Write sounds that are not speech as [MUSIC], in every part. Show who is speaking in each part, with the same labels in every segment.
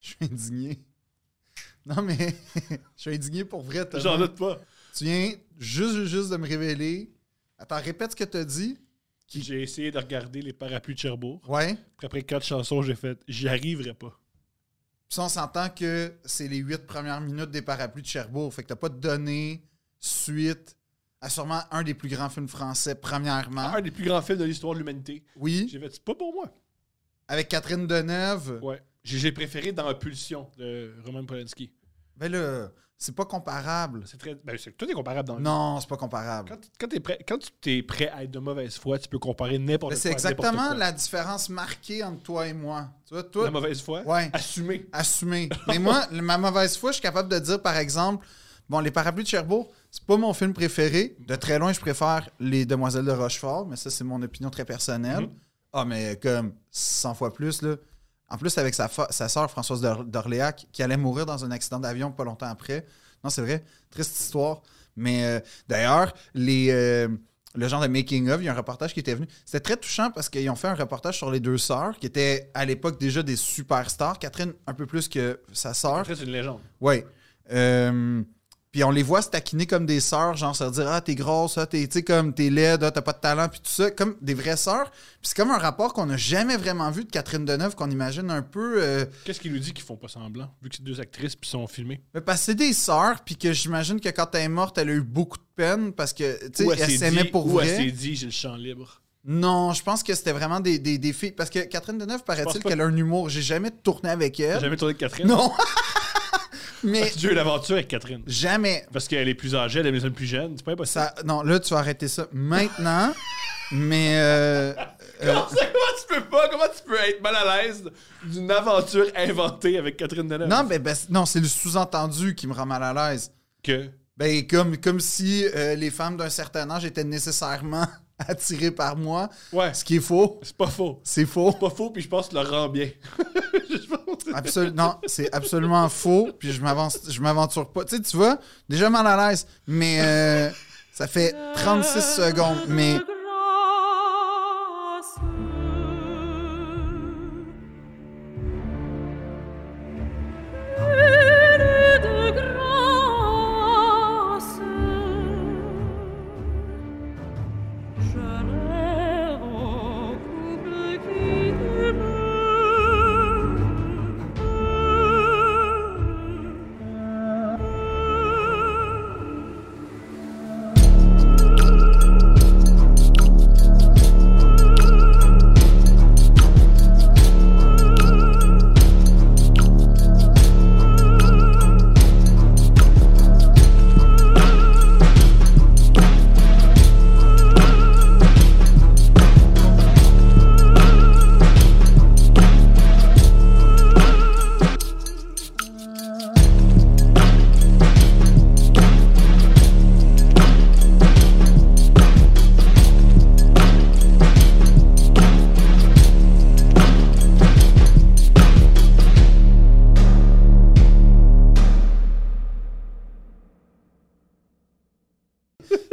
Speaker 1: suis indigné. Non, mais [LAUGHS] je suis indigné pour vrai. Thomas.
Speaker 2: J'en doute pas.
Speaker 1: Tu viens juste, juste de me révéler. Attends, répète ce que tu as dit. Qui-
Speaker 2: J'ai essayé de regarder les parapluies de Cherbourg.
Speaker 1: Ouais.
Speaker 2: Puis après quatre chansons, j'ai fait J'y arriverai pas.
Speaker 1: Puis ça, on s'entend que c'est les huit premières minutes des parapluies de Cherbourg. Fait que t'as pas donné suite à sûrement un des plus grands films français, premièrement.
Speaker 2: Un des plus grands films de l'histoire de l'humanité.
Speaker 1: Oui.
Speaker 2: Ah, J'ai fait C'est pas pour moi.
Speaker 1: Avec Catherine Deneuve.
Speaker 2: Ouais. J'ai j'ai préféré dans Pulsion de Roman Polanski.
Speaker 1: Ben là, c'est pas comparable.
Speaker 2: C'est très. Ben, c'est- tout est comparable dans la vie.
Speaker 1: Non, c'est pas comparable. Ben,
Speaker 2: Quand, quand t'es prêt, quand tu es prêt à être de mauvaise foi, tu peux comparer n'importe
Speaker 1: Ben,
Speaker 2: quoi.
Speaker 1: c'est
Speaker 2: à n'importe
Speaker 1: exactement
Speaker 2: quoi.
Speaker 1: la différence marquée entre toi et moi. Tu vois,
Speaker 2: la...
Speaker 1: toi,
Speaker 2: mauvaise foi.
Speaker 1: Ouais.
Speaker 2: Assumer.
Speaker 1: assumé. Mais moi, le- ma mauvaise foi, je suis capable de dire, par exemple, bon, Les Parapluies de Cherbourg, c'est pas mon film préféré. De très loin, je préfère Les Demoiselles de Rochefort, mais ça, c'est mon opinion très personnelle.
Speaker 2: Mhm.
Speaker 1: Ah, mais comme 100 fois plus, là. En plus, avec sa, fa- sa sœur Françoise d'Or- d'Orléac, qui allait mourir dans un accident d'avion pas longtemps après. Non, c'est vrai. Triste histoire. Mais euh, d'ailleurs, les. euh, le genre de making of, il y a un reportage qui était venu. C'était très touchant parce qu'ils ont fait un reportage sur les deux sœurs qui étaient à l'époque déjà des superstars. Catherine un peu plus que sa sœur.
Speaker 2: Après, c'est une légende.
Speaker 1: Ouais. Euh, puis on les voit se taquiner comme des sœurs, genre se dire ah t'es grosse, ah, t'es tu sais, comme t'es laide, ah, t'as pas de talent, puis tout ça, comme des vraies sœurs. Puis c'est comme un rapport qu'on n'a jamais vraiment vu de Catherine Deneuve qu'on imagine un peu. euh,
Speaker 2: Qu'est-ce qui nous dit qu'ils font pas semblant, vu que c'est deux actrices puis sont filmées
Speaker 1: mais parce que c'est des sœurs, puis que j'imagine que quand elle est morte, elle a eu beaucoup de peine parce que tu sais,
Speaker 2: Ou
Speaker 1: elle
Speaker 2: s'est
Speaker 1: s'aimait
Speaker 2: dit-
Speaker 1: pour
Speaker 2: ou
Speaker 1: vrai.
Speaker 2: elle s'est dit J'ai le champ libre.
Speaker 1: Non, je pense que c'était vraiment des, des, des filles. Parce que Catherine Deneuve,
Speaker 2: Je
Speaker 1: paraît-il
Speaker 2: pense pas.
Speaker 1: qu'elle a un humour. J'ai jamais tourné avec
Speaker 2: T'as
Speaker 1: elle.
Speaker 2: jamais tourné avec Catherine
Speaker 1: Non! [LAUGHS]
Speaker 2: Ah,
Speaker 1: Mais
Speaker 2: tu as eu l'aventure avec Catherine.
Speaker 1: jamais.
Speaker 2: Parce qu'elle est plus âgée, elle est plus jeune, c'est pas impossible.
Speaker 1: Ça, non, là, tu vas arrêter ça maintenant. mais euh, euh,
Speaker 2: Comment, ça- [LAUGHS] comment tu peux pas, comment tu peux être mal à l'aise d'une aventure inventée avec Catherine Deneuve?
Speaker 1: non, ben, ben, non c'est le sous-entendu qui me rend mal à l'aise.
Speaker 2: Que,
Speaker 1: Ben, comme, comme si euh, les femmes d'un certain âge étaient nécessairement [LAUGHS] attirées par moi,
Speaker 2: ouais,
Speaker 1: ce qui est faux.
Speaker 2: c'est pas faux.
Speaker 1: C'est faux.
Speaker 2: C'est pas faux, puis je pense que tu le rends bien. [LAUGHS] je pense que-
Speaker 1: Absol- non, c'est absolument faux. Puis je m'avance, je m'aventure pas. Tu sais, tu vois, déjà mal à l'aise, mais euh, ça fait 36 secondes. Mais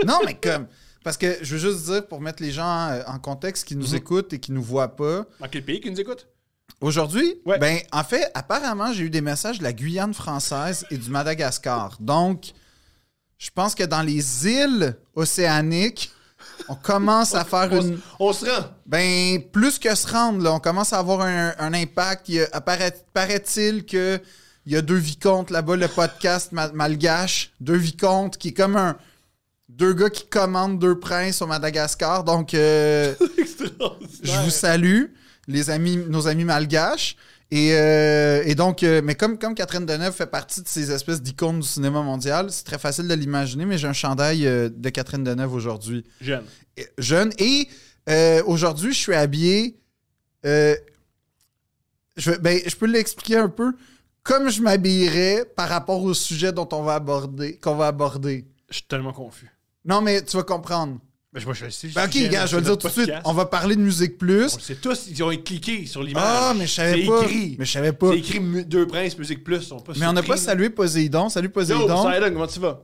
Speaker 1: non, mais comme. Parce que je veux juste dire, pour mettre les gens euh, en contexte qui nous
Speaker 2: Mhm.
Speaker 1: écoutent et qui nous voient pas,
Speaker 2: Dans quel pays qui nous écoute?
Speaker 1: aujourd'hui,
Speaker 2: Ouais.
Speaker 1: ben, en fait, apparemment, j'ai eu des messages de la Guyane française et du Madagascar. Donc, je pense que dans les îles océaniques, on commence à faire
Speaker 2: On, s-
Speaker 1: une.
Speaker 2: on se rend. [LAUGHS]
Speaker 1: Ben, plus que se rendre, là, on commence à avoir un, un impact. Il y a- apparaît- Paraît-il que il y a deux vicomtes là-bas, le podcast ma- malgache, deux vicomtes qui est comme un. Deux gars qui commandent deux princes au Madagascar. Donc, euh, je
Speaker 2: Extraordinaire.
Speaker 1: vous salue, les amis, nos amis malgaches. Et, euh, et donc, euh, mais comme, comme Catherine Deneuve fait partie de ces espèces d'icônes du cinéma mondial, c'est très facile de l'imaginer, mais j'ai un chandail euh, de Catherine Deneuve aujourd'hui
Speaker 2: Jeune.
Speaker 1: jeune. Et euh, aujourd'hui, je suis habillé. euh, je, vais- ben, je peux l'expliquer un peu comme je m'habillerais par rapport au sujet dont on va aborder, qu'on va aborder.
Speaker 2: Je suis tellement confus.
Speaker 1: Non, mais tu vas comprendre.
Speaker 2: Mais je, moi, je le sais,
Speaker 1: Ben, ok, gars, je vais le dire tout de suite. On va parler de musique
Speaker 2: On
Speaker 1: plus.
Speaker 2: le sait tous, ils ont cliqué sur l'image.
Speaker 1: Ah, mais je savais
Speaker 2: C'est
Speaker 1: pas.
Speaker 2: écrit.
Speaker 1: Mais je savais pas.
Speaker 2: C'est écrit Mu- Deux Princes, Musique Plus. sont pas
Speaker 1: Mais on n'a
Speaker 2: surpris,
Speaker 1: pas
Speaker 2: là.
Speaker 1: salué Poséidon. Salut
Speaker 2: Yo,
Speaker 1: Poséidon.
Speaker 2: Poseidon, comment tu vas?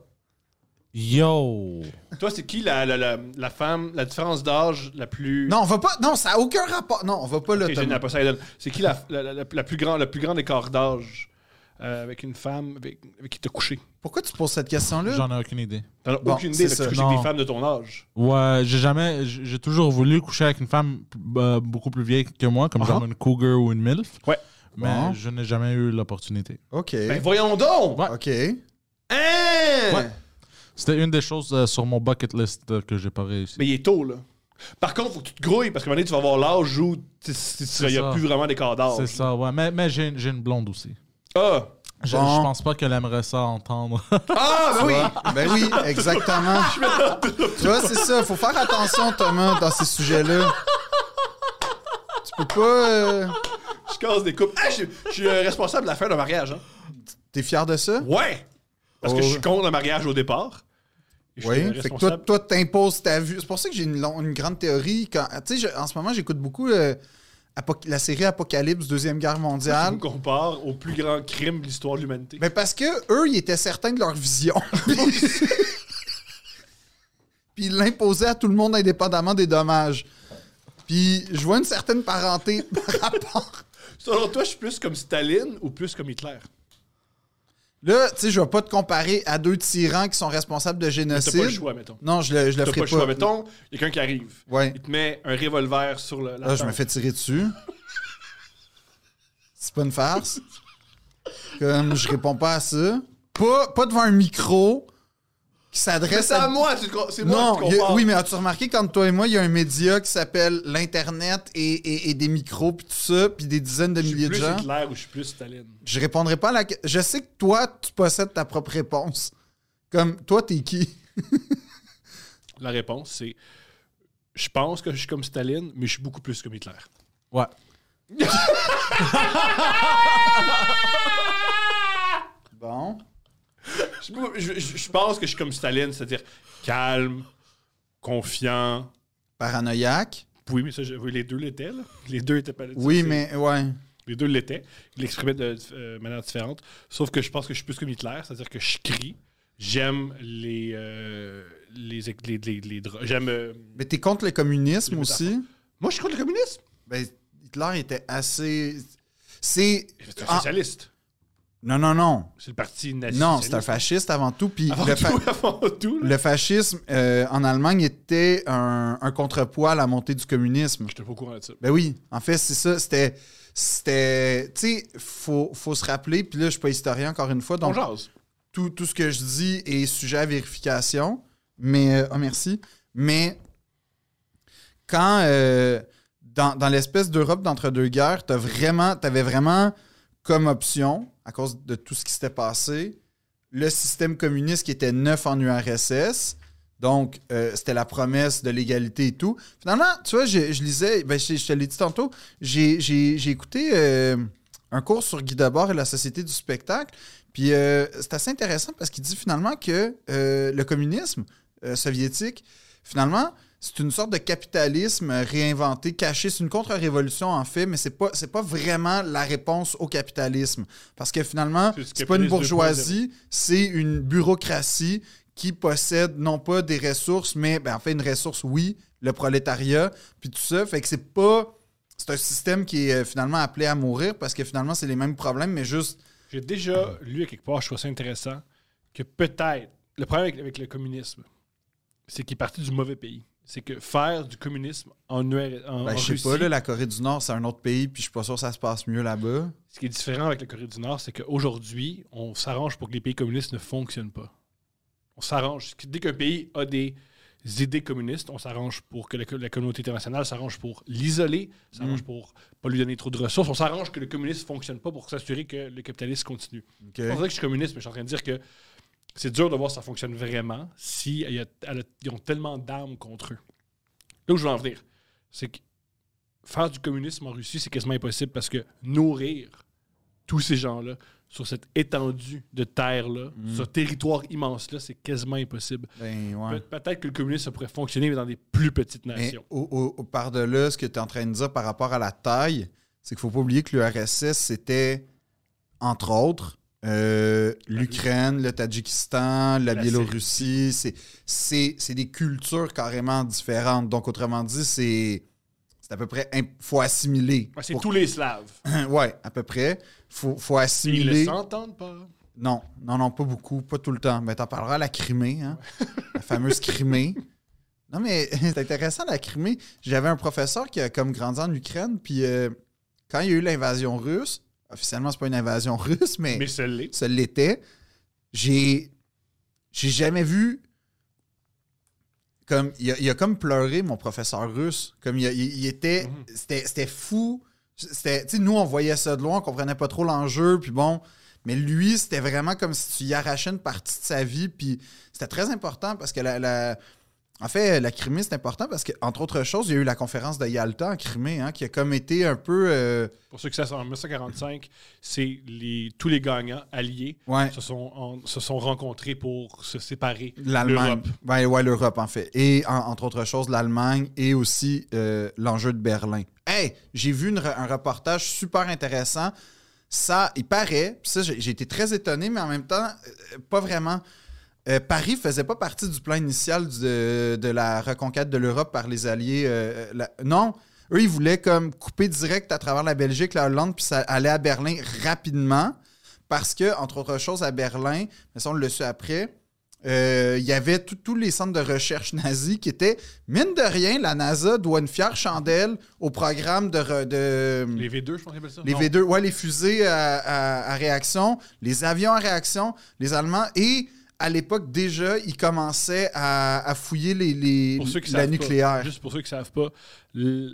Speaker 3: Yo!
Speaker 2: Toi, c'est qui la, la, la, la femme, la différence d'âge la plus.
Speaker 1: Non, on va pas. Non, ça n'a aucun rapport. Non, on va pas là.
Speaker 2: Ok, j'ai
Speaker 1: Thomas.
Speaker 2: une à Poseidon. C'est qui la, la, la- la plus grand, le plus grand écart d'âge euh, avec une femme avec, avec qui t'as couché.
Speaker 1: Pourquoi tu poses cette question-là?
Speaker 3: J'en ai aucune idée.
Speaker 2: T'en as
Speaker 1: Bon,
Speaker 2: aucune idée,
Speaker 1: c'est
Speaker 2: mais tu
Speaker 1: ça.
Speaker 2: couches avec
Speaker 3: Non.
Speaker 2: des femmes de ton âge.
Speaker 3: Ouais, j'ai jamais. J'ai j'ai toujours voulu coucher avec une femme euh, beaucoup plus vieille que moi, comme
Speaker 2: Ah.
Speaker 3: genre une cougar ou une MILF.
Speaker 2: Ouais.
Speaker 3: Mais
Speaker 1: Bon.
Speaker 3: je n'ai jamais eu l'opportunité.
Speaker 1: OK.
Speaker 2: Ben voyons donc!
Speaker 3: Ouais.
Speaker 1: OK.
Speaker 2: Hein?
Speaker 3: Ouais. C'était une des choses euh, sur mon bucket list euh, que j'ai pas réussi.
Speaker 2: Mais il est tôt, là. Par contre, faut que tu te grouilles, parce qu'à un moment donné, tu vas avoir l'âge où tu- tu- tu- il n'y a
Speaker 3: ça.
Speaker 2: plus vraiment des cadavres.
Speaker 3: C'est ça, ouais. Mais, mais j'ai j'ai une blonde aussi.
Speaker 2: Ah!
Speaker 3: Je, je
Speaker 1: Bon.
Speaker 3: pense pas qu'elle aimerait ça entendre. [LAUGHS]
Speaker 2: Ah, ben oui!
Speaker 1: Ben oui,
Speaker 2: [LAUGHS]
Speaker 1: exactement. tu vois, c'est ça. Faut faire attention, Thomas, dans ces sujets-là. Tu peux pas. euh,
Speaker 2: Je casse des coupes. Ah, je, je suis euh, responsable de la fin d'un mariage. Hein.
Speaker 1: T'es fier de ça?
Speaker 2: Ouais! Parce que
Speaker 1: Oh.
Speaker 2: je suis contre le mariage au départ. Et je suis, euh,
Speaker 1: Oui, fait que toi,
Speaker 2: responsable.
Speaker 1: toi, t'imposes ta vue. C'est pour ça que j'ai une, long- une grande théorie. Quand, tu sais, je- en ce moment, j'écoute beaucoup euh, Apoc- la série Apocalypse, Deuxième Guerre
Speaker 2: Tu
Speaker 1: mondiale.
Speaker 2: nous compares au plus grand crime de l'histoire de l'humanité.
Speaker 1: Mais parce que eux, ils étaient certains de leur vision. [LAUGHS] Puis Puis ils l'imposaient à tout le monde indépendamment des dommages. Puis je vois une certaine parenté [LAUGHS] par rapport.
Speaker 2: Selon toi, je suis plus comme Staline ou plus comme Hitler?
Speaker 1: Là, tu sais, je vais pas te comparer à deux tyrans qui sont responsables de
Speaker 2: T'as
Speaker 1: génocide.
Speaker 2: pas le choix, mettons.
Speaker 1: Non, je le, je le
Speaker 2: T'as
Speaker 1: ferai
Speaker 2: pas
Speaker 1: pas.
Speaker 2: le choix, mettons. Il y a quelqu'un qui arrive.
Speaker 1: Ouais.
Speaker 2: Il te met un revolver sur le, la
Speaker 1: Là, Ah, je me
Speaker 2: tempe.
Speaker 1: fais tirer dessus. C'est pas une farce. Comme je réponds pas à ça. Pas, pas devant un micro qui
Speaker 2: Mais
Speaker 1: s'adresse
Speaker 2: c'est à
Speaker 1: à.
Speaker 2: moi, tu te com- c'est moi
Speaker 1: Non, il
Speaker 2: qui
Speaker 1: y
Speaker 2: te
Speaker 1: a-
Speaker 2: compare.
Speaker 1: oui, mais as-tu remarqué qu'entre toi et moi, il y a un média qui s'appelle l'Internet et, et- et des micros, puis tout ça, puis des dizaines de
Speaker 2: Je suis
Speaker 1: milliers de
Speaker 2: plus
Speaker 1: gens?
Speaker 2: Hitler ou je suis plus Staline.
Speaker 1: Je répondrai pas à la que- Je sais que toi, tu possèdes ta propre réponse. Comme, toi, t'es qui?
Speaker 2: La réponse, c'est je pense que je suis comme Staline, mais je suis beaucoup plus comme Hitler.
Speaker 3: Ouais.
Speaker 1: Bon.
Speaker 2: Je, je- je- je pense que je suis comme Staline, c'est-à-dire calme, confiant.
Speaker 1: Paranoïaque.
Speaker 2: Oui, mais ça, je- oui, les deux l'étaient. là. Les deux étaient pas
Speaker 1: Oui,
Speaker 2: c'est-
Speaker 1: mais ouais.
Speaker 2: Les deux l'étaient. Ils l'exprimaient de euh, manière différente. Sauf que je pense que je suis plus comme Hitler, c'est-à-dire que je crie. J'aime les, euh, les, les, les- les dro- J'aime. euh,
Speaker 1: Mais t'es contre le communisme
Speaker 2: Les
Speaker 1: aussi?
Speaker 2: Moi, je suis contre le communisme.
Speaker 1: Ben, Hitler était assez. C'est.
Speaker 2: Eh, C'est un
Speaker 1: Ah,
Speaker 2: socialiste.
Speaker 1: non, non, non.
Speaker 2: C'est le parti nazi.
Speaker 1: Non, c'est un fasciste avant tout. Puis
Speaker 2: Avant
Speaker 1: le,
Speaker 2: tout,
Speaker 1: fa-
Speaker 2: avant tout. là.
Speaker 1: le fascisme euh, en Allemagne était un, un contrepoids à la montée du communisme.
Speaker 2: J'étais pas au courant de ça.
Speaker 1: Ben oui, en fait, c'est ça. C'était. C'était. Tu sais, faut, faut se rappeler, puis là, je suis pas historien encore une fois,
Speaker 2: On
Speaker 1: donc
Speaker 2: jase.
Speaker 1: tout, tout ce que je dis est sujet à vérification. Mais, euh, oh, merci. Mais quand, euh, dans, dans l'espèce d'Europe d'entre-deux-guerres, t'as vraiment, t'avais vraiment comme option, à cause de tout ce qui s'était passé, le système communiste qui était neuf en URSS. Donc, euh, c'était la promesse de l'égalité et tout. Finalement, tu vois, je, je lisais, ben, je, je te l'ai dit tantôt, j'ai, j'ai- j'ai écouté euh, un cours sur Guy Debord et la Société du spectacle. Puis euh, c'est assez intéressant parce qu'il dit finalement que euh, le communisme euh, soviétique, finalement, c'est une sorte de capitalisme euh, réinventé, caché. C'est une contre-révolution en fait, mais c'est pas c'est pas vraiment la réponse au capitalisme parce que finalement,
Speaker 2: C'est du
Speaker 1: c'est pas une
Speaker 2: capitalisme
Speaker 1: bourgeoisie, c'est une bureaucratie qui possède non pas des ressources, mais ben, en fait une ressource, oui, le prolétariat, puis tout ça. Fait que c'est pas c'est un système qui est euh, finalement appelé à mourir parce que finalement c'est les mêmes problèmes, mais juste
Speaker 2: J'ai déjà lu à quelque part, je trouve ça intéressant, que peut-être, le problème avec, avec le communisme, c'est qu'il est parti du mauvais pays. C'est que faire du communisme en, UR- en, en
Speaker 1: Ben, je sais
Speaker 2: Russie,
Speaker 1: pas, là, la Corée du Nord, c'est un autre pays, puis je suis pas sûr que ça se passe mieux là-bas.
Speaker 2: ce qui est différent avec la Corée du Nord, c'est qu'aujourd'hui, on s'arrange pour que les pays communistes ne fonctionnent pas. On s'arrange. Dès qu'un pays a des idées communistes, on s'arrange pour que la, la communauté internationale s'arrange pour l'isoler, s'arrange pour pas lui donner trop de ressources. On s'arrange que le communisme fonctionne pas pour s'assurer que le capitalisme continue.
Speaker 1: OK?
Speaker 2: C'est pour ça que je suis communiste, mais je suis en train de dire que c'est dur de voir si ça fonctionne vraiment si il y a- elle a- ils ont tellement d'armes contre eux. Là où je veux en venir, c'est que faire du communisme en Russie, c'est quasiment impossible parce que nourrir tous ces gens-là sur cette étendue de terre-là,
Speaker 1: Mm.
Speaker 2: ce territoire immense-là, c'est quasiment impossible.
Speaker 1: Ben, ouais.
Speaker 2: Pe- Peut-être que le communisme ça pourrait fonctionner mais dans des plus petites
Speaker 1: Mais
Speaker 2: nations.
Speaker 1: au, au- au- par-delà, ce que tu es en train de dire par rapport à la taille, c'est qu'il faut pas oublier que l'URSS, c'était, entre autres, euh, l'Ukraine, le Tadjikistan, la,
Speaker 2: La
Speaker 1: Biélorussie. C'est, c'est, c'est des cultures carrément différentes. Donc, autrement dit, c'est, c'est à peu près. Il faut assimiler.
Speaker 2: Ouais, c'est
Speaker 1: Pour-
Speaker 2: tous
Speaker 1: [LAUGHS]
Speaker 2: les Slaves.
Speaker 1: ouais, à peu près. faut, faut
Speaker 2: Ils ne
Speaker 1: assimiler.
Speaker 2: s'entendent pas.
Speaker 1: Non, non, non, pas beaucoup, pas tout le temps. Mais t'en parleras à la Crimée, hein? la fameuse Crimée. Non, mais [LAUGHS] c'est intéressant, la Crimée. J'avais un professeur qui a comme grandi en Ukraine, puis euh, quand il y a eu l'invasion russe, officiellement, c'est pas une invasion [LAUGHS] russe, mais,
Speaker 2: Mais c'est l'est.
Speaker 1: ça l'était. J'ai j'ai jamais vu. Comme, il, a, il a comme pleuré, mon professeur russe. Comme il, a- il- il était.
Speaker 2: Mhm.
Speaker 1: C'était c'était fou. C'était- tu sais, nous, on voyait ça de loin, on comprenait pas trop l'enjeu, puis bon. Mais lui, c'était vraiment comme si tu y arrachais une partie de sa vie, puis c'était très important parce que la. la- en fait, la Crimée, c'est important parce qu'entre autres choses, il y a eu la conférence de Yalta en Crimée, hein, qui a comme été un peu. euh,
Speaker 2: Pour ceux qui savent, en 1945, c'est les, tous les gagnants alliés
Speaker 1: ouais.
Speaker 2: se sont, en- se sont rencontrés pour se
Speaker 1: Mm.
Speaker 2: séparer.
Speaker 1: L'Allemagne.
Speaker 2: L'Europe.
Speaker 1: Ben, ouais, l'Europe, en fait. Et en- entre autres choses, l'Allemagne et aussi euh, l'enjeu de Berlin. Hey, j'ai vu une re- un reportage super intéressant. Ça, il paraît, puis ça, j'ai j'ai été très étonné, mais en même temps, euh, pas vraiment. Euh, Paris faisait pas partie du plan initial du- de, de la reconquête de l'Europe par les Alliés. euh, la- non, eux, ils voulaient comme couper direct à travers la Belgique, la Hollande, puis ça allait à Berlin rapidement. Parce que, entre autres choses, à Berlin, mais ça, on le suit après, euh, il y avait tout- tous les centres de recherche [LAUGHS] nazis qui étaient, mine de rien, la NASA doit une fière chandelle au programme de. re- de-
Speaker 2: Les V2, je pense qu'ils appellent ça.
Speaker 1: les
Speaker 2: Non.
Speaker 1: V2, ouais, les fusées à, à- à réaction, les avions à réaction, les Allemands. Et à l'époque, déjà, ils commençaient à, à fouiller les, les-
Speaker 2: Pour ceux qui
Speaker 1: la
Speaker 2: savent pas,
Speaker 1: nucléaire.
Speaker 2: juste pour ceux qui ne savent pas, l-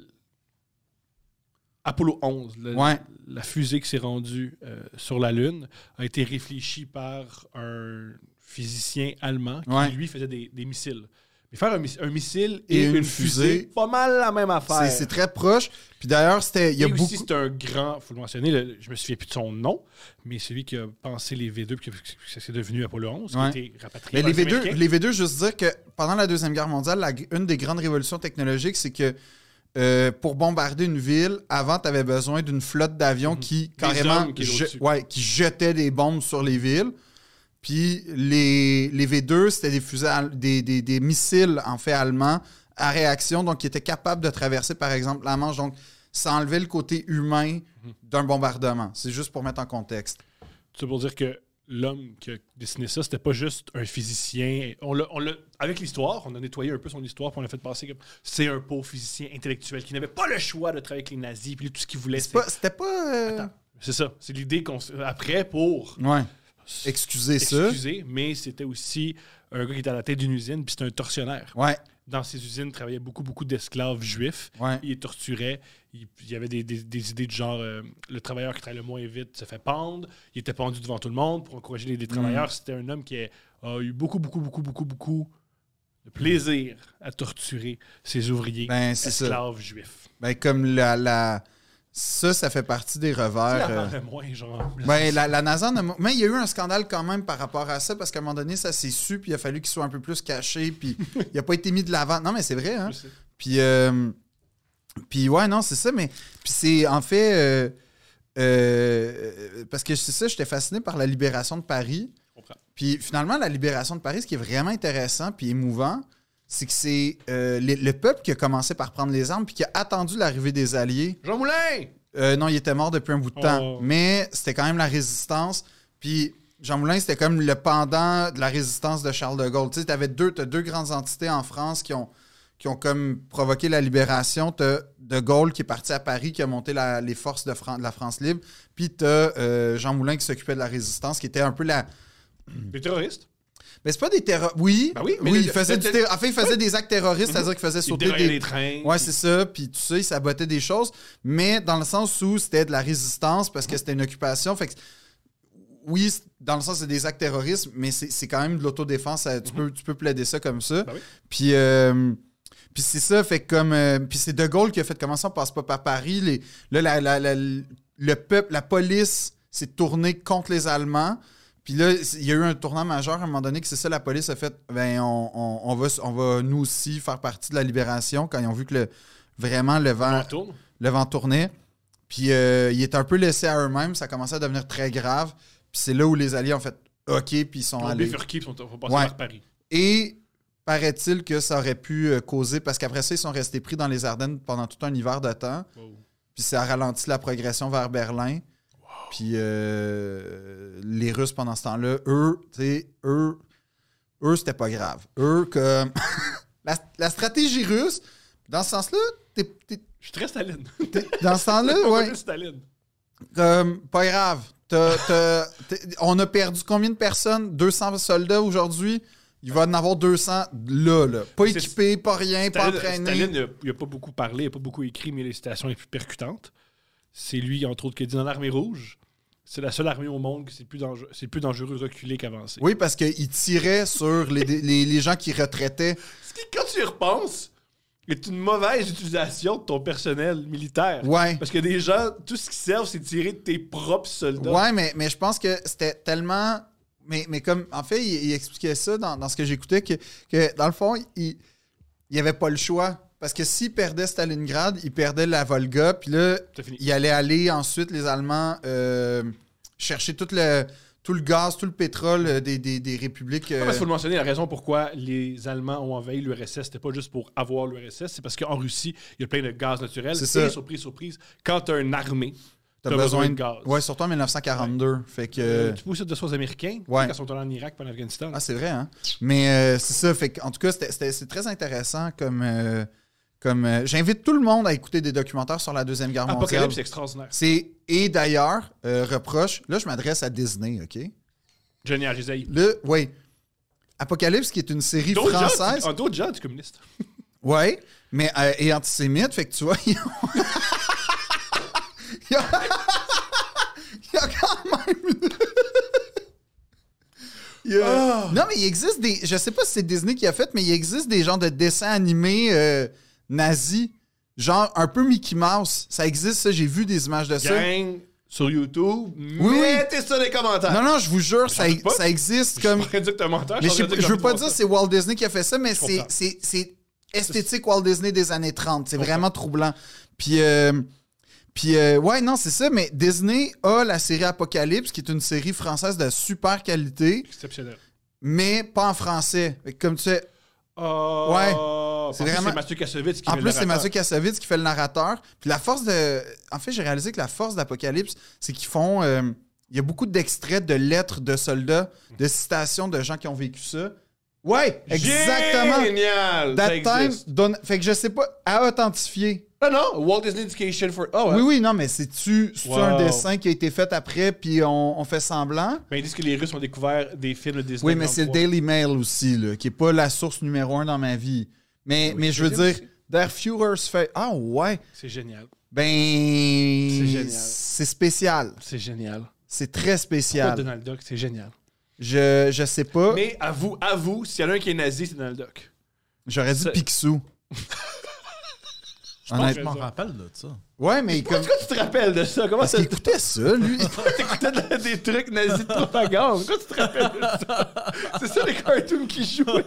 Speaker 2: Apollo 11, le-
Speaker 1: Ouais.
Speaker 2: la fusée qui s'est rendue euh, sur la Lune, a été réfléchie par un physicien allemand qui,
Speaker 1: Ouais.
Speaker 2: lui, faisait des, des missiles. Mais faire un, mis- un missile et,
Speaker 1: Et une
Speaker 2: une fusée,
Speaker 1: fusée,
Speaker 2: pas mal la même
Speaker 1: C'est-
Speaker 2: affaire.
Speaker 1: C'est très proche. Puis d'ailleurs, c'était. Il y a
Speaker 2: et aussi,
Speaker 1: beaucoup.
Speaker 2: c'est un grand, faut le mentionner, le- je me souviens plus de son nom, mais celui qui a pensé les V2 puis que c'est devenu Apollo 11,
Speaker 1: Ouais.
Speaker 2: qui a été rapatrié
Speaker 1: Mais
Speaker 2: par
Speaker 1: les
Speaker 2: les
Speaker 1: V2,
Speaker 2: Américains.
Speaker 1: les V2, juste dire que pendant la Deuxième Guerre mondiale, la- une des grandes révolutions technologiques, c'est que euh, pour bombarder une ville, avant, tu avais besoin d'une flotte d'avions qui carrément
Speaker 2: Mhm. hommes qui
Speaker 1: je-
Speaker 2: jouent dessus.
Speaker 1: ouais, qui jetaient des bombes sur les villes. Puis les, les V2, c'était des fusées, al- des, des- des missiles en fait allemands à réaction, donc qui étaient capables de traverser par exemple la Manche. Donc ça enlevait le côté humain
Speaker 2: Mhm.
Speaker 1: d'un bombardement. C'est juste pour mettre en contexte.
Speaker 2: C'est pour dire que l'homme qui a dessiné ça, c'était pas juste un physicien. On l'a, on l'a- avec l'histoire, on a nettoyé un peu son histoire, puis on l'a fait passer comme c'est un pauvre physicien intellectuel qui n'avait pas le choix de travailler avec les nazis, puis lui, tout ce qu'il voulait,
Speaker 1: C'est pas- C'était pas. euh,
Speaker 2: Attends. C'est ça. C'est l'idée qu'on. s- Après, pour
Speaker 1: Ouais. Excusez ça.
Speaker 2: excuser, mais c'était aussi un gars qui était à la tête d'une usine, puis c'était un tortionnaire.
Speaker 1: Ouais,
Speaker 2: Dans ces usines, travaillaient beaucoup, beaucoup d'esclaves juifs.
Speaker 1: ouais.
Speaker 2: Il les torturait. Il, il y avait des, des- des idées de genre euh, le travailleur qui travaille le moins vite se fait pendre. Il était pendu devant tout le monde pour encourager les, les
Speaker 1: Mm.
Speaker 2: travailleurs. C'était un homme qui a, a eu beaucoup, beaucoup, beaucoup, beaucoup, beaucoup de plaisir à torturer ses ouvriers
Speaker 1: Ben, c'est ça.
Speaker 2: esclaves juifs.
Speaker 1: Ben, comme la, la- Ça, ça fait partie des
Speaker 2: Il
Speaker 1: revers.
Speaker 2: en
Speaker 1: euh.
Speaker 2: parlait moins, genre.
Speaker 1: Ben, la, la NASA en a- Mais il y a eu un scandale quand même par rapport à ça, parce qu'à un moment donné, ça s'est su, puis il a fallu qu'il soit un peu plus caché, puis [LAUGHS] il n'a pas été mis de l'avant. Non, mais c'est vrai, hein?
Speaker 2: Je sais.
Speaker 1: Puis, euh, puis ouais, non, c'est ça, mais puis c'est en fait. euh, euh, parce que c'est ça, j'étais fasciné par la libération de Paris.
Speaker 2: Je comprends.
Speaker 1: Puis finalement, la libération de Paris, ce qui est vraiment intéressant puis émouvant, c'est que c'est euh, le, le peuple qui a commencé par prendre les armes puis qui a attendu l'arrivée des Alliés.
Speaker 2: Jean Moulin!
Speaker 1: Euh, non, il était mort depuis un bout de
Speaker 2: Oh.
Speaker 1: temps, mais c'était quand même la résistance. Puis Jean Moulin, c'était comme le pendant de la résistance de Charles de Gaulle. Tu sais, t'avais deux, t'as deux grandes entités en France qui ont, qui ont comme provoqué la libération. T'as de Gaulle qui est parti à Paris, qui a monté la- les forces de, Fran- de la France libre. Puis t'as euh, Jean Moulin qui s'occupait de la résistance, qui était un peu la, Mm.
Speaker 2: Des terroristes.
Speaker 1: mais c'est pas des terroristes. Oui,
Speaker 2: Ben oui, mais
Speaker 1: oui
Speaker 2: le-
Speaker 1: il faisait,
Speaker 2: le-
Speaker 1: du
Speaker 2: le- Mhm.
Speaker 1: terro- enfin, il faisait des actes terroristes, c'est-à-dire qu'il faisait
Speaker 2: Ils
Speaker 1: sauter
Speaker 2: dérayaient
Speaker 1: des.
Speaker 2: les trains.
Speaker 1: Ouais, c'est ça. Puis tu sais, il sabotait des choses. Mais dans le sens où c'était de la résistance parce que c'était une occupation. Fait que. Oui, c'est- dans le sens, c'est des actes terroristes, mais c'est c'est quand même de l'autodéfense. ça- Tu peux, tu peux plaider ça comme ça.
Speaker 2: Mhm. Ben oui.
Speaker 1: Puis. euh, puis c'est ça, fait que comme. euh, puis c'est De Gaulle qui a fait comment ça, on passe pas par Paris. Les, là, la- la- la- le peuple, la police s'est tournée contre les Allemands. Puis là, c- il y a eu un tournant majeur à un moment donné que c'est ça, la police a fait ben, on, on- on va, s- on va nous aussi faire partie de la libération quand ils ont vu que le, vraiment le vent,
Speaker 2: On tourne.
Speaker 1: le vent tournait. Puis euh, ils étaient un peu laissés à eux-mêmes, ça commençait à devenir très grave. Puis c'est là où les Alliés ont fait OK, puis ils sont
Speaker 2: On
Speaker 1: allés.
Speaker 2: bifurqué, puis on on va passer
Speaker 1: Ouais.
Speaker 2: par Paris.
Speaker 1: Et paraît-il que ça aurait pu euh, causer, parce qu'après ça, ils sont restés pris dans les Ardennes pendant tout un hiver de temps,
Speaker 2: Wow.
Speaker 1: puis ça a ralenti la progression vers Berlin. Puis euh, les Russes, pendant ce temps-là, eux, tu sais, eux, eux, c'était pas grave. Eux, comme. [LAUGHS] la, la stratégie russe, dans ce sens-là, t'es- t'es-
Speaker 2: Je suis très Staline.
Speaker 1: t'es- dans ce
Speaker 2: [LAUGHS]
Speaker 1: temps-là,
Speaker 2: Pourquoi
Speaker 1: ouais.
Speaker 2: plus Staline.
Speaker 1: Comme, pas grave. T'as- t'as- t'es- on a perdu combien de personnes? 200 soldats aujourd'hui. Il va en avoir 200 là, là. Pas
Speaker 2: C'est-
Speaker 1: équipés, pas rien, pas
Speaker 2: Staline,
Speaker 1: entraînés.
Speaker 2: Staline, euh, il n'a pas beaucoup parlé, il n'a pas beaucoup écrit, mais les citations les plus percutantes, c'est lui, entre autres, qui a dit dans l'armée rouge, c'est la seule armée au monde que c'est plus, dangereux- c'est plus dangereux de reculer qu'avancer.
Speaker 1: Oui, parce qu'il tirait sur les, les- les gens qui retraitaient.
Speaker 2: Ce qui, quand tu y repenses, est une mauvaise utilisation de ton personnel militaire.
Speaker 1: Ouais.
Speaker 2: Parce que des gens, tout ce qui servent, c'est de tirer de tes propres soldats.
Speaker 1: Ouais, mais, mais je pense que c'était tellement. Mais, mais comme. En fait, il, il expliquait ça dans, dans ce que j'écoutais, que, que dans le fond, il n'y avait pas le choix. Parce que s'il perdait Stalingrad, il perdait la Volga, puis là,
Speaker 2: T'as fini.
Speaker 1: il allait aller ensuite, les Allemands, euh, chercher tout le, tout le gaz, tout le pétrole euh, des, des, des républiques.
Speaker 2: Non,
Speaker 1: euh,
Speaker 2: parce qu'il faut Ah, le mentionner, la raison pourquoi les Allemands ont envahi l'URSS, c'était pas juste pour avoir l'URSS, c'est parce qu'en Russie, il y a plein de gaz naturel.
Speaker 1: C'est
Speaker 2: Et
Speaker 1: ça.
Speaker 2: surprise, surprise, quand t'as une armée,
Speaker 1: t'as
Speaker 2: t'as besoin de gaz.
Speaker 1: Ouais, surtout en 1942. Fait que.
Speaker 2: euh, tu peux aussi de soins américains,
Speaker 1: Ouais.
Speaker 2: quand ils sont allés en Irak et en Afghanistan.
Speaker 1: Ah, c'est vrai, hein? Mais euh, c'est ça. Fait que, en tout cas, c'était- c'était- c'est très intéressant comme. euh, comme euh, J'invite tout le monde à écouter des documentaires sur la Deuxième Guerre mondiale.
Speaker 2: Apocalypse, c'est extraordinaire.
Speaker 1: C'est Et d'ailleurs, euh, reproche, là, je m'adresse à Disney, OK?
Speaker 2: Johnny Arizaï.
Speaker 1: Là, oui. Apocalypse, qui est une série
Speaker 2: D'autres gens,
Speaker 1: française.
Speaker 2: tu- D'autres gens, du communiste.
Speaker 1: Oui, mais euh, et antisémite, fait que tu vois, [LAUGHS] ils ont. Il y a il y a quand même. [LAUGHS] Il y a-
Speaker 2: Ah.
Speaker 1: Non, mais il existe des. Je sais pas si c'est Disney qui a fait, mais il existe des genres de dessins animés euh, nazis. Genre un peu Mickey Mouse. Ça existe, ça. J'ai vu des images de ça.
Speaker 2: Gang sur YouTube,
Speaker 1: oui.
Speaker 2: mettez ça dans les commentaires.
Speaker 1: Non, non, je vous jure, ça,
Speaker 2: J'en doute pas.
Speaker 1: ça existe
Speaker 2: Je
Speaker 1: comme.
Speaker 2: suis pas en train de dire que t'es un menteur.
Speaker 1: Mais
Speaker 2: suis en
Speaker 1: je,
Speaker 2: train de
Speaker 1: sais- je
Speaker 2: que
Speaker 1: veux pas
Speaker 2: t'as
Speaker 1: dire
Speaker 2: un
Speaker 1: c'est Walt Disney qui a fait ça, mais c'est-
Speaker 2: comprends.
Speaker 1: c'est c'est esthétique Walt Disney des années 30. C'est vraiment troublant. Puis, euh, puis euh, ouais, non, c'est ça, mais Disney a la série Apocalypse, qui est une série française de super qualité,
Speaker 2: Exceptionnel.
Speaker 1: mais pas en français. Fait que Comme tu sais, Ouais. C'est
Speaker 2: C'est
Speaker 1: vraiment-
Speaker 2: vraiment. Ah, C'est Mathieu Kassovitz qui
Speaker 1: en
Speaker 2: fait le
Speaker 1: plus, c'est
Speaker 2: narrateur.
Speaker 1: Mathieu Kassovitz qui fait le narrateur. Puis la force de. En fait, j'ai réalisé que la force d'Apocalypse, c'est qu'ils font. euh, il y a beaucoup d'extraits de lettres de soldats, de citations de gens qui ont vécu ça. Ouais, exactement.
Speaker 2: Génial! ça
Speaker 1: That time,
Speaker 2: existe.
Speaker 1: donne- fait que je sais pas, à authentifier.
Speaker 2: Non, non, Walt Disney Education for. Oh, ouais.
Speaker 1: Oui, oui, non, mais c'est-tu c'est-tu un
Speaker 2: Wow.
Speaker 1: dessin qui a été fait après, puis on, on fait semblant?
Speaker 2: Ben, ils disent que les Russes ont découvert des films de Disney.
Speaker 1: Oui, mais c'est le
Speaker 2: 33.
Speaker 1: Daily Mail aussi, là, qui est pas la source numéro un dans ma vie. Mais,
Speaker 2: Oui,
Speaker 1: mais je veux
Speaker 2: deuxième
Speaker 1: dire, Der Führer's Fate. Ah ouais,
Speaker 2: C'est génial. C'est
Speaker 1: ben.
Speaker 2: génial.
Speaker 1: C'est spécial.
Speaker 2: C'est génial.
Speaker 1: C'est très
Speaker 2: Pas
Speaker 1: spécial.
Speaker 2: Donald Duck, c'est génial.
Speaker 1: Je, je sais pas.
Speaker 2: Mais à vous, à vous, s'il y en a un qui est nazi, c'est Donald Duck.
Speaker 1: J'aurais dit
Speaker 2: c'est- Picsou.
Speaker 3: Je pense que je
Speaker 1: Honnêtement.
Speaker 3: me rappelle de ça.
Speaker 1: Ouais, mais comme.
Speaker 2: Pourquoi tu te rappelles de ça? Comment
Speaker 1: Parce
Speaker 2: ça
Speaker 1: qu'il écoutait ça, lui.
Speaker 2: t'écoutais de- des trucs nazis de propagande? Pourquoi tu te rappelles de ça? C'est ça les cartoons qui jouaient.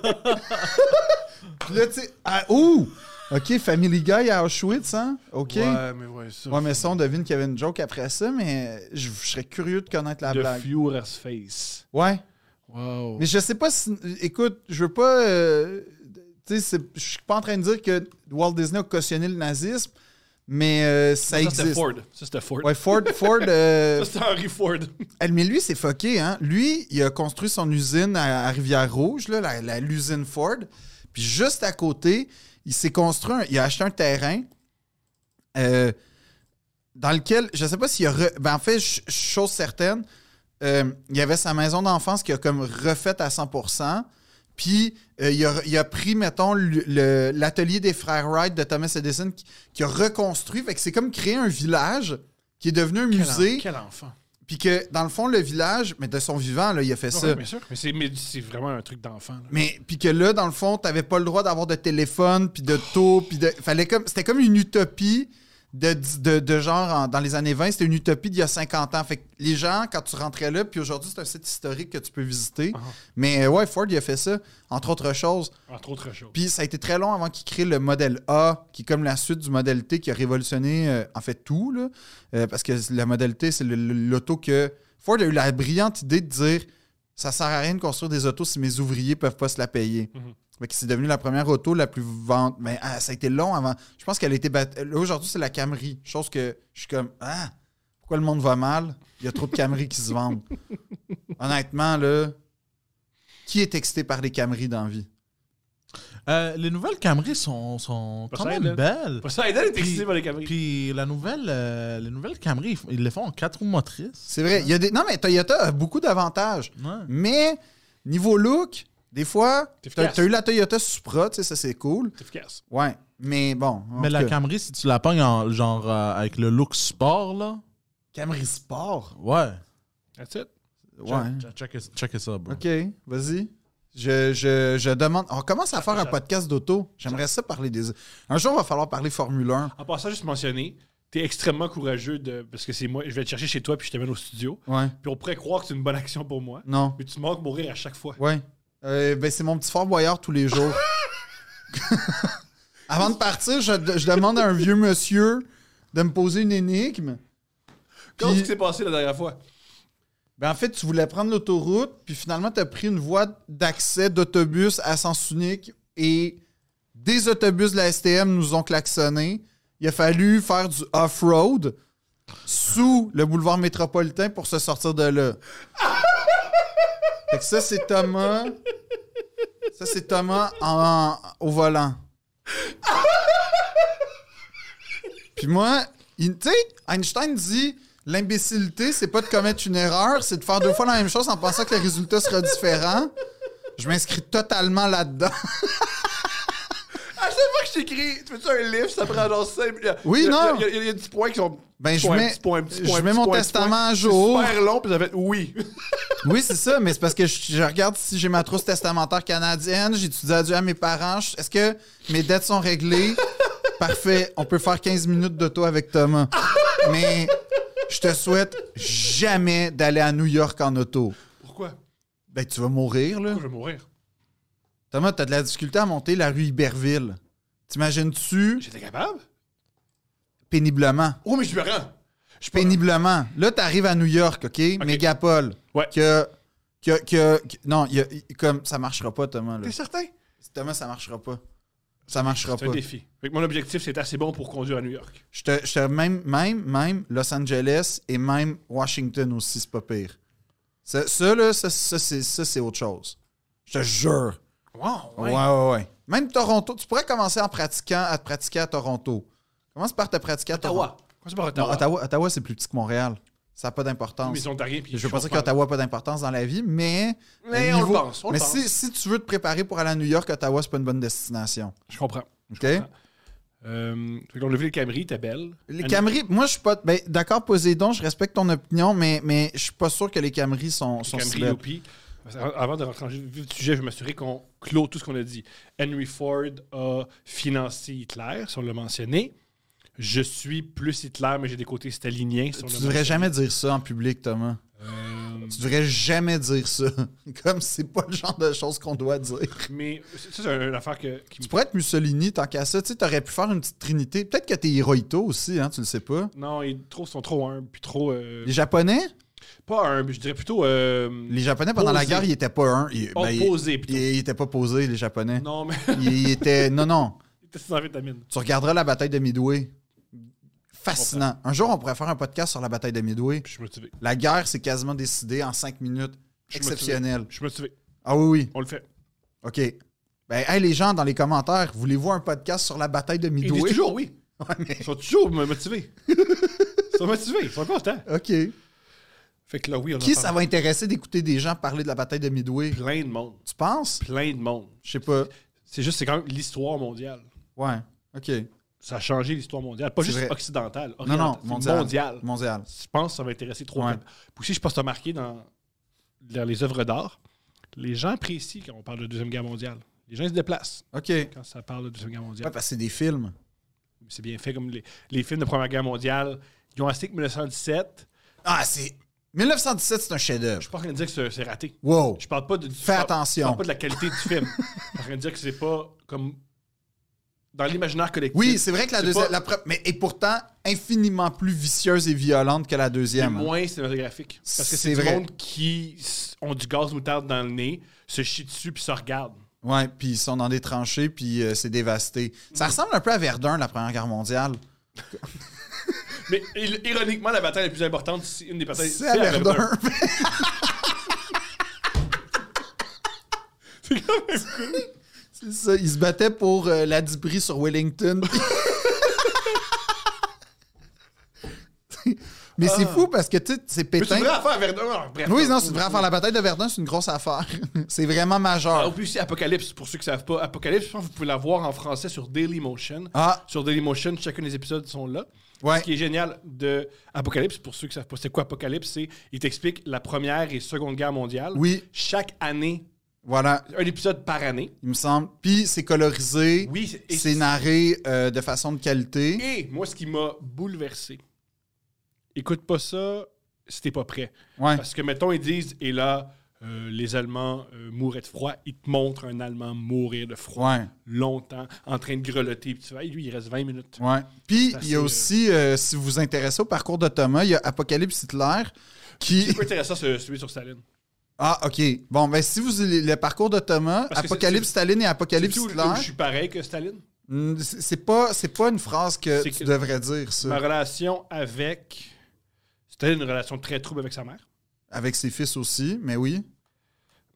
Speaker 1: Puis là, tu sais. Ah, ouh! OK, Family Guy à Auschwitz, hein? OK.
Speaker 2: mais ouais, ça.
Speaker 1: Ouais, mais ça, on devine qu'il y avait une joke après ça, mais je, je serais curieux de connaître la
Speaker 2: The
Speaker 1: blague.
Speaker 2: Führer's Face.
Speaker 1: Ouais.
Speaker 2: Wow.
Speaker 1: Mais je sais pas si. Écoute, je veux pas. euh, tu sais, c'est- je suis pas en train de dire que Walt Disney a cautionné le nazisme, mais euh, ça,
Speaker 2: ça, c'était
Speaker 1: existe.
Speaker 2: Ford. Ça, c'était Ford.
Speaker 1: Ouais, Ford. Ford euh,
Speaker 2: [LAUGHS] Ça, c'était Henry Ford.
Speaker 1: elle- Eh, mais lui, c'est fucké, hein. Lui, il a construit son usine à, à Rivière-Rouge, là, la- la- l'usine Ford. Puis juste à côté, il s'est construit, un- il a acheté un terrain euh, dans lequel, je sais pas s'il a. re- ben, en fait, ch- chose certaine, euh, il y avait sa maison d'enfance qui a comme refaite à 100 puis euh, il, a, il a pris, mettons, le- le- l'atelier des frères Wright de Thomas Edison qui, qui a reconstruit. Fait que c'est comme créer un village qui est devenu un musée.
Speaker 2: Quel enfant.
Speaker 1: Puis que, dans le fond, le village, mais de son vivant, là, il a fait ça.
Speaker 2: Ouais, bien sûr. Mais c'est- Mais c'est vraiment un truc d'enfant. là.
Speaker 1: Mais puis que là, dans le fond, t'avais pas le droit d'avoir de téléphone, puis de taux, puis de. Fallait comme. C'était comme une utopie de, de, de genre en- dans les années 20, c'était une utopie d'il y a 50 ans. Fait que les gens, quand tu rentrais là, puis aujourd'hui, c'est un site historique que tu peux visiter.
Speaker 2: Ah.
Speaker 1: Mais euh, ouais, Ford, il a fait ça, entre autres choses.
Speaker 2: Entre autres choses.
Speaker 1: Puis ça a été très long avant qu'il crée le modèle A, qui est comme la suite du modèle T, qui a révolutionné euh, en fait tout. là. Euh, parce que la modèle T, c'est le- le- l'auto que. Ford a eu la brillante idée de dire ça sert à rien de construire des autos si mes ouvriers peuvent pas se la payer.
Speaker 2: Mhm.
Speaker 1: Fait que C'est devenu la première auto la plus vente. Mais ah, ça a été long avant. Je pense qu'elle a été battue. Aujourd'hui, c'est la Camry. Chose que je suis comme Ah, pourquoi le monde va mal Il y a trop de Camry qui se vendent. Honnêtement, là, qui est excité par les Camry dans la vie
Speaker 3: Euh, les nouvelles Camry sont, sont quand
Speaker 2: Poseidon.
Speaker 3: même belles.
Speaker 2: Ça aide à être excité par les Camry.
Speaker 3: Puis la nouvelle, euh, les nouvelles Camry, ils f- ils les font en quatre roues motrices.
Speaker 1: C'est vrai. Il y a des... Non, mais Toyota a beaucoup d'avantages.
Speaker 3: Ouais.
Speaker 1: Mais niveau look, des fois,
Speaker 2: C'est
Speaker 1: t'as
Speaker 2: efficace.
Speaker 1: t'as eu la Toyota Supra, tu sais, ça c'est cool.
Speaker 2: C'est efficace.
Speaker 1: Ouais, mais bon. en
Speaker 3: Mais
Speaker 1: tout
Speaker 3: la
Speaker 1: cas.
Speaker 3: Camry, si tu la pognes en, genre euh, avec le look sport, là,
Speaker 1: Camry Sport.
Speaker 3: ouais.
Speaker 2: That's it.
Speaker 1: Ouais.
Speaker 3: Check, check, it- check it out, bro.
Speaker 1: OK, vas-y. Je, je, je demande. On commence à faire un
Speaker 2: ça-
Speaker 1: podcast d'auto. J'aimerais ça parler des. Un jour, il va falloir parler Formule 1.
Speaker 2: En passant, juste mentionner, t'es extrêmement courageux de. Parce que c'est moi, je vais te chercher chez toi puis je t'amène au studio.
Speaker 1: Ouais.
Speaker 2: Puis on pourrait croire que c'est une bonne action pour moi.
Speaker 1: Non.
Speaker 2: Mais tu manques mourir à chaque fois.
Speaker 1: Ouais. Euh, ben, c'est mon petit Fort Boyard tous les jours. Avant de partir, je, je demande à un vieux monsieur de me poser une énigme.
Speaker 2: Qu'est-ce
Speaker 1: Puis-
Speaker 2: qui s'est passé la dernière fois?
Speaker 1: Ben, en fait, tu voulais prendre l'autoroute, puis finalement, tu as pris une voie d'accès d'autobus à sens unique et des autobus de la STM nous ont klaxonné. Il a fallu faire du off-road sous le boulevard métropolitain pour se sortir de là. fait que ça, c'est Thomas. Ça, c'est Thomas en- au volant. Puis moi, il- tu sais, Einstein dit l'imbécilité, c'est pas de commettre une erreur, c'est de faire deux fois la même chose en pensant que le résultat sera différent. Je m'inscris totalement là-dedans. [LAUGHS]
Speaker 2: À chaque fois que je t'écris, tu fais-tu un livre, ça prend genre 5 minutes.
Speaker 1: Oui,
Speaker 2: Il y a-
Speaker 1: non.
Speaker 2: Il y a- il y, a- il y a des points qui sont.
Speaker 1: Ben, je
Speaker 2: point,
Speaker 1: mets-
Speaker 2: petit point, petit
Speaker 1: je
Speaker 2: point,
Speaker 1: mets
Speaker 2: petit
Speaker 1: mon
Speaker 2: point, petit
Speaker 1: testament
Speaker 2: point.
Speaker 1: à jour.
Speaker 2: C'est super long, puis ça fait oui.
Speaker 1: Oui, c'est ça, mais c'est parce que je, je regarde si j'ai ma trousse testamentaire canadienne, j'étudie à Dieu à mes parents, je- est-ce que mes dettes sont réglées? Parfait, on peut faire 15 minutes d'auto avec Thomas. Mais je te souhaite jamais d'aller à New York en auto.
Speaker 2: Pourquoi?
Speaker 1: Ben, tu vas mourir, là.
Speaker 2: Pourquoi je vais mourir?
Speaker 1: Thomas, t'as de la difficulté à monter la rue Iberville. T'imagines-tu
Speaker 2: J'étais capable?
Speaker 1: péniblement?
Speaker 2: Oh, mais je me rends. Je peux-
Speaker 1: Péniblement. Là, t'arrives à New York, OK? Mégapole.
Speaker 2: Ouais.
Speaker 1: Que, que, que, que- non, il y a- il- comme ça marchera pas, Thomas. Là.
Speaker 2: T'es certain?
Speaker 1: Thomas, ça marchera pas. Ça marchera
Speaker 2: C'est un
Speaker 1: pas.
Speaker 2: défi. Fait que mon objectif, c'est assez bon pour conduire à New York.
Speaker 1: Je te, je te- même, même, même Los Angeles et même Washington aussi, c'est pas pire. Ça, ça, là, ça, ça, c'est, ça, c'est autre chose. Je te jure.
Speaker 2: Wow,
Speaker 1: Ouais. ouais, ouais, Même Toronto, tu pourrais commencer en pratiquant à te pratiquer à Toronto. Commence par te pratiquer à Toronto.
Speaker 2: Ottawa. Comment ça par
Speaker 1: Non,
Speaker 2: Ottawa?
Speaker 1: Ah, Ottawa, Ottawa, c'est plus petit que Montréal. Ça n'a pas d'importance.
Speaker 2: Mais ils ont rien.
Speaker 1: Je
Speaker 2: puis
Speaker 1: veux pas dire
Speaker 2: comprends.
Speaker 1: qu'Ottawa n'a pas d'importance dans la vie, mais.
Speaker 2: Mais
Speaker 1: le
Speaker 2: on le pense, on le
Speaker 1: mais
Speaker 2: pense.
Speaker 1: Si, si tu veux te préparer pour aller à New York, Ottawa, c'est pas une bonne destination.
Speaker 2: Je comprends.
Speaker 1: OK?
Speaker 2: Euh, fait qu'on a vu les Camry, t'es belle.
Speaker 1: Les
Speaker 2: Anne-
Speaker 1: Camry, moi, je suis pas. Ben, D'accord, Poséidon, je respecte ton opinion, mais, mais je suis pas sûr que les Camry sont,
Speaker 2: Les
Speaker 1: sont si
Speaker 2: Camry,
Speaker 1: belles.
Speaker 2: Lopi. Avant de rentrer dans le vif du sujet, je vais m'assurer qu'on clôt tout ce qu'on a dit. Henry Ford a financé Hitler, si on l'a mentionné. Je suis plus Hitler, mais j'ai des côtés staliniens. si on
Speaker 1: Tu
Speaker 2: l'a
Speaker 1: devrais
Speaker 2: mentionné.
Speaker 1: jamais dire ça en public, Thomas.
Speaker 2: Euh,
Speaker 1: Tu devrais jamais dire ça. [LAUGHS] Comme c'est pas le genre de choses qu'on doit dire.
Speaker 2: mais ça, c'est une affaire que, qui me
Speaker 1: Tu pourrais être Mussolini tant qu'à ça. Tu sais, t'aurais pu faire une petite trinité. Peut-être que t'es Hirohito aussi, hein, tu le sais pas.
Speaker 2: Non, ils trop- sont trop humbles, puis trop. euh,
Speaker 1: Les Japonais,
Speaker 2: Pas humbles, je dirais plutôt. euh,
Speaker 1: les Japonais pendant la
Speaker 2: Posés.
Speaker 1: guerre, ils étaient pas un. Ils, ben, ils,
Speaker 2: opposés, plutôt.
Speaker 1: ils- ils étaient pas posés, les Japonais.
Speaker 2: Oh, Non, mais. [LAUGHS]
Speaker 1: Ils, ils étaient. [LAUGHS] Non, non.
Speaker 2: T'es sans vitamine.
Speaker 1: Tu regarderas la bataille de Midway. Fascinant. Un jour, on pourrait faire un podcast sur la bataille de Midway.
Speaker 2: Puis je me motivé.
Speaker 1: La guerre s'est quasiment décidée en cinq minutes.
Speaker 2: Je suis
Speaker 1: Exceptionnel.
Speaker 2: Je me motivé.
Speaker 1: Ah oui, oui.
Speaker 2: On le fait.
Speaker 1: OK. Ben, hey, les gens, dans les commentaires, voulez-vous un podcast sur la bataille de
Speaker 2: Ils disent
Speaker 1: Midway?
Speaker 2: toujours oui.
Speaker 1: [LAUGHS] Ouais, mais-
Speaker 2: Ils sont toujours
Speaker 1: [LAUGHS]
Speaker 2: mo- motivés. ils sont motivés, ils sont contents.
Speaker 1: OK.
Speaker 2: Fait que là, oui, on
Speaker 1: Qui
Speaker 2: a
Speaker 1: ça va intéresser d'écouter des gens parler de la bataille de Midway?
Speaker 2: plein de monde.
Speaker 1: Tu penses?
Speaker 2: Plein de monde.
Speaker 1: Je sais pas.
Speaker 2: C'est juste, c'est quand même l'histoire mondiale.
Speaker 1: Ouais. OK.
Speaker 2: Ça a changé l'histoire mondiale. Pas
Speaker 1: C'est
Speaker 2: juste
Speaker 1: vrai.
Speaker 2: occidentale.
Speaker 1: Non, non,
Speaker 2: orientale, c'est
Speaker 1: mondial.
Speaker 2: mondiale.
Speaker 1: Mondial.
Speaker 2: Je pense que ça va intéresser trop.
Speaker 1: Ouais.
Speaker 2: Puis aussi, je pense que tu as marqué dans, dans les œuvres d'art, les gens apprécient quand on parle de Deuxième Guerre mondiale. Les gens ils se déplacent
Speaker 1: OK. Ouais,
Speaker 2: quand ça parle de Deuxième Guerre mondiale.
Speaker 1: parce que c'est des films.
Speaker 2: C'est bien fait comme les, les films de Première Guerre mondiale. Ils ont assez que 1917.
Speaker 1: Ah, c'est. 1917, c'est un chef-d'œuvre.
Speaker 2: Je suis pas en train de dire que c'est- c'est raté.
Speaker 1: Wow.
Speaker 2: Je parle pas de. du-
Speaker 1: Fais
Speaker 2: je parle- Je
Speaker 1: attention.
Speaker 2: parle pas de la qualité du film. Je suis en train de dire que c'est pas comme. Dans l'imaginaire collectif.
Speaker 1: Oui, c'est vrai que la
Speaker 2: C'est
Speaker 1: deuxième.
Speaker 2: pas-
Speaker 1: la pre- Mais et pourtant, infiniment plus vicieuse et violente que la
Speaker 2: c'est
Speaker 1: deuxième.
Speaker 2: moins cinématographique. Parce que
Speaker 1: C'est
Speaker 2: c'est du
Speaker 1: vrai.
Speaker 2: monde qui s- ont du gaz moutarde dans le nez, se chie dessus puis se regarde.
Speaker 1: Ouais, puis ils sont dans des tranchées, puis euh, c'est dévasté. Ça ressemble un peu à Verdun, la Première Guerre mondiale.
Speaker 2: Mais il- ironiquement, la bataille la plus importante, c'est une des batailles.
Speaker 1: C'est à Verdun.
Speaker 2: [LAUGHS] C'est quand même-
Speaker 1: [LAUGHS] C'est ça, ils se battaient pour euh, la Dibrie sur Wellington. [LAUGHS] Mais c'est fou parce que, tu sais, Ah. c'est
Speaker 2: Mais c'est
Speaker 1: pétain.
Speaker 2: une vraie affaire à Verdun. alors, bref.
Speaker 1: Oui, non, c'est vrai, faire la bataille de Verdun, c'est une grosse affaire. [LAUGHS] c'est vraiment
Speaker 2: En
Speaker 1: majeur.
Speaker 2: plus, c'est Ah, Apocalypse, pour ceux qui ne savent pas. Apocalypse, je pense que vous pouvez la voir en français sur Dailymotion.
Speaker 1: Ah,
Speaker 2: Sur Dailymotion, chacun des épisodes sont là.
Speaker 1: ouais.
Speaker 2: Ce qui est génial de Apocalypse, pour ceux qui ne savent pas c'est quoi Apocalypse, c'est il t'explique la Première et Seconde Guerre mondiale.
Speaker 1: Oui,
Speaker 2: Chaque année,
Speaker 1: voilà,
Speaker 2: un épisode par année.
Speaker 1: il me semble. Puis c'est colorisé,
Speaker 2: Oui, c'est- et-
Speaker 1: c'est narré euh, de façon de qualité.
Speaker 2: Et moi, ce qui m'a bouleversé, écoute pas ça si t'es pas prêt.
Speaker 1: Ouais.
Speaker 2: Parce que, mettons, ils disent, et là, euh, les Allemands euh, mouraient de froid, ils te montrent un Allemand mourir de froid
Speaker 1: Ouais,
Speaker 2: longtemps, en train de grelotter, puis tu vas, lui, il reste 20 minutes.
Speaker 1: ouais. Puis
Speaker 2: C'est
Speaker 1: il y a
Speaker 2: assez,
Speaker 1: aussi, euh, si vous vous intéressez au parcours de Thomas, il y a Apocalypse Hitler
Speaker 2: C'est
Speaker 1: qui.
Speaker 2: pas intéressant, ce- celui sur Staline.
Speaker 1: Ah, OK. Bon, ben si vous le parcours de Thomas,
Speaker 2: Parce que c'est-
Speaker 1: Apocalypse Staline et Apocalypse
Speaker 2: Sais-tu où- où Je
Speaker 1: Hitler,
Speaker 2: suis pareil que Staline.
Speaker 1: mm, c'est c'est pas, c'est pas une phrase que
Speaker 2: C'est
Speaker 1: tu
Speaker 2: que-
Speaker 1: devrais dire, ça,
Speaker 2: Ma relation avec. C'était une relation très trouble avec sa mère.
Speaker 1: avec ses fils aussi, mais oui.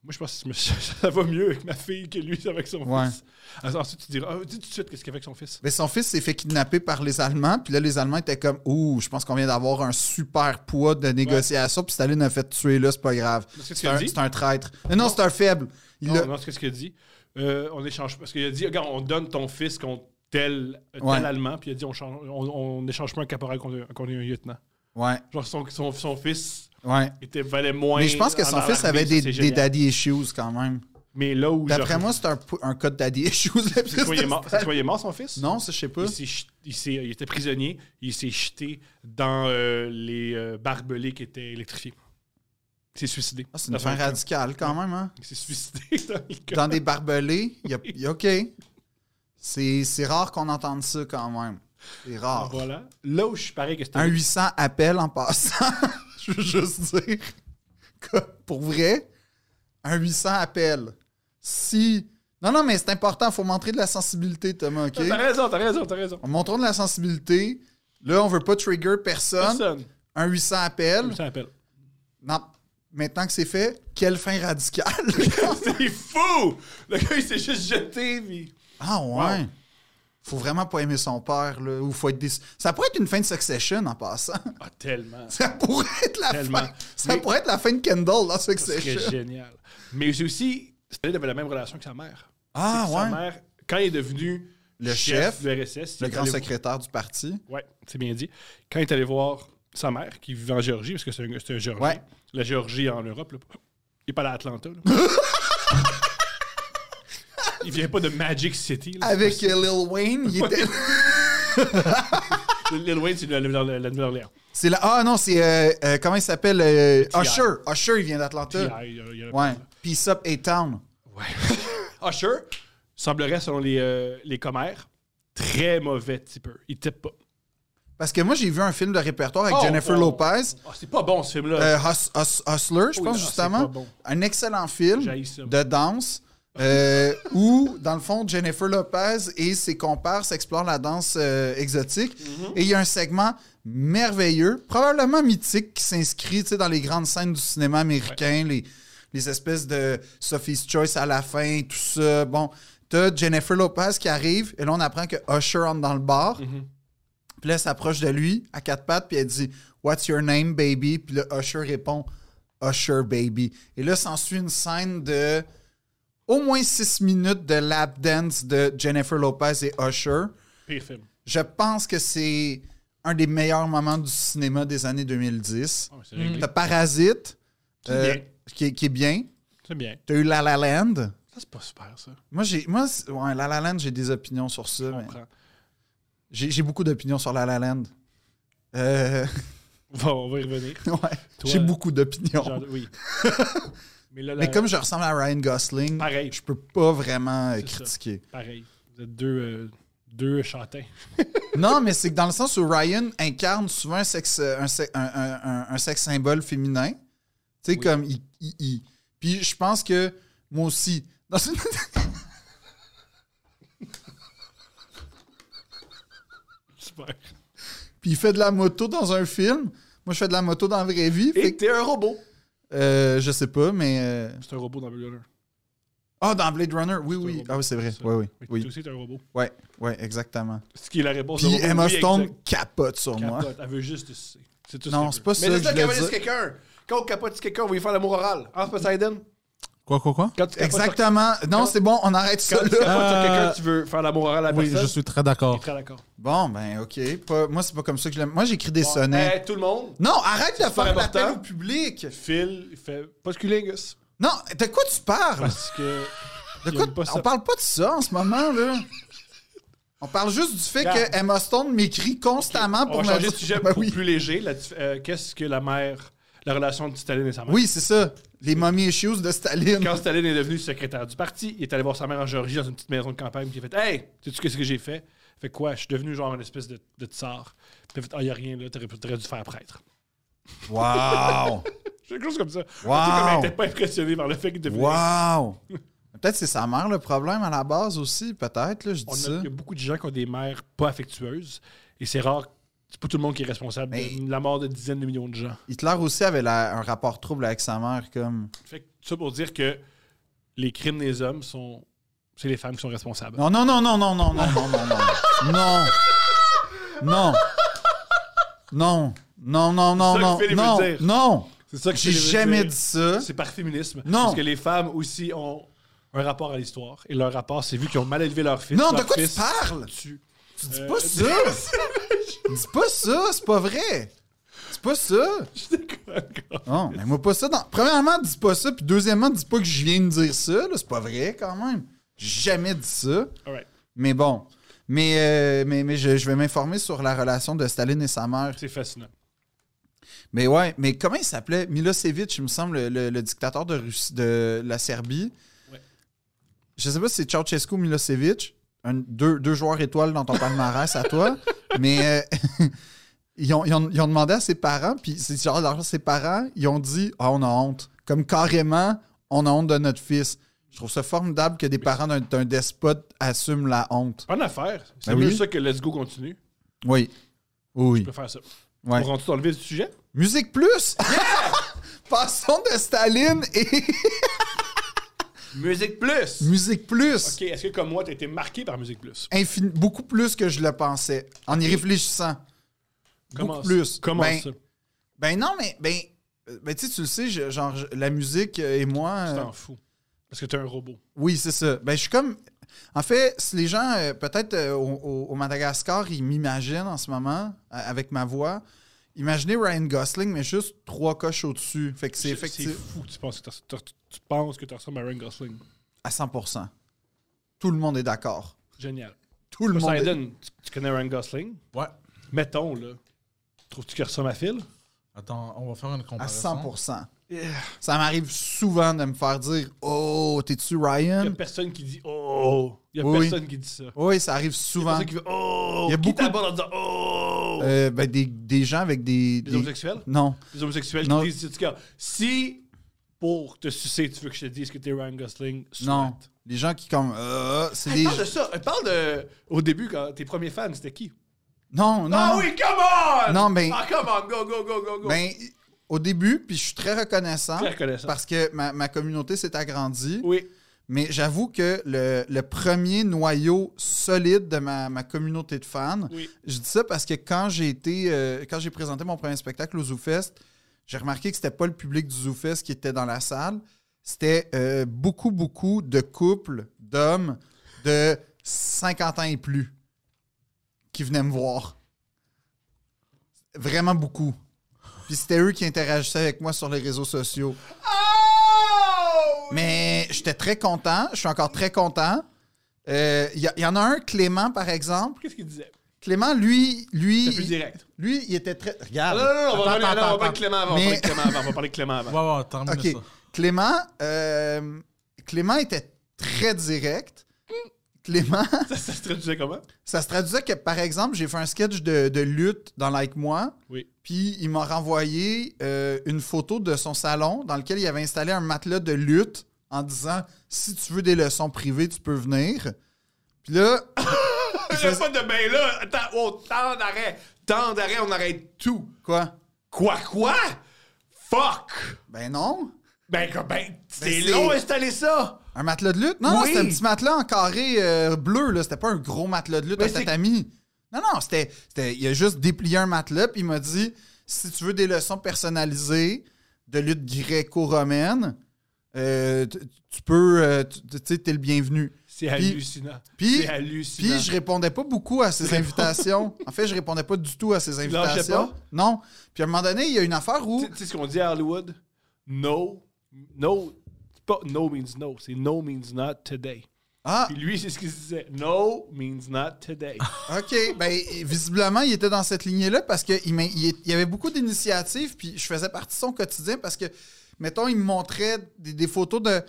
Speaker 2: Moi, je pense que je me- ça [LAUGHS] va mieux avec ma fille que lui avec son
Speaker 1: Ouais.
Speaker 2: fils. Alors, ensuite, tu diras, Ah, dis tout de suite qu'est-ce qu'il y a avec son fils.
Speaker 1: Mais son fils s'est fait kidnapper par les Allemands, puis là, les Allemands étaient comme Ouh, je pense qu'on vient d'avoir un super poids de négociation, puis Staline a fait tuer là, c'est pas grave.
Speaker 2: Parce que tu
Speaker 1: C'est
Speaker 2: as
Speaker 1: un,
Speaker 2: dit-
Speaker 1: c'est un traître. Mais non, c'est un faible. Il
Speaker 2: non,
Speaker 1: a-
Speaker 2: non, c'est ce qu'il a dit. Euh, on échange. Parce qu'il a dit, regarde, on donne ton fils contre tel, tel
Speaker 1: Ouais.
Speaker 2: Allemand, puis il a dit, on, change- on, on échange pas un caporal contre, un- contre un lieutenant.
Speaker 1: Ouais,
Speaker 2: Genre, son, son, son fils
Speaker 1: ouais.
Speaker 2: était, valait Oh. moins.
Speaker 1: Mais je pense que son
Speaker 2: dans
Speaker 1: fils
Speaker 2: l'armée,
Speaker 1: avait
Speaker 2: ça,
Speaker 1: des,
Speaker 2: c'est
Speaker 1: des
Speaker 2: génial.
Speaker 1: daddy issues quand même.
Speaker 2: Mais là où.
Speaker 1: D'après
Speaker 2: genre-
Speaker 1: moi, c'est un, p- un code daddy issues. le
Speaker 2: C'est
Speaker 1: fils
Speaker 2: quoi,
Speaker 1: de
Speaker 2: il est mort- c'est quoi, il est mort, son fils?
Speaker 1: Non, ça, je sais pas.
Speaker 2: Il, s'est ch- il s'est- il était prisonnier, il s'est jeté dans euh, les euh, barbelés qui étaient électrifiés. Il s'est suicidé.
Speaker 1: Ah, c'est une
Speaker 2: Dans
Speaker 1: fin
Speaker 2: un camp.
Speaker 1: radicale quand même,
Speaker 2: [LAUGHS]
Speaker 1: hein?
Speaker 2: Il s'est suicidé [LAUGHS] dans les camps.
Speaker 1: Dans des barbelés, il y a, il y a- OK. C'est c'est rare qu'on entende ça quand même. C'est rare.
Speaker 2: Voilà. Là où je suis pareil que c'était.
Speaker 1: Un 800 appel en passant. [LAUGHS] je veux juste dire que pour vrai, un 800 appel. Si. Non, non, mais c'est important. faut montrer de la sensibilité, Thomas, OK?
Speaker 2: T'as raison, t'as raison, t'as raison.
Speaker 1: En montrant de la sensibilité, là, on veut pas trigger personne.
Speaker 2: Personne.
Speaker 1: Un 800 appel.
Speaker 2: Ça appelle.
Speaker 1: Non. Maintenant que c'est fait, quelle fin
Speaker 2: [LAUGHS]
Speaker 1: radicale?
Speaker 2: C'est fou! Le gars, il s'est juste jeté, puis.
Speaker 1: ah, ouais.
Speaker 2: Wow.
Speaker 1: Faut vraiment pas aimer son père, là. Ou faut être déçu. Ça pourrait être une fin de Succession en passant. [LAUGHS]
Speaker 2: Ah, tellement.
Speaker 1: Ça pourrait être la
Speaker 2: Tellement.
Speaker 1: fin. Ça
Speaker 2: Mais-
Speaker 1: pourrait être la fin de Kendall dans
Speaker 2: C'est
Speaker 1: Succession.
Speaker 2: génial. Mais c'est aussi, Staline avait la même relation que sa mère.
Speaker 1: Ah,
Speaker 2: C'est que
Speaker 1: ouais.
Speaker 2: Sa mère, quand il est devenu
Speaker 1: Le chef,
Speaker 2: de RSS, il
Speaker 1: Le
Speaker 2: est
Speaker 1: grand
Speaker 2: allé-
Speaker 1: secrétaire du parti.
Speaker 2: Ouais, c'est bien dit. Quand il est allé voir sa mère, qui vivait en Géorgie, parce que c'est un, c'est un Géorgien,
Speaker 1: Ouais.
Speaker 2: la Géorgie en Europe, là. il n'est pas allé à Atlanta. là. il vient pas de Magic City. là.
Speaker 1: Avec euh, Lil Wayne, il était.
Speaker 2: Lil Wayne, c'est la, la- la- la Nouvelle-Orléans.
Speaker 1: [LAUGHS] C'est là. Ah non, c'est. euh, euh, comment il s'appelle euh,
Speaker 2: T.I..
Speaker 1: Usher. Usher, il vient
Speaker 2: Puis,
Speaker 1: d'Atlanta.
Speaker 2: ah, il y a- il y a-
Speaker 1: Ouais. Peace Up A-Town.
Speaker 2: Ouais. Usher Ah, semblerait, selon les, euh, les commères, très mauvais tipeur. Il type pas.
Speaker 1: Parce que moi, j'ai vu un film de répertoire avec
Speaker 2: Oh,
Speaker 1: Jennifer
Speaker 2: oh.
Speaker 1: Lopez.
Speaker 2: Ah, c'est pas bon, ce film-là.
Speaker 1: Euh, Hus- Hus- Hustler, je
Speaker 2: Oui,
Speaker 1: pense,
Speaker 2: ah, c'est
Speaker 1: justement.
Speaker 2: pas bon.
Speaker 1: Un excellent film
Speaker 2: J'haïs ça,
Speaker 1: de
Speaker 2: moi.
Speaker 1: danse euh, où, dans le fond, Jennifer Lopez et ses comparses explorent la danse euh, exotique.
Speaker 2: Mm-hmm.
Speaker 1: Et il y a un segment merveilleux, probablement mythique, qui s'inscrit tu sais, dans les grandes scènes du cinéma américain, les, les espèces de Sophie's Choice à la fin, tout ça. Bon, t'as Jennifer Lopez qui arrive, et là, on apprend que Usher rentre dans le bar.
Speaker 2: Mm-hmm.
Speaker 1: Puis là, elle s'approche de lui à quatre pattes, puis elle dit What's your name, baby? Puis le Usher répond Usher, baby. Et là, s'ensuit une scène de au moins six minutes de lap dance de Jennifer Lopez et Usher.
Speaker 2: Pire film.
Speaker 1: Je pense que c'est un des meilleurs moments du cinéma des années 2010.
Speaker 2: Ah, mais c'est réglé.
Speaker 1: T'as Parasite,
Speaker 2: C'est
Speaker 1: euh,
Speaker 2: bien.
Speaker 1: qui, est- qui est bien.
Speaker 2: C'est bien.
Speaker 1: T'as eu La La Land.
Speaker 2: Ça, c'est pas super, ça.
Speaker 1: Moi, j'ai, moi c'est- ouais, La La Land, j'ai des opinions sur ça.
Speaker 2: Je
Speaker 1: mais
Speaker 2: comprends.
Speaker 1: J'ai, j'ai beaucoup d'opinions sur La La Land. Euh, [LAUGHS]
Speaker 2: Bon, on va y revenir.
Speaker 1: ouais, j'ai
Speaker 2: euh,
Speaker 1: beaucoup d'opinions.
Speaker 2: Genre,
Speaker 1: [LAUGHS]
Speaker 2: oui. Mais là,
Speaker 1: Mais comme je ressemble à Ryan Gosling,
Speaker 2: Pareil,
Speaker 1: je peux pas vraiment euh,
Speaker 2: C'est ça.
Speaker 1: critiquer.
Speaker 2: pareil. Vous êtes deux, euh, deux châtains.
Speaker 1: non, mais c'est que dans le sens où Ryan incarne souvent un sexe, euh, un, se- un- un- un- un sexe symbole féminin. Tu sais,
Speaker 2: Oui.
Speaker 1: comme il, il- il- Puis je pense que moi aussi, [LAUGHS] dans une,
Speaker 2: [LAUGHS] Super.
Speaker 1: Puis il fait de la moto dans un film. Moi, je fais de la moto dans la vraie vie. Fait
Speaker 2: Et t'es un robot.
Speaker 1: que, euh, je sais pas, mais. euh,
Speaker 2: C'est un robot dans Blade Runner.
Speaker 1: Ah, dans Blade Runner, oui,
Speaker 2: C'est un
Speaker 1: oui.
Speaker 2: robot.
Speaker 1: Ah oui, c'est vrai.
Speaker 2: C'est ça.
Speaker 1: Oui, oui.
Speaker 2: Mais
Speaker 1: Oui,
Speaker 2: toi aussi, t'es un robot.
Speaker 1: ouais, ouais, exactement.
Speaker 2: Ce qui est la réponse
Speaker 1: Puis
Speaker 2: de robot.
Speaker 1: Emma
Speaker 2: Oui,
Speaker 1: Stone
Speaker 2: exact.
Speaker 1: capote sur moi.
Speaker 2: Capote. Elle veut juste te sucer. C'est tout ce
Speaker 1: Non,
Speaker 2: qu'elle
Speaker 1: c'est
Speaker 2: veut.
Speaker 1: pas ça
Speaker 2: Mais
Speaker 1: que
Speaker 2: laisse-la
Speaker 1: je voulais
Speaker 2: capoter sur
Speaker 1: dire.
Speaker 2: quelqu'un. Quand on capote sur quelqu'un, on va lui faire l'amour oral. Hein, Poseidon?
Speaker 3: Quoi, quoi, quoi?
Speaker 2: Quand tu capotes sur-
Speaker 1: Exactement. Non, c'est bon, on arrête ça
Speaker 2: Quand tu capotes
Speaker 1: là.
Speaker 2: sur
Speaker 3: Euh,
Speaker 2: quelqu'un, tu veux faire l'amour oral à la
Speaker 3: Oui, je
Speaker 2: personne.
Speaker 3: suis
Speaker 2: Il
Speaker 3: très
Speaker 2: est
Speaker 3: d'accord.
Speaker 2: très d'accord.
Speaker 1: Bon, ben, ok. Pas- moi, c'est pas comme ça que je l'aime. Moi, j'écris des
Speaker 2: Bon,
Speaker 1: sonnets.
Speaker 2: hey, tout le monde,
Speaker 1: Non, arrête de
Speaker 2: super
Speaker 1: faire l'appel
Speaker 2: important.
Speaker 1: au public.
Speaker 2: Phil, il fait postculingus.
Speaker 1: Non, de quoi tu parles?
Speaker 2: Parce que.
Speaker 1: De
Speaker 2: il
Speaker 1: quoi
Speaker 2: aime pas
Speaker 1: tu-
Speaker 2: ça.
Speaker 1: on parle pas de ça en ce moment, là. On parle juste du fait
Speaker 2: Regarde.
Speaker 1: que Emma Stone m'écrit constamment
Speaker 2: On
Speaker 1: pour
Speaker 2: va
Speaker 1: me
Speaker 2: changer de
Speaker 1: dire-
Speaker 2: sujet
Speaker 1: [LAUGHS] Ben
Speaker 2: pour
Speaker 1: oui.
Speaker 2: plus léger. La dif- euh, Qu'est-ce que la mère, la relation de Staline et sa mère?
Speaker 1: Oui, c'est ça. Les mommy issues de Staline.
Speaker 2: Quand Staline est devenu secrétaire du parti, il est allé voir sa mère en Géorgie dans une petite maison de campagne, puis il a fait Hey, sais-tu qu'est-ce que j'ai fait Fait quoi Je suis devenu genre une espèce de, de tsar. Puis il a fait Ah, y a rien là, t'aurais, t'aurais dû faire prêtre. [LAUGHS]
Speaker 1: Wow!
Speaker 2: Quelque chose comme ça.
Speaker 1: Wow.
Speaker 2: Tu sais, comme elle était pas impressionné par le fait qu'il devenait. [LAUGHS]
Speaker 1: wow! Peut-être c'est sa mère le problème à la base aussi, peut-être, là, je dis
Speaker 2: On a-
Speaker 1: ça.
Speaker 2: Il y a beaucoup de gens qui ont des mères pas affectueuses, et c'est rare. C'est pas tout le monde qui est responsable de
Speaker 1: Mais-
Speaker 2: la mort de dizaines de millions de gens.
Speaker 1: Hitler aussi avait la- un rapport trouble avec sa mère, comme...
Speaker 2: Fait que, ça pour dire que les crimes des hommes sont. C'est les femmes qui sont responsables.
Speaker 1: Non, non, non, non, non, non, non, non, non, non. Non. Non. Non. Non, non, non,
Speaker 2: C'est
Speaker 1: non,
Speaker 2: ça que Philippe
Speaker 1: non,
Speaker 2: veut dire.
Speaker 1: non.
Speaker 2: C'est ça que
Speaker 1: J'ai
Speaker 2: je voulais
Speaker 1: jamais
Speaker 2: dire.
Speaker 1: dit ça.
Speaker 2: C'est par féminisme.
Speaker 1: Non.
Speaker 2: Parce que les femmes aussi ont un rapport à l'histoire. Et leur rapport, c'est vu qu'ils ont mal élevé leur fils.
Speaker 1: Non, de
Speaker 2: leur
Speaker 1: quoi tu
Speaker 2: fils
Speaker 1: parles?
Speaker 2: tue.
Speaker 1: Tu dis
Speaker 2: Euh,
Speaker 1: pas ça! dis pas ça, c'est pas vrai! C'est pas ça!
Speaker 2: [LAUGHS] Je déconne, gars.
Speaker 1: Non, mais moi pas ça. dans- Premièrement, dis pas ça, puis deuxièmement, dis pas que je viens de dire ça, là, c'est pas vrai quand même. J'ai jamais dit ça.
Speaker 2: All right.
Speaker 1: Mais bon. Mais, euh, mais, mais je, je vais m'informer sur la relation de Staline et sa mère.
Speaker 2: C'est fascinant.
Speaker 1: Mais ouais, mais comment il s'appelait Milosevic, il me semble, le, le dictateur de, Russie, de la Serbie.
Speaker 2: Ouais.
Speaker 1: Je sais pas si c'est Ceausescu ou Milosevic, un- deux, deux joueurs étoiles dans ton palmarès à
Speaker 2: [LAUGHS]
Speaker 1: toi, mais euh, [LAUGHS] ils, ont, ils ont- ils ont demandé à ses parents, puis c'est genre, alors, ses parents, ils ont dit Ah, on a honte. Comme carrément, on a honte de notre fils. Je trouve ça formidable que des parents d'un- d'un despote assument la honte.
Speaker 2: Pas une affaire. C'est
Speaker 1: Ben
Speaker 2: mieux
Speaker 1: oui.
Speaker 2: ça que Let's Go continue.
Speaker 1: Oui. Oui.
Speaker 2: Je peux faire ça.
Speaker 1: Ouais.
Speaker 2: On rentre dans le vif du sujet.
Speaker 1: Musique plus! [LAUGHS] Passons de Staline et
Speaker 2: Musique Plus.
Speaker 1: Musique plus!
Speaker 2: Ok, est-ce que comme moi, t'as été marqué par Musique Plus
Speaker 1: Infini- beaucoup plus que je le pensais, en y réfléchissant.
Speaker 2: Comment
Speaker 1: beaucoup plus.
Speaker 2: ça? Comment
Speaker 1: ben,
Speaker 2: ça
Speaker 1: ben non, mais ben, euh, ben, tu sais, tu le sais, je- genre, je- la musique euh, et moi.
Speaker 2: Tu
Speaker 1: euh,
Speaker 2: t'en fous. Parce que t'es un robot.
Speaker 1: oui, c'est ça. Ben, je suis comme. En fait, si les gens, euh, peut-être euh, au, au- au Madagascar, ils m'imaginent en ce moment, euh, avec ma voix. Imaginez Ryan Gosling, mais juste trois coches au-dessus. Fait que c'est
Speaker 2: C'est
Speaker 1: effectif
Speaker 2: fou. Tu penses que t'as- t'as- tu penses que tu ressembles à Ryan Gosling.
Speaker 1: à 100 Tout le monde est d'accord.
Speaker 2: Génial.
Speaker 1: Tout le monde. est-
Speaker 2: Poseidon, tu- tu connais Ryan Gosling
Speaker 3: Ouais.
Speaker 2: Mettons, là. Trouves-tu qu'il ressemble à Phil?
Speaker 3: Attends, on va faire une
Speaker 1: À
Speaker 3: comparaison.
Speaker 1: 100 Ça m'arrive souvent de me faire dire Oh, t'es-tu
Speaker 2: Il n'y
Speaker 1: Ryan
Speaker 2: a personne qui dit Oh! Il n'y a
Speaker 1: Oui,
Speaker 2: personne qui dit ça. Il
Speaker 1: Oui, ça arrive
Speaker 2: y a
Speaker 1: souvent.
Speaker 2: personne qui fait Oh!
Speaker 1: Il y a
Speaker 2: Qui
Speaker 1: beaucoup-
Speaker 2: t'aborde en disant Oh!
Speaker 1: Euh, ben, des, des gens avec des.
Speaker 2: les
Speaker 1: des-
Speaker 2: homosexuels?
Speaker 1: Non.
Speaker 2: Les homosexuels
Speaker 1: Non.
Speaker 2: qui disent tu sais, Si pour te sucer, tu veux que je te dise que t'es Ryan Gosling, soit.
Speaker 1: Non. Les gens qui, comme. euh, c'est
Speaker 2: Hey,
Speaker 1: des.
Speaker 2: parle de ça. Euh, Parle de. Au début, quand tes premiers fans, c'était qui?
Speaker 1: Non, non.
Speaker 2: Ah
Speaker 1: non.
Speaker 2: oui, come on!
Speaker 1: Non, mais-
Speaker 2: Ah, come on, go, go, go, go, go!
Speaker 1: Ben, au début, puis je suis très reconnaissant.
Speaker 2: Très reconnaissant.
Speaker 1: Parce que ma, ma communauté s'est agrandie.
Speaker 2: Oui.
Speaker 1: Mais j'avoue que le, le premier noyau solide de ma, ma communauté de fans,
Speaker 2: Oui.
Speaker 1: je dis ça parce que quand j'ai été. euh, quand j'ai présenté mon premier spectacle au ZooFest, j'ai remarqué que c'était pas le public du ZooFest qui était dans la salle. C'était euh, beaucoup, beaucoup de couples d'hommes de 50 ans et plus qui venaient me voir. Vraiment beaucoup. Puis c'était eux qui interagissaient avec moi sur les réseaux sociaux.
Speaker 2: Oh!
Speaker 1: Mais j'étais très content. Je suis encore très content. Euh, Il y, a- il y en a un, Clément, par exemple.
Speaker 2: Qu'est-ce qu'il disait?
Speaker 1: Clément, lui, lui,
Speaker 2: C'était plus direct.
Speaker 1: lui, il était très. Regarde.
Speaker 2: Non, non, non, on va
Speaker 1: Attends,
Speaker 2: parler- non,
Speaker 1: attends,
Speaker 2: on va parler de
Speaker 1: attends.
Speaker 2: Clément avant. on va
Speaker 1: Mais-
Speaker 2: parler de Clément avant, On va parler de Clément avant.
Speaker 3: Ouais, ouais, termine
Speaker 1: OK.
Speaker 3: ça.
Speaker 1: Clément, euh, Clément était très direct. Clément, [LAUGHS]
Speaker 2: Ça, ça se traduisait comment?
Speaker 1: ça se traduisait que, par exemple, j'ai fait un sketch de, de lutte dans Like Moi.
Speaker 2: Oui.
Speaker 1: Puis il m'a renvoyé euh, une photo de son salon dans lequel il avait installé un matelas de lutte en disant si tu veux des leçons privées, tu peux venir. Puis là,
Speaker 2: [LAUGHS]
Speaker 1: [LAUGHS]
Speaker 2: Il [LAUGHS] n'y pas de bain là. Attends, oh, tant d'arrêt. Tant d'arrêt, on arrête tout.
Speaker 1: Quoi?
Speaker 2: Quoi, quoi? Fuck!
Speaker 1: Ben non.
Speaker 2: Ben, que- ben, c'est
Speaker 1: c'est-
Speaker 2: long installer ça!
Speaker 1: Un matelas de lutte? Non, non,
Speaker 2: Oui.
Speaker 1: c'était un petit matelas en carré euh, bleu, là. C'était pas un gros matelas de lutte
Speaker 2: Mais
Speaker 1: à
Speaker 2: Ben, c'est-
Speaker 1: tatami. Non, non, c'était. c'était- Il a juste déplié un matelas, puis il m'a dit si tu veux des leçons personnalisées de lutte gréco-romaine, euh, tu- tu peux. euh, tu tu sais, t'es le bienvenu.
Speaker 2: C'est hallucinant.
Speaker 1: puis-
Speaker 2: c'est hallucinant.
Speaker 1: Puis je répondais pas beaucoup à ses invitations. En fait, je répondais pas du tout à ses
Speaker 2: lâchais
Speaker 1: invitations.
Speaker 2: pas?
Speaker 1: Non. Puis à un moment donné, il y a une affaire où.
Speaker 2: Tu- Tu sais ce qu'on dit à Hollywood? No, no, c'est pas no means no, c'est no means not today.
Speaker 1: Ah,
Speaker 2: Puis lui, c'est ce qu'il se disait. No means not today.
Speaker 1: OK. Ben, visiblement, il était dans cette lignée-là parce qu'il il il y avait beaucoup d'initiatives, puis je faisais partie de son quotidien parce que, mettons, il me montrait des, des photos de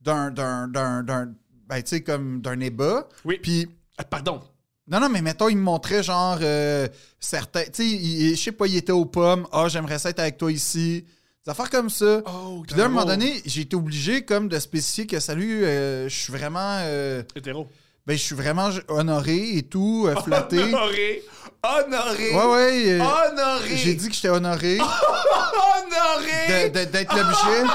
Speaker 1: d'un d'un d'un d'un- ben, tu sais, comme d'un ébat.
Speaker 2: Oui.
Speaker 1: Puis
Speaker 2: Ah, Pardon.
Speaker 1: non, non, mais mettons, il me montrait genre euh, certains. Tu sais, il- je sais pas, il était aux pommes. Ah, j'aimerais ça être avec toi ici. Des affaires comme ça.
Speaker 2: Oh,
Speaker 1: Puis là, à un moment donné, j'ai été obligé comme de spécifier que salut, euh, je suis vraiment, euh,
Speaker 2: Hétéro.
Speaker 1: ben je suis vraiment honoré et tout, euh, flatté.
Speaker 2: Honoré. Honoré.
Speaker 1: Ouais, ouais. euh,
Speaker 2: Honoré.
Speaker 1: J'ai dit que j'étais honoré de-
Speaker 2: Honoré.
Speaker 1: de- d'être
Speaker 2: [LAUGHS]
Speaker 1: l'objet.